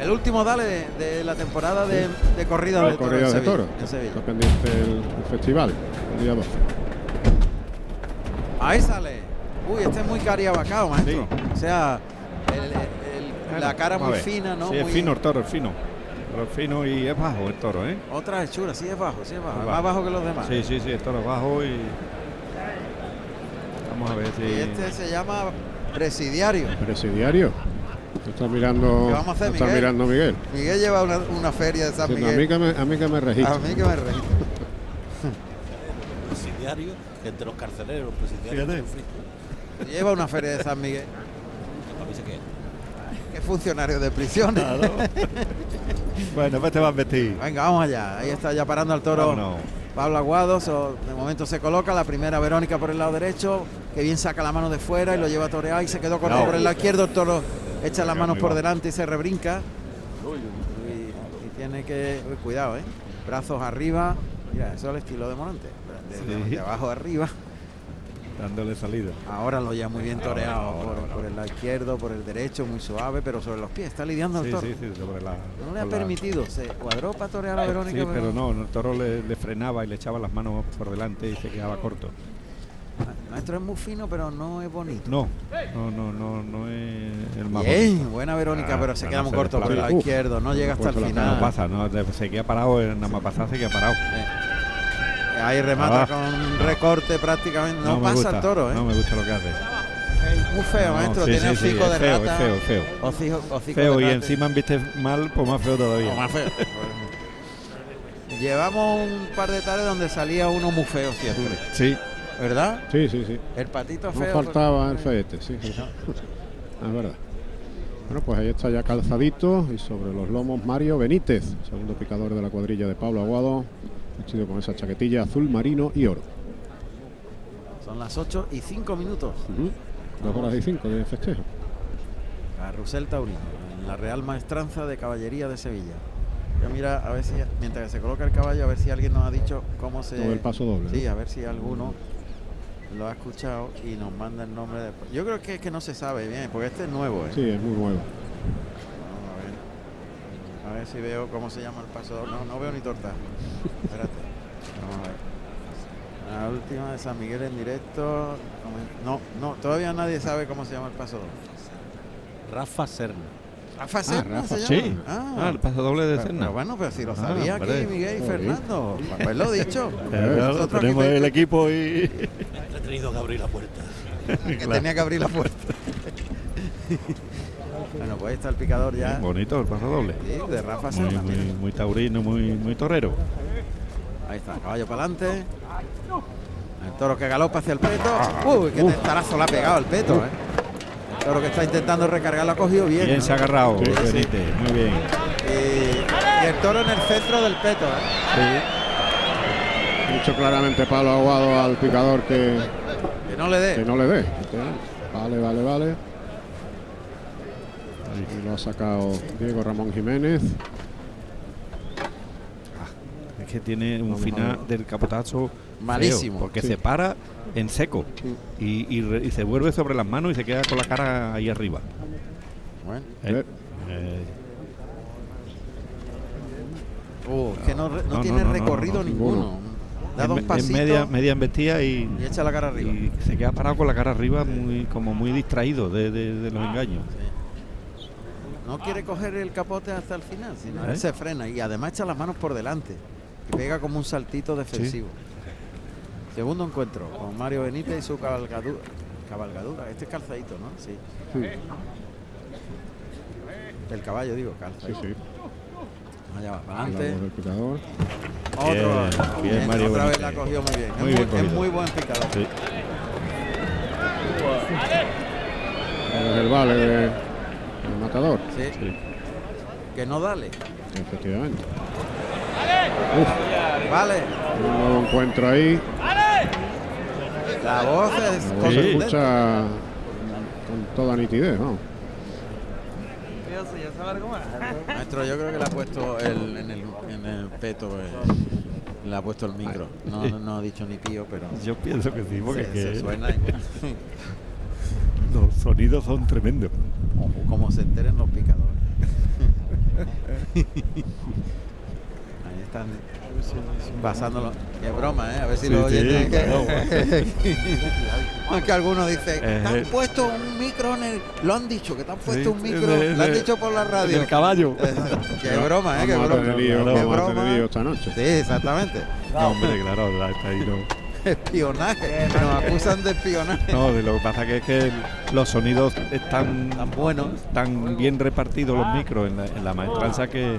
Speaker 1: El último dale de, de la temporada de, de corrida
Speaker 3: Con
Speaker 1: de toro,
Speaker 3: Ah, corrida
Speaker 1: en
Speaker 3: de
Speaker 1: Sevilla-
Speaker 3: toro.
Speaker 1: en Sevilla.
Speaker 3: Está pendiente el, el festival, el día 12.
Speaker 1: Ahí sale. Uy, este es muy cariabacao, maestro. O sea, el- el- la cara
Speaker 2: vamos a
Speaker 1: muy
Speaker 2: ver.
Speaker 1: fina, ¿no?
Speaker 2: Sí, es
Speaker 1: Muy-
Speaker 2: fino el toro, es fino. Pero es fino y es bajo el toro, ¿eh?
Speaker 1: Otra hechura, sí es bajo, sí es bajo.
Speaker 2: Es
Speaker 1: Es
Speaker 2: bajo.
Speaker 1: más bajo que los demás.
Speaker 2: Sí, sí, sí, el toro es bajo y. Vamos a ver si.
Speaker 1: Y este se llama presidiario.
Speaker 3: Presidiario. Lo está mirando,
Speaker 1: ¿Qué vamos a hacer,
Speaker 3: lo está
Speaker 1: Miguel?
Speaker 3: mirando Miguel.
Speaker 1: Miguel lleva una, una feria de San
Speaker 3: Diciendo,
Speaker 1: Miguel. Ah,
Speaker 3: A, mí que me, a mí que me registre.
Speaker 1: A mí que me reí.
Speaker 7: Presidiario entre los carceleros, presidiarios.
Speaker 2: Fíjate.
Speaker 1: Lleva una feria de San Miguel. Que es funcionario de prisiones.
Speaker 2: Bueno, pues te vas a vestir.
Speaker 1: Venga, vamos allá. Ahí está ya parando al toro.
Speaker 2: Vámonos.
Speaker 1: Pablo Aguado, so- de momento se coloca, la primera Verónica por el lado derecho, que bien saca la mano de fuera y lo lleva a torear y se quedó corto
Speaker 2: No.
Speaker 1: por el lado izquierdo, el toro echa las
Speaker 2: Venga,
Speaker 1: manos
Speaker 2: muy
Speaker 1: por
Speaker 2: bajo.
Speaker 1: delante y se rebrinca. Y, y tiene que, uy, cuidado, ¿eh? brazos arriba, mira, eso es el estilo de Morante, de, de- de abajo arriba.
Speaker 2: dándole salida.
Speaker 1: Ahora lo ya muy bien
Speaker 2: Ahora,
Speaker 1: toreado
Speaker 2: ahora,
Speaker 1: por,
Speaker 2: ahora.
Speaker 1: por el lado izquierdo, por el derecho, muy suave, pero sobre los pies. Está lidiando el
Speaker 2: Sí,
Speaker 1: toro.
Speaker 2: sí, sí, sobre la.
Speaker 1: No le ha
Speaker 2: con la-
Speaker 1: permitido. Se cuadró para torear a Verónica.
Speaker 2: Sí, pero no, el toro le, le frenaba y le echaba las manos por delante y se quedaba corto.
Speaker 1: El maestro es muy fino, pero no es bonito.
Speaker 2: No, no, no, no, no es el más
Speaker 1: Bien,
Speaker 2: bonito.
Speaker 1: buena Verónica,
Speaker 2: Ah,
Speaker 1: pero se
Speaker 2: no,
Speaker 1: queda
Speaker 2: no
Speaker 1: muy
Speaker 2: se
Speaker 1: corto por el
Speaker 2: desplaza.
Speaker 1: lado
Speaker 3: Uf,
Speaker 1: izquierdo. No llega hasta el
Speaker 3: puesto la
Speaker 2: No
Speaker 1: final.
Speaker 2: pasa, no, le- se queda parado, eh, nada más pasar se queda parado.
Speaker 1: Ahí remata
Speaker 2: Ah.
Speaker 1: con un recorte prácticamente. No,
Speaker 2: me
Speaker 1: pasa
Speaker 2: gusta,
Speaker 1: el toro, ¿eh?
Speaker 2: No me gusta lo que hace.
Speaker 1: Muy feo,
Speaker 2: No,
Speaker 1: maestro.
Speaker 2: sí,
Speaker 1: tiene
Speaker 2: sí, sí,
Speaker 1: hocico
Speaker 2: es
Speaker 1: de
Speaker 2: feo,
Speaker 1: rata.
Speaker 2: es feo, es feo.
Speaker 1: Hocico, hocico
Speaker 2: Feo
Speaker 1: de
Speaker 2: y
Speaker 1: rata.
Speaker 2: encima viste mal, pues más feo todavía.
Speaker 1: O más feo. Llevamos un par de tardes donde salía uno muy feo siempre,
Speaker 2: Sí,
Speaker 1: ¿verdad?
Speaker 3: Sí, sí, sí.
Speaker 1: El patito
Speaker 3: No
Speaker 1: feo.
Speaker 3: faltaba el feete, sí. sí. Es verdad. Bueno, pues ahí está ya calzadito y sobre los lomos Mario Benítez, segundo picador de la cuadrilla de Pablo Aguado, vestido con esa chaquetilla azul, marino y oro.
Speaker 1: Son las 8 y 5 minutos.
Speaker 3: Ujú. Dos horas y cinco de festejo.
Speaker 1: Carrusel Taurino, en la Real Maestranza de Caballería de Sevilla. Yo mira, a ver si, mientras que se coloca el caballo, a ver si alguien nos ha dicho cómo se...
Speaker 3: Todo el paso doble.
Speaker 1: Sí,
Speaker 3: ¿no?
Speaker 1: a ver si alguno lo ha escuchado y nos manda el nombre de... Yo creo que es que no se sabe bien, porque este es nuevo, ¿eh?
Speaker 3: Sí, es muy nuevo.
Speaker 1: Vamos a ver. A ver si veo cómo se llama el paso. No, no veo ni torta. Espérate. Vamos a ver. La última de San Miguel en directo. No, no, todavía nadie sabe cómo se llama el paso.
Speaker 7: Rafa Serna.
Speaker 1: Rafa Serna
Speaker 3: Rafa,
Speaker 1: se llama.
Speaker 2: Ah, sí.
Speaker 1: Ah,
Speaker 2: Ah, el paso doble de
Speaker 1: pero,
Speaker 2: Serna. Ah,
Speaker 1: pero bueno, pero si lo sabía
Speaker 2: hombre.
Speaker 1: aquí Miguel y
Speaker 3: Joder.
Speaker 1: Fernando. Para haberlo dicho.
Speaker 2: Claro,
Speaker 1: Nosotros aquí
Speaker 2: tenemos
Speaker 1: te-
Speaker 2: el equipo y.
Speaker 7: He tenido que abrir la puerta.
Speaker 1: que tenía que abrir la puerta. bueno, pues ahí está el picador ya.
Speaker 2: Bonito el paso doble.
Speaker 1: Sí, de Rafa
Speaker 2: Muy,
Speaker 1: Serna.
Speaker 2: muy,
Speaker 1: mira.
Speaker 2: muy taurino, muy, muy torero.
Speaker 1: Ahí está, caballo para adelante. El toro que galopa hacia el peto. Uy, qué testarazo le ha pegado el peto, eh. El toro que está intentando recargar lo ha cogido bien.
Speaker 2: Bien
Speaker 1: ¿no?
Speaker 2: se ha agarrado,
Speaker 1: Oh, Sí, sí.
Speaker 2: Benítez, muy bien.
Speaker 1: Y, y el toro en el centro del peto, eh.
Speaker 3: Ha dicho claramente Pablo Aguado al picador que,
Speaker 1: Que no le
Speaker 3: que
Speaker 1: dé.
Speaker 3: no le dé. Vale, vale, vale. Y lo ha sacado Diego Ramón Jiménez.
Speaker 2: Es que tiene un
Speaker 3: Vamos a
Speaker 2: final del capotazo
Speaker 1: Malísimo,
Speaker 2: feo, porque
Speaker 3: sí.
Speaker 2: se para en seco y, y re- y se vuelve sobre las manos y se queda con la cara ahí arriba.
Speaker 1: Bueno.
Speaker 3: Eh.
Speaker 2: ¿eh? Eh,
Speaker 1: Uh, que no, re- no
Speaker 2: No,
Speaker 1: tiene
Speaker 2: no, no,
Speaker 1: recorrido
Speaker 2: no, no,
Speaker 1: ninguno. Da
Speaker 2: en
Speaker 1: dos
Speaker 2: me- en
Speaker 1: pasitos
Speaker 2: media, media embestida y,
Speaker 1: y echa la cara arriba.
Speaker 2: y se queda parado con la cara arriba, muy, como muy distraído de, de- de los engaños. Ah.
Speaker 1: No quiere coger el capote hasta el final, sino
Speaker 2: ¿Eh?
Speaker 1: él se frena y además echa las manos por delante y pega como un saltito defensivo. Segundo encuentro con Mario Benítez y su cabalgadura. cabalgadura. Este es calzadito, ¿no? Sí. El caballo, digo,
Speaker 3: Sí,
Speaker 1: calzadito.
Speaker 3: sí.
Speaker 1: Allá va, para
Speaker 3: La voz
Speaker 1: adelante.
Speaker 3: del picador.
Speaker 1: Otro.
Speaker 2: Bien, bien, Mario
Speaker 1: otra vez
Speaker 2: Benítez.
Speaker 1: la cogió muy bien.
Speaker 2: Muy
Speaker 1: es,
Speaker 2: bien
Speaker 1: muy, es
Speaker 2: cogido.
Speaker 1: muy buen picador.
Speaker 2: Sí.
Speaker 3: Es el vale de, del matador.
Speaker 1: Sí. Que no dale.
Speaker 3: Efectivamente.
Speaker 1: Vale.
Speaker 3: Un nuevo encuentro ahí.
Speaker 1: La voz es
Speaker 3: La voz se
Speaker 1: contundente.
Speaker 3: escucha con toda nitidez, ¿no?
Speaker 1: Maestro, yo creo que le ha puesto el, en, el, en el peto, eh, le ha puesto el micro. No, no, no ha dicho ni pío, pero
Speaker 2: Yo pienso que sí, porque
Speaker 1: se,
Speaker 2: que
Speaker 1: se suena igual.
Speaker 2: los sonidos son tremendos.
Speaker 1: como se enteren los picadores. Ahí están basándolo. Qué broma, ¿eh? A ver si
Speaker 2: Sí,
Speaker 1: lo oyen.
Speaker 2: sí,
Speaker 1: ¿eh?
Speaker 2: claro.
Speaker 1: No, es que algunos dicen,
Speaker 2: Eh,
Speaker 1: te han
Speaker 2: eh.
Speaker 1: puesto un micro en el... Lo han dicho, que te han puesto un
Speaker 2: Sí,
Speaker 1: micro,
Speaker 2: de-
Speaker 1: lo han
Speaker 2: de-
Speaker 1: dicho por la radio.
Speaker 2: del caballo.
Speaker 1: Qué broma, ¿eh? Qué
Speaker 3: Vamos a
Speaker 1: broma.
Speaker 3: tener lío,
Speaker 1: Qué
Speaker 3: vamos a
Speaker 1: broma. eh.
Speaker 3: tener lío esta noche.
Speaker 1: Sí, exactamente.
Speaker 2: No, hombre, claro, la- está ahí no.
Speaker 1: Espionaje. Nos acusan de espionaje.
Speaker 2: No, de lo que pasa que es que el- los sonidos están
Speaker 1: Tan buenos.
Speaker 2: tan bien repartidos los micros en la, en la maestranza que,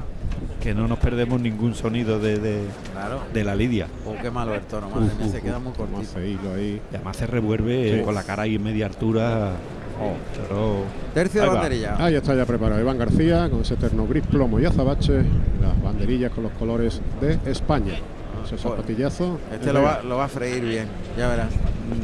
Speaker 2: que no nos perdemos ningún sonido de, de-
Speaker 1: Claro.
Speaker 2: de la lidia.
Speaker 1: Oh, qué malo el toro, madre mía, se queda muy
Speaker 3: Vamos a
Speaker 1: cortito.
Speaker 3: hacer hilo ahí.
Speaker 2: Y además se revuelve eh,
Speaker 3: Sí.
Speaker 2: con la cara ahí en media altura. Oh, pero-
Speaker 1: Tercio de
Speaker 2: Ahí va.
Speaker 1: banderilla.
Speaker 3: Ahí está Ah, ya preparado Iván García con ese terno gris, plomo y azabache. Las banderillas con los colores de España. Ese zapatillazo.
Speaker 1: Este lo va, lo va a freír bien, ya verás.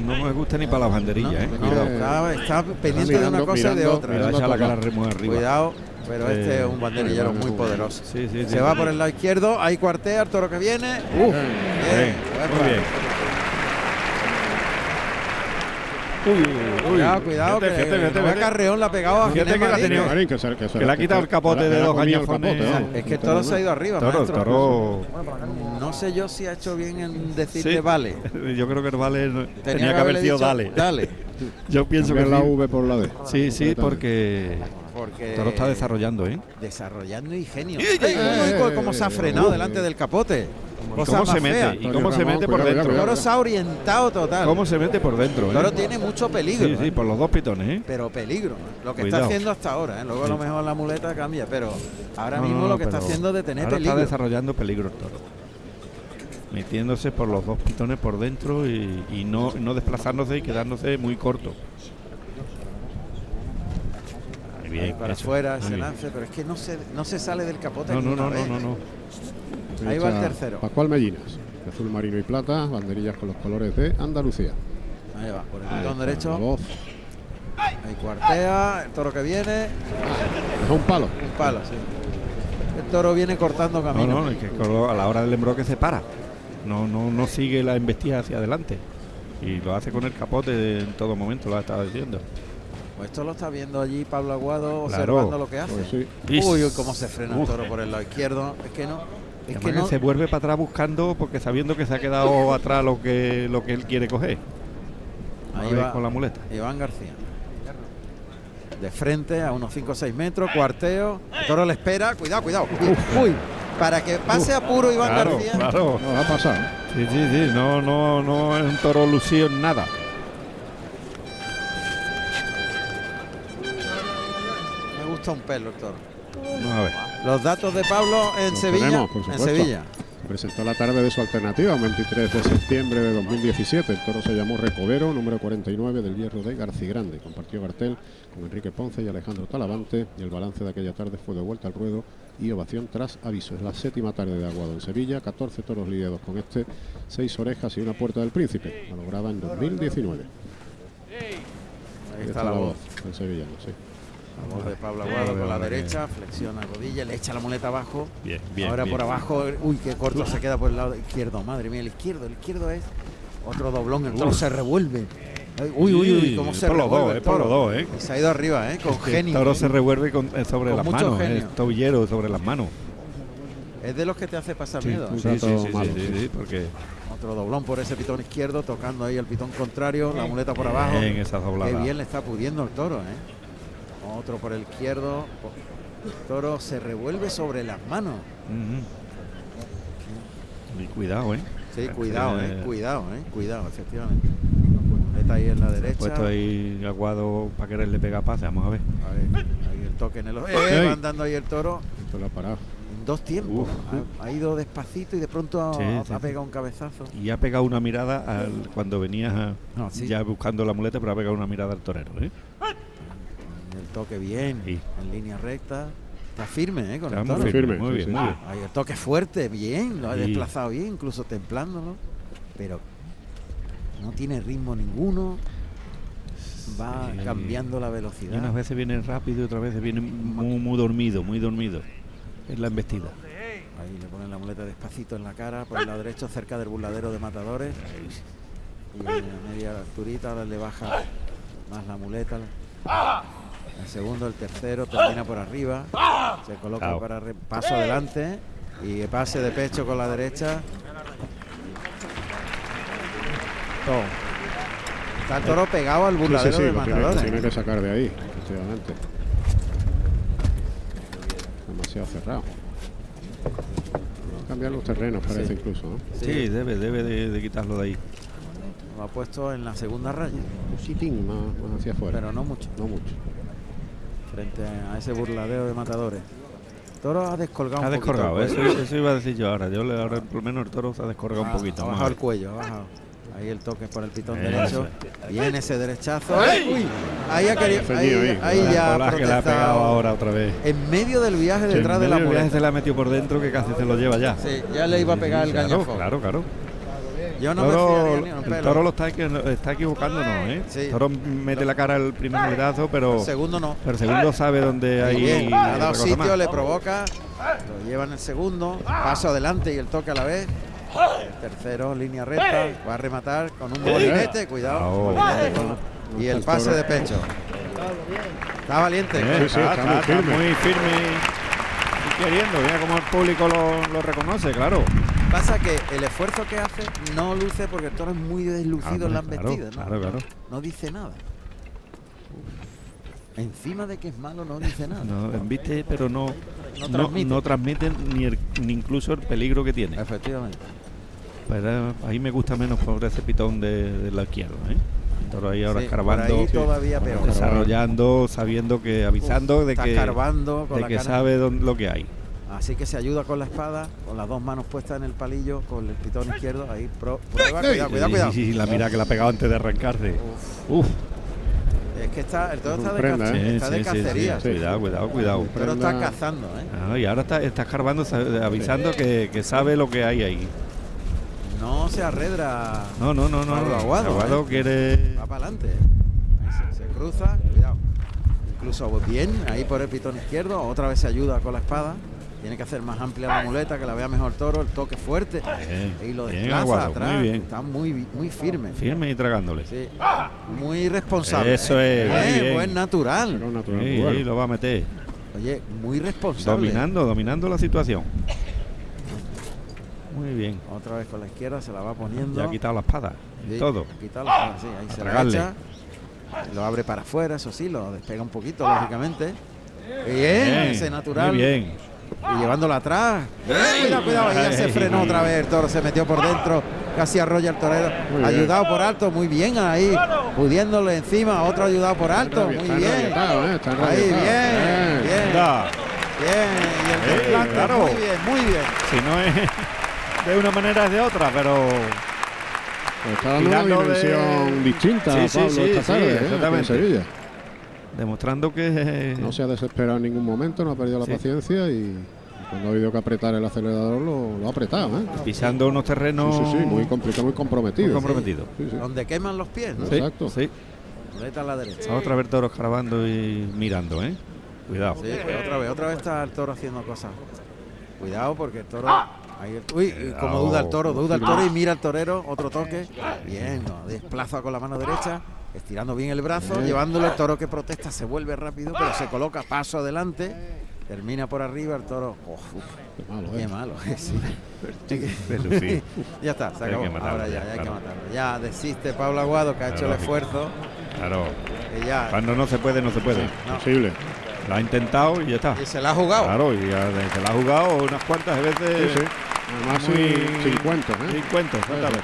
Speaker 2: No me gusta ni para las banderillas,
Speaker 1: No,
Speaker 2: eh.
Speaker 1: no,
Speaker 2: Cuidado.
Speaker 1: está, está pendiente de una
Speaker 3: mirando,
Speaker 1: cosa y de
Speaker 3: mirando,
Speaker 2: Me va
Speaker 1: otra.
Speaker 2: a echar la
Speaker 3: para
Speaker 2: cara
Speaker 3: acá.
Speaker 2: remueve arriba.
Speaker 1: Cuidado, pero este
Speaker 2: Eh,
Speaker 1: es un banderillero muy poderoso.
Speaker 2: Sí, sí, sí.
Speaker 1: Se va por el lado izquierdo, ahí cuartea el toro que viene. Uf,
Speaker 3: Bien.
Speaker 2: Bien,
Speaker 1: bien,
Speaker 2: muy
Speaker 1: epa.
Speaker 2: bien. Uy, uy,
Speaker 1: Cuidado, cuidado,
Speaker 2: Fíjate,
Speaker 1: que
Speaker 2: fíjate,
Speaker 1: que
Speaker 2: fíjate,
Speaker 1: Noé
Speaker 2: fíjate.
Speaker 1: Carreón la ha pegado a
Speaker 2: Fíjate
Speaker 1: Ginés
Speaker 2: que la ha
Speaker 1: Martínez.
Speaker 2: tenido.
Speaker 3: Marín, que se- que se-
Speaker 2: Que le ha quitado el capote
Speaker 3: le- le
Speaker 2: de
Speaker 3: ha
Speaker 2: dos
Speaker 3: comido el
Speaker 2: gañafones.
Speaker 3: capote, vamos.
Speaker 1: Es que el toro se ha ido arriba,
Speaker 2: Toro,
Speaker 1: maestro.
Speaker 2: toro.
Speaker 1: No sé yo si ha hecho bien en decirle
Speaker 2: Sí.
Speaker 1: vale.
Speaker 2: Yo creo que el Vale no- tenía, que haber
Speaker 1: haberle
Speaker 2: sido
Speaker 1: dicho,
Speaker 2: Dale.
Speaker 1: Dale.
Speaker 2: Yo pienso que
Speaker 3: Cambiar la
Speaker 2: sí.
Speaker 3: V por la D.
Speaker 2: Sí, sí, porque
Speaker 1: Porque
Speaker 2: el Toro está desarrollando, ¿eh?
Speaker 1: desarrollando y genio.
Speaker 2: ¡Ey, ey,
Speaker 1: Ay, uy,
Speaker 3: ey,
Speaker 1: uy, cómo
Speaker 3: ey,
Speaker 1: se ha
Speaker 3: ey,
Speaker 1: frenado
Speaker 3: ey,
Speaker 1: delante
Speaker 3: ey.
Speaker 1: del capote.
Speaker 2: ¿Y
Speaker 1: Cosa
Speaker 2: cómo
Speaker 1: más
Speaker 2: se
Speaker 1: fea.
Speaker 2: mete? ¿Y
Speaker 3: Antonio
Speaker 2: cómo se
Speaker 3: Ramón,
Speaker 2: mete por
Speaker 3: cuidado,
Speaker 1: El
Speaker 2: dentro?
Speaker 1: toro se ha orientado total.
Speaker 2: ¿Cómo se mete por
Speaker 1: El
Speaker 2: dentro?
Speaker 1: toro
Speaker 2: eh?
Speaker 1: tiene mucho peligro.
Speaker 2: Sí, sí,
Speaker 1: ¿eh?
Speaker 2: por los dos pitones, ¿eh?
Speaker 1: Pero peligro. ¿eh? Lo que
Speaker 2: Cuidado.
Speaker 1: está haciendo hasta ahora. ¿eh? Luego a lo mejor la muleta cambia. Pero ahora
Speaker 2: No,
Speaker 1: mismo
Speaker 2: no,
Speaker 1: lo que está
Speaker 2: pero
Speaker 1: haciendo es detener
Speaker 2: ahora
Speaker 1: peligro.
Speaker 2: Está desarrollando peligro el toro. Metiéndose por los dos pitones por dentro y, y no, no desplazándose y quedándose muy corto. Muy bien,
Speaker 1: Ahí para
Speaker 2: eso,
Speaker 1: afuera
Speaker 2: muy
Speaker 1: se
Speaker 2: bien.
Speaker 1: lance. Pero es que no se, no se sale del capote.
Speaker 2: No, no,
Speaker 1: ninguna
Speaker 2: no, no,
Speaker 1: vez.
Speaker 2: no, no.
Speaker 1: Ahí va el tercero.
Speaker 3: Pascual Mellinas. de Azul marino y plata, banderillas con los colores de Andalucía.
Speaker 1: Ahí va. Por el botón
Speaker 3: La
Speaker 1: derecho.
Speaker 3: voz.
Speaker 1: Ahí cuartea. El toro que viene.
Speaker 3: Dejó un palo.
Speaker 1: Un palo, sí. El toro viene cortando
Speaker 2: No,
Speaker 1: camino.
Speaker 2: no, es que colo- a la hora del embroque se para. No, no, no sigue la embestida hacia adelante. Y lo hace con el capote en todo momento, lo ha estado diciendo.
Speaker 1: Pues esto lo está viendo allí Pablo Aguado
Speaker 2: Claro.
Speaker 1: observando lo que hace.
Speaker 3: Pues sí.
Speaker 1: Uy, uy, cómo se frena el
Speaker 2: Uf.
Speaker 1: toro por el lado izquierdo. Es que no. Es
Speaker 2: Además
Speaker 1: que
Speaker 2: que
Speaker 1: no.
Speaker 2: se vuelve para atrás buscando porque sabiendo que se ha quedado atrás lo que lo que él quiere coger.
Speaker 1: Ahí
Speaker 2: Ahí
Speaker 1: va
Speaker 2: con la muleta.
Speaker 1: Iván García. De frente a unos 5 o 6 metros, cuarteo. El toro le espera. Cuidado, cuidado. Uy, para que pase a puro Iván
Speaker 2: Claro,
Speaker 1: García.
Speaker 2: claro.
Speaker 3: No, ha pasado.
Speaker 2: Sí, sí, sí. No, no, no es un toro lucido en nada.
Speaker 1: Me gusta un pelo el toro.
Speaker 2: Vamos a ver.
Speaker 1: Los datos de Pablo en
Speaker 3: Los
Speaker 1: Sevilla.
Speaker 3: tenemos, por
Speaker 1: en
Speaker 3: supuesto.
Speaker 1: Sevilla.
Speaker 3: Se Presentó la tarde de su alternativa, un 23 de septiembre de 2017. El toro se llamó Recobero, número 49 del hierro de García Grande. Compartió cartel con Enrique Ponce y Alejandro Talavante. Y el balance de aquella tarde fue de vuelta al ruedo y ovación tras aviso. Es la séptima tarde de Aguado en Sevilla. 14 toros lidiados con este, 6 orejas y una puerta del príncipe. La lograda en 2019.
Speaker 1: Ahí está la voz.
Speaker 3: del sevillano, sí.
Speaker 1: La voz de Pablo Aguado con la derecha. Flexiona rodilla, le echa la muleta abajo.
Speaker 2: Bien, bien.
Speaker 1: Ahora
Speaker 2: bien.
Speaker 1: por abajo, uy, qué corto se queda por el lado izquierdo. Madre mía, el izquierdo, el izquierdo es otro doblón, el toro se revuelve. Ay, Uy, uy, uy,
Speaker 2: Sí,
Speaker 1: cómo se
Speaker 2: por los
Speaker 1: revuelve
Speaker 2: dos,
Speaker 1: el
Speaker 2: eh, por los
Speaker 1: toro.
Speaker 2: dos, eh.
Speaker 1: Y se ha ido arriba, ¿eh? Con
Speaker 2: Este
Speaker 1: genio.
Speaker 2: toro se revuelve con- eh, sobre
Speaker 1: Con
Speaker 2: las
Speaker 1: mucho
Speaker 2: manos,
Speaker 1: genio.
Speaker 2: es tobillero sobre las manos.
Speaker 1: Es de los que te hace pasar miedo.
Speaker 3: Un
Speaker 2: Sí, sí,
Speaker 3: dato
Speaker 2: sí, sí,
Speaker 3: malo,
Speaker 2: sí,
Speaker 3: sí.
Speaker 2: sí, porque
Speaker 1: Otro doblón por ese pitón izquierdo, tocando ahí el pitón contrario, la muleta por abajo.
Speaker 2: Bien, esa doblada.
Speaker 1: Qué bien le está pudiendo el toro, ¿eh? Otro por el izquierdo. El toro se revuelve sobre las manos.
Speaker 2: Ujú. Y cuidado, ¿eh?
Speaker 1: Sí, cuidado, ¿eh?
Speaker 2: Eh,
Speaker 1: Cuidado, ¿eh? Cuidado, efectivamente. Muleta ahí en la
Speaker 2: Se ha
Speaker 1: derecha.
Speaker 2: puesto ahí aguado para quererle pegar pase, vamos a ver.
Speaker 1: Ahí, ahí el toque en el ojo. Eh,
Speaker 3: Ey.
Speaker 1: va andando ahí el toro
Speaker 3: Esto lo ha parado.
Speaker 1: en dos tiempos. Ha, ha ido despacito y de pronto ha,
Speaker 2: Sí,
Speaker 1: ha
Speaker 2: sí, sí.
Speaker 1: pegado un cabezazo.
Speaker 2: Y ha pegado una mirada al- cuando venías a-
Speaker 1: No, sí.
Speaker 2: ya buscando la muleta, pero ha pegado una mirada al torero, ¿eh?
Speaker 1: El toque bien,
Speaker 2: Sí.
Speaker 1: en línea recta. Está firme, ¿eh? Con
Speaker 2: Está
Speaker 1: el
Speaker 2: muy
Speaker 1: toro.
Speaker 2: firme,
Speaker 3: Firme,
Speaker 2: muy
Speaker 3: sí,
Speaker 2: bien,
Speaker 3: sí.
Speaker 2: muy bien.
Speaker 1: Ahí el toque fuerte, bien. Lo ha
Speaker 2: Sí.
Speaker 1: desplazado bien, incluso templándolo. Pero no tiene ritmo ninguno. Va
Speaker 2: Sí.
Speaker 1: cambiando la
Speaker 2: Y unas
Speaker 1: velocidad.
Speaker 2: veces viene rápido y otras veces viene muy, muy dormido, muy dormido. Es la embestida.
Speaker 1: Ahí le ponen la muleta despacito en la cara, por el lado derecho, cerca del burladero de matadores. Y a media alturita, ahora le baja más la muleta. El segundo, el tercero, termina por arriba. Se coloca
Speaker 2: Cao.
Speaker 1: para re- paso adelante. Y pase de pecho con la derecha. Todo. Está el toro pegado al
Speaker 3: Sí, sí,
Speaker 1: burladero de
Speaker 3: sí, lo tiene,
Speaker 1: matadores.
Speaker 3: tiene que sacar de ahí, efectivamente. Demasiado cerrado. Cambiar los terrenos, parece incluso. ¿no?
Speaker 2: Sí, debe, debe de, de quitarlo de ahí.
Speaker 1: Lo ha puesto en la segunda raya,
Speaker 3: Un sitín más, más hacia afuera.
Speaker 1: pero no mucho.
Speaker 3: no mucho.
Speaker 1: frente a ese burladeo de matadores. Toro ha descolgado
Speaker 2: Ha
Speaker 1: un poquito
Speaker 2: descorgado,
Speaker 1: el
Speaker 2: eso,
Speaker 1: cuello.
Speaker 2: eso iba a decir yo ahora. Yo le, ahora por lo menos el toro se ha descorgado un poquito.
Speaker 1: Ha
Speaker 2: Ah, vamos a
Speaker 1: bajado el
Speaker 2: ver.
Speaker 1: cuello, ha bajado. Ahí el toque por el pitón
Speaker 2: Eso
Speaker 1: derecho. Viene ese derechazo. Uy, ahí ha querido.
Speaker 3: Ceñido
Speaker 1: Ahí,
Speaker 3: ahí.
Speaker 1: ahí ya ha
Speaker 2: Hola, que le ha pegado
Speaker 1: protestado.
Speaker 2: ahora otra vez.
Speaker 1: En medio del viaje detrás de la
Speaker 2: En medio viaje
Speaker 1: muleta.
Speaker 2: se la ha metido por dentro que casi se lo lleva ya.
Speaker 1: Sí, ya le iba a pegar el
Speaker 2: Claro,
Speaker 1: gañazo.
Speaker 2: Claro, claro.
Speaker 1: Yo no me
Speaker 2: Toro-
Speaker 1: fiaría ni un
Speaker 2: el
Speaker 1: pelo.
Speaker 2: toro lo está, equi- está equivocándonos, ¿eh?
Speaker 1: Sí.
Speaker 2: Toro mete la cara al primer muletazo, pero,
Speaker 1: El segundo no.
Speaker 2: pero el segundo sabe dónde hay.
Speaker 1: Bien, le ha dado
Speaker 2: otra cosa
Speaker 1: sitio,
Speaker 2: más.
Speaker 1: Ah, le provoca. Lo lleva en el segundo. Paso adelante y el toque a la vez. El tercero, línea recta. Va a rematar con un molinete. Cuidado.
Speaker 2: Bravo.
Speaker 1: molinete con-
Speaker 2: oh.
Speaker 1: Y el
Speaker 3: está el
Speaker 1: pase
Speaker 3: toro.
Speaker 1: de pecho. Está valiente.
Speaker 2: Eh,
Speaker 3: Sí, sí, está muy firme.
Speaker 2: muy firme y- y queriendo. Mira cómo el público lo, lo reconoce, claro.
Speaker 1: Pasa que el esfuerzo que hace no luce porque el toro es muy deslucido en
Speaker 2: Ah,
Speaker 1: las
Speaker 2: claro,
Speaker 1: vestidas. ¿no? Ah,
Speaker 2: claro, claro.
Speaker 1: No dice nada. Encima de que es malo, no eh, dice nada.
Speaker 2: No, embiste, pero no, no, no transmite.
Speaker 1: transmite.
Speaker 2: ni, el- ni incluso el peligro que
Speaker 1: Ah.
Speaker 2: tiene.
Speaker 1: Efectivamente.
Speaker 2: Pero ahí me gusta menos pobre ese pitón de, de la izquierda. ¿eh? Pero ahí ahora
Speaker 1: Sí,
Speaker 2: escarbando,
Speaker 1: por ahí todavía peor.
Speaker 2: desarrollando, sabiendo que, avisando
Speaker 1: Uf,
Speaker 2: de
Speaker 1: está
Speaker 2: que,
Speaker 1: escarbando con
Speaker 2: de
Speaker 1: la
Speaker 2: que
Speaker 1: cara.
Speaker 2: sabe dónde- lo que hay.
Speaker 1: Así que se ayuda con la espada, con las dos manos puestas en el palillo, con el pitón izquierdo. Ahí pro- prueba, cuidado, cuidado,
Speaker 2: Y-
Speaker 1: cuidado.
Speaker 2: y- y la mira que la ha pegado antes de arrancarse. Uf,
Speaker 1: Es que está, el toro está de,
Speaker 3: Comprenda,
Speaker 1: caza-
Speaker 3: ¿eh?
Speaker 1: está de
Speaker 2: Sí, sí, sí,
Speaker 1: cacería.
Speaker 2: sí. Cuidado, cuidado, cuidado.
Speaker 1: El toro está
Speaker 3: Comprenda.
Speaker 1: cazando, ¿eh?
Speaker 2: Ah, y ahora está, está escarbando, sa- avisando que, que sabe lo que hay ahí.
Speaker 1: No se arredra.
Speaker 2: No, no, no, no.
Speaker 1: Pablo Aguado, ¿eh?
Speaker 2: quiere.
Speaker 1: Va para adelante. ¿eh? Ahí se, se cruza, cuidado. Incluso bien, ahí por el pitón izquierdo. Otra vez se ayuda con la espada. Tiene que hacer más amplia la muleta, que la vea mejor el toro, el toque fuerte.
Speaker 2: Bien,
Speaker 1: y lo
Speaker 2: bien,
Speaker 1: desplaza
Speaker 2: Aguado,
Speaker 1: atrás.
Speaker 2: muy bien.
Speaker 1: Está muy, vi- muy firme.
Speaker 2: Firme y tragándole. Sí,
Speaker 1: Sí. Muy responsable.
Speaker 2: Eso es, muy
Speaker 1: Eh,
Speaker 2: bien.
Speaker 1: Buen
Speaker 3: Era un
Speaker 1: natural.
Speaker 3: natural.
Speaker 2: sí,
Speaker 3: Bueno,
Speaker 2: lo va a meter.
Speaker 1: Oye, muy responsable.
Speaker 2: Dominando, dominando la situación. Muy bien.
Speaker 1: Otra vez con la izquierda se la va poniendo.
Speaker 2: Ya ha quitado la espada. y
Speaker 1: Sí,
Speaker 2: todo.
Speaker 1: quita la espada, sí, ahí se la
Speaker 2: tragarle.
Speaker 1: echa. Lo abre para afuera, eso sí, lo despega un poquito, lógicamente. Ah. Bien, ese natural.
Speaker 2: Muy bien.
Speaker 1: Y llevándola atrás. Cuidado, cuidado, ahí ya se
Speaker 2: Ey.
Speaker 1: frenó otra vez el toro, se metió por dentro, casi arrolla el torero.
Speaker 3: Muy
Speaker 1: ayudado por alto, muy bien ahí, pudiéndole encima, otro ayudado por alto, muy
Speaker 3: está
Speaker 1: bien.
Speaker 3: enrabietado, ¿eh? Está Eh,
Speaker 1: Ahí, bien,
Speaker 3: enrabietado.
Speaker 1: bien, bien.
Speaker 2: Da.
Speaker 1: Y el
Speaker 2: Ey,
Speaker 1: desplante,
Speaker 2: claro.
Speaker 1: muy bien, muy bien.
Speaker 2: Si no es de una manera es de otra, pero.
Speaker 3: Pues está dando una
Speaker 2: Tirando de-
Speaker 3: dimensión distinta
Speaker 2: Sí,
Speaker 3: a
Speaker 2: sí,
Speaker 3: Pablo
Speaker 2: sí,
Speaker 3: esta
Speaker 2: sí,
Speaker 3: tarde, ¿eh? Aquí en
Speaker 2: exactamente.
Speaker 3: Sevilla.
Speaker 2: Demostrando que.
Speaker 3: No se ha desesperado en ningún momento, no ha perdido la
Speaker 2: Sí.
Speaker 3: paciencia y cuando ha habido que apretar el acelerador lo, lo ha apretado. ¿eh?
Speaker 2: Pisando unos terrenos.
Speaker 3: Sí, sí, sí, muy complicado, muy comprometido.
Speaker 2: Muy comprometido.
Speaker 3: Sí, sí.
Speaker 1: Donde queman los pies, ¿no?
Speaker 2: Sí,
Speaker 3: Exacto.
Speaker 2: sí.
Speaker 1: Muleta a la derecha.
Speaker 2: Otra vez toros carabando y mirando, ¿eh? Cuidado.
Speaker 1: Sí, pues otra vez, otra vez está el toro haciendo cosas. Cuidado porque el toro. ahí el- uy, y como duda el toro, duda el toro y mira al torero, otro toque. Bien, lo desplaza con la mano derecha, estirando bien el brazo, llevándolo el toro que protesta, se vuelve rápido, pero se coloca paso adelante, termina por arriba el toro. ¡oh, uf,
Speaker 3: Qué malo,
Speaker 1: qué
Speaker 3: ¿eh?
Speaker 1: malo, sí.
Speaker 2: Sí.
Speaker 1: ya está, se
Speaker 2: Hay
Speaker 1: acabó.
Speaker 2: que matarlo
Speaker 1: Ahora ya,
Speaker 2: ya,
Speaker 1: ya hay que
Speaker 2: claro.
Speaker 1: matarlo. Ya desiste Pablo Aguado que ha hecho el
Speaker 2: Lógico.
Speaker 1: esfuerzo.
Speaker 2: Claro.
Speaker 1: Y ya.
Speaker 2: Cuando no se puede, no se puede.
Speaker 3: Imposible.
Speaker 2: Lo ha intentado y ya está.
Speaker 1: Y se la ha jugado.
Speaker 2: Claro, y ya se la ha jugado unas cuantas
Speaker 3: Sí,
Speaker 2: veces.
Speaker 3: sí. Además,
Speaker 2: muy-
Speaker 3: sin, sin cuentos, ¿eh?
Speaker 2: Sin cuentos, exactamente.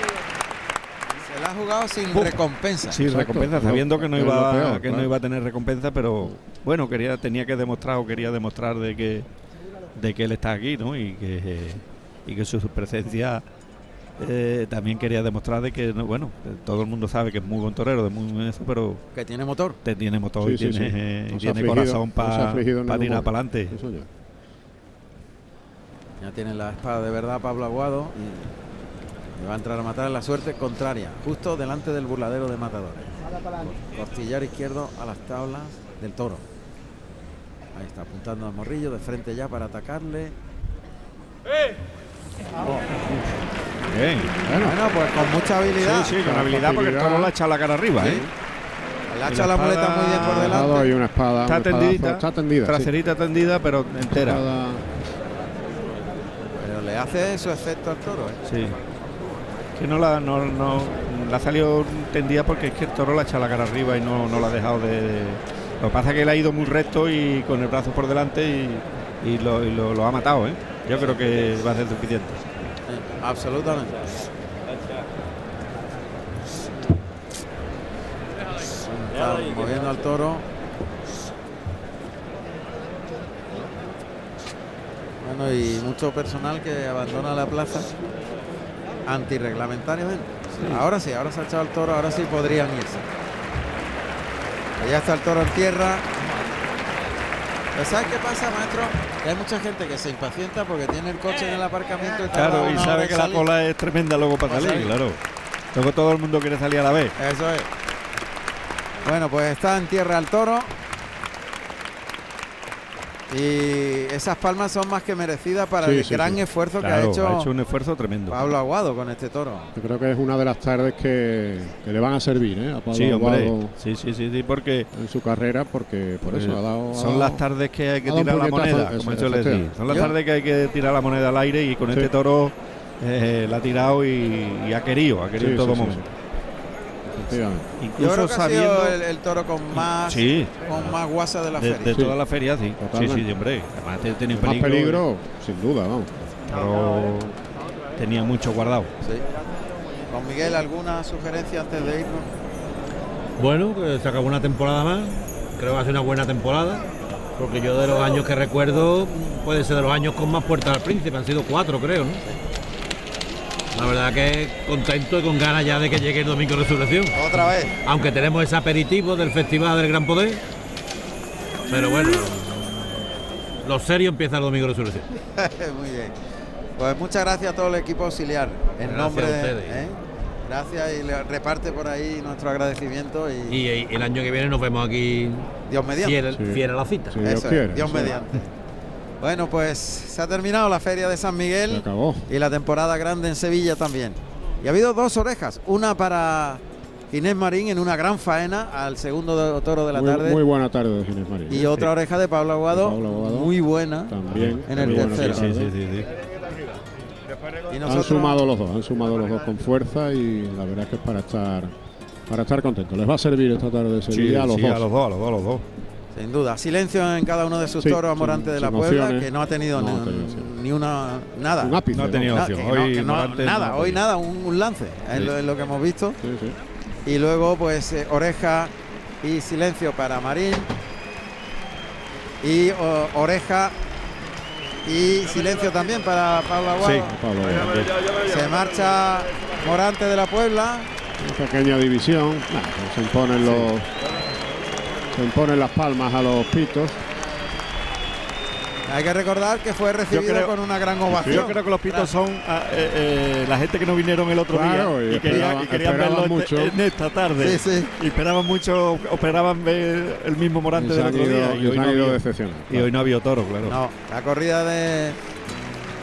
Speaker 1: Se la ha jugado sin
Speaker 2: Pum.
Speaker 1: recompensa.
Speaker 2: Sí,
Speaker 3: Exacto.
Speaker 2: recompensa, sabiendo que no
Speaker 3: Es lo
Speaker 2: iba
Speaker 3: peor,
Speaker 2: que no
Speaker 3: claro.
Speaker 2: iba a tener recompensa, pero bueno, quería tenía que demostrar o quería demostrar de que de que él está aquí, ¿no? Y que y que su presencia eh, también quería demostrar de que no- bueno, eh, todo el mundo sabe que es muy buen torero, de muy buen eso, pero
Speaker 1: Que tiene motor.
Speaker 2: te tiene motor
Speaker 3: Sí,
Speaker 2: y
Speaker 3: sí,
Speaker 2: tiene,
Speaker 3: sí.
Speaker 2: eh, y
Speaker 3: No se ha
Speaker 2: tiene
Speaker 3: afligido,
Speaker 2: corazón
Speaker 3: no se ha
Speaker 2: para
Speaker 3: afligido en ningún
Speaker 2: tirar
Speaker 3: momento.
Speaker 2: para adelante.
Speaker 3: Sí, señor.
Speaker 1: Ya tiene la espada de verdad Pablo Aguado y le va a entrar a matar en la suerte contraria, justo delante del burladero de matadores. Costillar izquierdo a las tablas del toro. Ahí está apuntando a Morrillo de frente ya para atacarle.
Speaker 2: Bien.
Speaker 3: Bueno,
Speaker 1: Bueno, pues con mucha habilidad.
Speaker 2: Sí, sí, con habilidad porque el toro le ha echado la cara arriba, ¿eh?
Speaker 1: Le ha
Speaker 2: Y
Speaker 1: echado
Speaker 2: la
Speaker 1: la muleta
Speaker 2: espada
Speaker 1: muy bien por
Speaker 2: ha
Speaker 3: ha dado
Speaker 1: delante.
Speaker 3: ahí una espada.
Speaker 2: Está
Speaker 3: un espadazo.
Speaker 2: tendidita,
Speaker 3: Está tendida. sí.
Speaker 2: traserita tendida, pero entera.
Speaker 3: Espada-
Speaker 1: Pero le hace su efecto al toro. ¿eh?
Speaker 2: Sí. Que no la, no, no, la ha salido tendida porque es que el toro la ha echado la cara arriba y no, no la ha dejado de, de- Lo que pasa es que él ha ido muy recto y con el brazo por delante y, y lo, y lo- lo ha matado, ¿eh? Yo creo que va a ser suficiente.
Speaker 1: Eh, Absolutamente. Está moviendo al toro. Bueno, y mucho personal que abandona la plaza antirreglamentariamente. Ahora sí, ahora se ha echado el toro, ahora sí podrían irse. Allá está el toro en tierra. Pero ¿Sabes qué pasa, maestro? Que hay mucha gente que se impacienta porque tiene el coche en el aparcamiento y tarda
Speaker 2: Claro, y
Speaker 1: una hora
Speaker 2: sabe
Speaker 1: en
Speaker 2: que la
Speaker 1: salir.
Speaker 2: cola es tremenda luego para
Speaker 1: Para
Speaker 2: salir,
Speaker 1: salir.
Speaker 2: claro. Luego todo el mundo quiere salir a la vez.
Speaker 1: Eso es. Bueno, pues está en tierra el toro. Y esas palmas son más que merecidas para
Speaker 3: Sí,
Speaker 1: el
Speaker 3: sí,
Speaker 1: gran
Speaker 3: sí.
Speaker 1: esfuerzo
Speaker 2: Claro,
Speaker 1: que ha hecho,
Speaker 2: un esfuerzo tremendo.
Speaker 1: Pablo Aguado con este toro.
Speaker 3: Yo creo que es una de las tardes que, que le van a servir ¿eh? a Pablo
Speaker 2: sí, hombre.
Speaker 3: Aguado
Speaker 2: Sí, sí, sí, sí, porque
Speaker 3: en su carrera porque por eso
Speaker 2: eh,
Speaker 3: ha dado. ha
Speaker 2: son
Speaker 3: dado-
Speaker 2: las tardes que hay que
Speaker 3: ha dado un
Speaker 2: tirar la
Speaker 3: puñetazo,
Speaker 2: moneda,
Speaker 3: eso,
Speaker 2: como yo les digo.
Speaker 3: efectivamente.
Speaker 2: Son las
Speaker 1: Yo-
Speaker 2: tardes que hay que tirar la moneda al aire y con
Speaker 3: Sí.
Speaker 2: este toro eh, la ha tirado y, y ha querido, ha
Speaker 3: Sí,
Speaker 2: querido
Speaker 3: sí,
Speaker 2: en todo
Speaker 3: sí,
Speaker 2: momento.
Speaker 3: sí. Efectivamente.
Speaker 1: Yo
Speaker 2: Incluso
Speaker 1: creo que ha
Speaker 2: sabiendo.
Speaker 1: sido el, el toro con más,
Speaker 2: sí,
Speaker 1: con más guasa de la
Speaker 2: de,
Speaker 1: feria.
Speaker 2: de
Speaker 3: Sí.
Speaker 2: toda la feria, sí. Sí,
Speaker 3: Totalmente.
Speaker 2: sí, hombre. Además, te- tenía un
Speaker 3: Más
Speaker 2: peligro. eh.
Speaker 3: peligro, sin duda, vamos.
Speaker 2: pero tenía mucho guardado.
Speaker 1: Sí. Don Miguel, ¿alguna sugerencia antes de irnos?
Speaker 7: Bueno, que se acabó una temporada más. Creo que va a ser una buena temporada. Porque yo de los años que recuerdo, puede ser de los años con más puertas al príncipe. Han sido cuatro, creo, ¿no? La verdad que contento y con ganas ya de que llegue el domingo de resurrección.
Speaker 1: Otra vez.
Speaker 7: Aunque tenemos ese aperitivo del Festival del Gran Poder. Pero bueno, lo serio empieza el domingo de resurrección.
Speaker 1: Muy bien. Pues muchas gracias a todo el equipo auxiliar. En
Speaker 7: Gracias
Speaker 1: nombre
Speaker 7: a
Speaker 1: de-
Speaker 7: ustedes.
Speaker 1: ¿eh? Gracias y le reparte por ahí nuestro agradecimiento y,
Speaker 7: Y, eh, el año que viene nos vemos aquí
Speaker 1: Dios mediante.
Speaker 7: fiel,
Speaker 3: Sí.
Speaker 7: fiel a la cita.
Speaker 3: Sí.
Speaker 1: Eso
Speaker 3: Dios
Speaker 1: es,
Speaker 3: quiere,
Speaker 1: Dios
Speaker 3: sí.
Speaker 1: mediante. Bueno, pues se ha terminado la feria de San
Speaker 3: Se
Speaker 1: Miguel
Speaker 3: acabó.
Speaker 1: y la temporada grande en Sevilla también. Y ha habido dos orejas, una para Inés Marín en una gran faena al segundo do- toro de la
Speaker 3: Muy,
Speaker 1: tarde
Speaker 3: muy buena tarde de Ginés María. ¿eh?
Speaker 1: y otra oreja de Pablo Aguado,
Speaker 3: De Pablo Aguado.
Speaker 1: muy buena.
Speaker 3: También.
Speaker 1: en el
Speaker 3: muy buena
Speaker 1: tercero.
Speaker 3: tarde.
Speaker 2: sí.
Speaker 1: Y
Speaker 3: Han
Speaker 1: nosotros-
Speaker 3: sumado los dos, han sumado los dos con fuerza y la verdad es que es para estar para estar contentos. Les va a servir esta tarde de Sevilla a los
Speaker 2: sí,
Speaker 3: dos.
Speaker 2: a los dos, a los dos, a los dos.
Speaker 1: Sin duda, silencio en cada uno de sus
Speaker 3: Sí,
Speaker 1: toros
Speaker 3: sin-
Speaker 1: Amorante de
Speaker 3: sin
Speaker 1: la Puebla,
Speaker 3: opciones.
Speaker 1: que no ha tenido
Speaker 3: No
Speaker 1: ni,
Speaker 3: ha tenido opciones.
Speaker 1: ni una nada.
Speaker 3: Un ápice,
Speaker 2: No ha tenido
Speaker 3: vamos.
Speaker 1: Nada,
Speaker 2: opción.
Speaker 1: que no-
Speaker 2: Hoy
Speaker 1: que no-
Speaker 2: Morante
Speaker 1: nada,
Speaker 2: no ha
Speaker 1: hoy
Speaker 2: podido.
Speaker 1: nada, un, un lance, es,
Speaker 2: Sí.
Speaker 1: lo, es lo que hemos visto.
Speaker 3: Sí, sí.
Speaker 1: Y luego, pues, eh, oreja y silencio para Marín. Y o- oreja y silencio también para Pablo Aguado.
Speaker 2: Sí.
Speaker 3: Pablo, Aguado.
Speaker 1: Se marcha Morante de la Puebla.
Speaker 3: Una pequeña división. Nada, pues se imponen los se imponen las palmas a los pitos.
Speaker 1: Hay que recordar que fue recibido
Speaker 2: creo-
Speaker 1: con una gran ovación.
Speaker 2: Yo creo que los pitos son ah, eh, eh, la gente que no vinieron el otro
Speaker 3: Claro,
Speaker 2: día
Speaker 3: y
Speaker 2: y, querían,
Speaker 3: esperaban-
Speaker 2: y querían
Speaker 3: esperaban
Speaker 2: verlo en-
Speaker 3: mucho.
Speaker 2: en esta tarde.
Speaker 1: Sí, sí.
Speaker 2: Y esperaban mucho, esperaban ver el mismo
Speaker 3: Y
Speaker 2: Morante
Speaker 3: se
Speaker 2: del
Speaker 3: han
Speaker 2: otro día.
Speaker 3: ido,
Speaker 2: Y
Speaker 3: y
Speaker 2: hoy,
Speaker 3: se han
Speaker 2: no
Speaker 3: ido
Speaker 2: había,
Speaker 3: decepcionados.
Speaker 2: y hoy no ha habido toro, claro.
Speaker 1: No, la corrida de,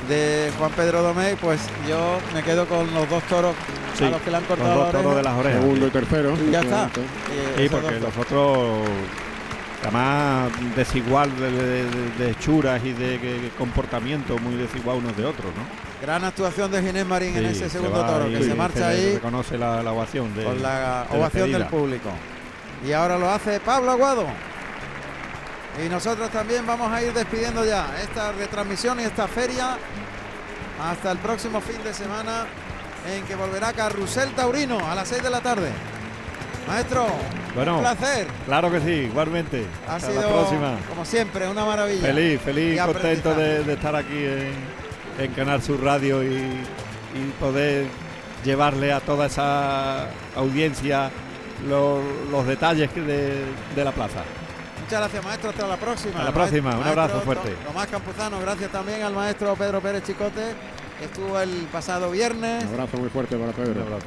Speaker 1: de Juan Pedro Domé, pues yo me quedo con los dos toros
Speaker 2: Sí,
Speaker 1: a los que le han
Speaker 2: Los
Speaker 1: cortado
Speaker 2: dos
Speaker 1: la
Speaker 2: toros
Speaker 1: oreja.
Speaker 2: de las orejas.
Speaker 3: Segundo y tercero.
Speaker 1: Ya está. Eh,
Speaker 2: Sí,
Speaker 1: esos
Speaker 2: porque
Speaker 1: dos
Speaker 2: los otros, además desigual de, de- de- de hechuras y de, de comportamiento, muy desigual unos de otros, ¿no?
Speaker 1: toros. Gran actuación de Ginés Marín en
Speaker 2: Sí,
Speaker 1: ese
Speaker 2: se
Speaker 1: segundo
Speaker 2: va
Speaker 1: toro,
Speaker 2: ahí,
Speaker 1: que se marcha
Speaker 2: le
Speaker 1: ahí
Speaker 2: Reconoce la, la ovación de.
Speaker 1: con la
Speaker 2: de
Speaker 1: ovación del
Speaker 2: despedida.
Speaker 1: público. Y ahora lo hace Pablo Aguado. Y nosotros también vamos a ir despidiendo ya esta retransmisión y esta feria hasta el próximo fin de semana en que volverá Carrusel Taurino a las 6 de la tarde. Maestro,
Speaker 2: Bueno,
Speaker 1: un placer.
Speaker 2: Claro que sí, igualmente.
Speaker 1: Ha
Speaker 2: Hasta
Speaker 1: sido,
Speaker 2: la próxima.
Speaker 1: como siempre, una maravilla.
Speaker 2: Feliz,
Speaker 1: Y
Speaker 2: feliz, contento
Speaker 1: aprendizaje.
Speaker 2: de, de estar aquí en, en Canal Sur Radio y, y poder llevarle a toda esa audiencia lo- los detalles que de, de la plaza.
Speaker 1: Muchas gracias, maestro. Hasta la próxima.
Speaker 2: Hasta la
Speaker 1: Maest-
Speaker 2: próxima. Un
Speaker 1: maestro
Speaker 2: abrazo fuerte.
Speaker 1: Tom- Tomás Campuzano, gracias también al maestro Pedro Pérez Chicote, que estuvo el pasado viernes.
Speaker 3: Un abrazo muy fuerte para
Speaker 2: Un
Speaker 3: Pedro.
Speaker 2: abrazo.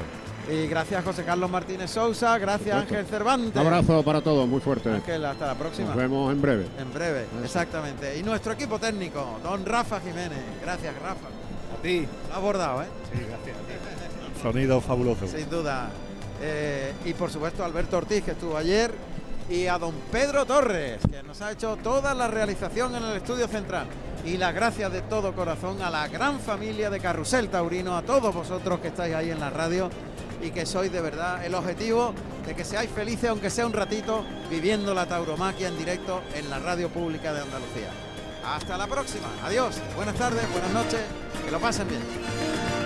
Speaker 1: Y gracias, José Carlos Martínez Sousa. Gracias,
Speaker 3: Perfecto.
Speaker 1: Ángel Cervantes.
Speaker 3: Un abrazo para todos, muy fuerte.
Speaker 1: Ángel, hasta la próxima.
Speaker 3: Nos vemos en breve.
Speaker 1: En breve,
Speaker 3: Eso.
Speaker 1: exactamente. Y nuestro equipo técnico, don Rafa Jiménez. Gracias, Rafa. A ti. Lo has bordado, ¿eh?
Speaker 2: Sonido fabuloso.
Speaker 1: Sin duda. Eh, y por supuesto Alberto Ortiz, que estuvo ayer, y a don Pedro Torres, que nos ha hecho toda la realización en el estudio central. Y las gracias de todo corazón a la gran familia de Carrusel Taurino, a todos vosotros que estáis ahí en la radio y que sois de verdad el objetivo de que seáis felices, aunque sea un ratito, viviendo la tauromaquia en directo en la radio pública de Andalucía. Hasta la próxima. Adiós. Buenas tardes, buenas noches. Que lo pasen bien.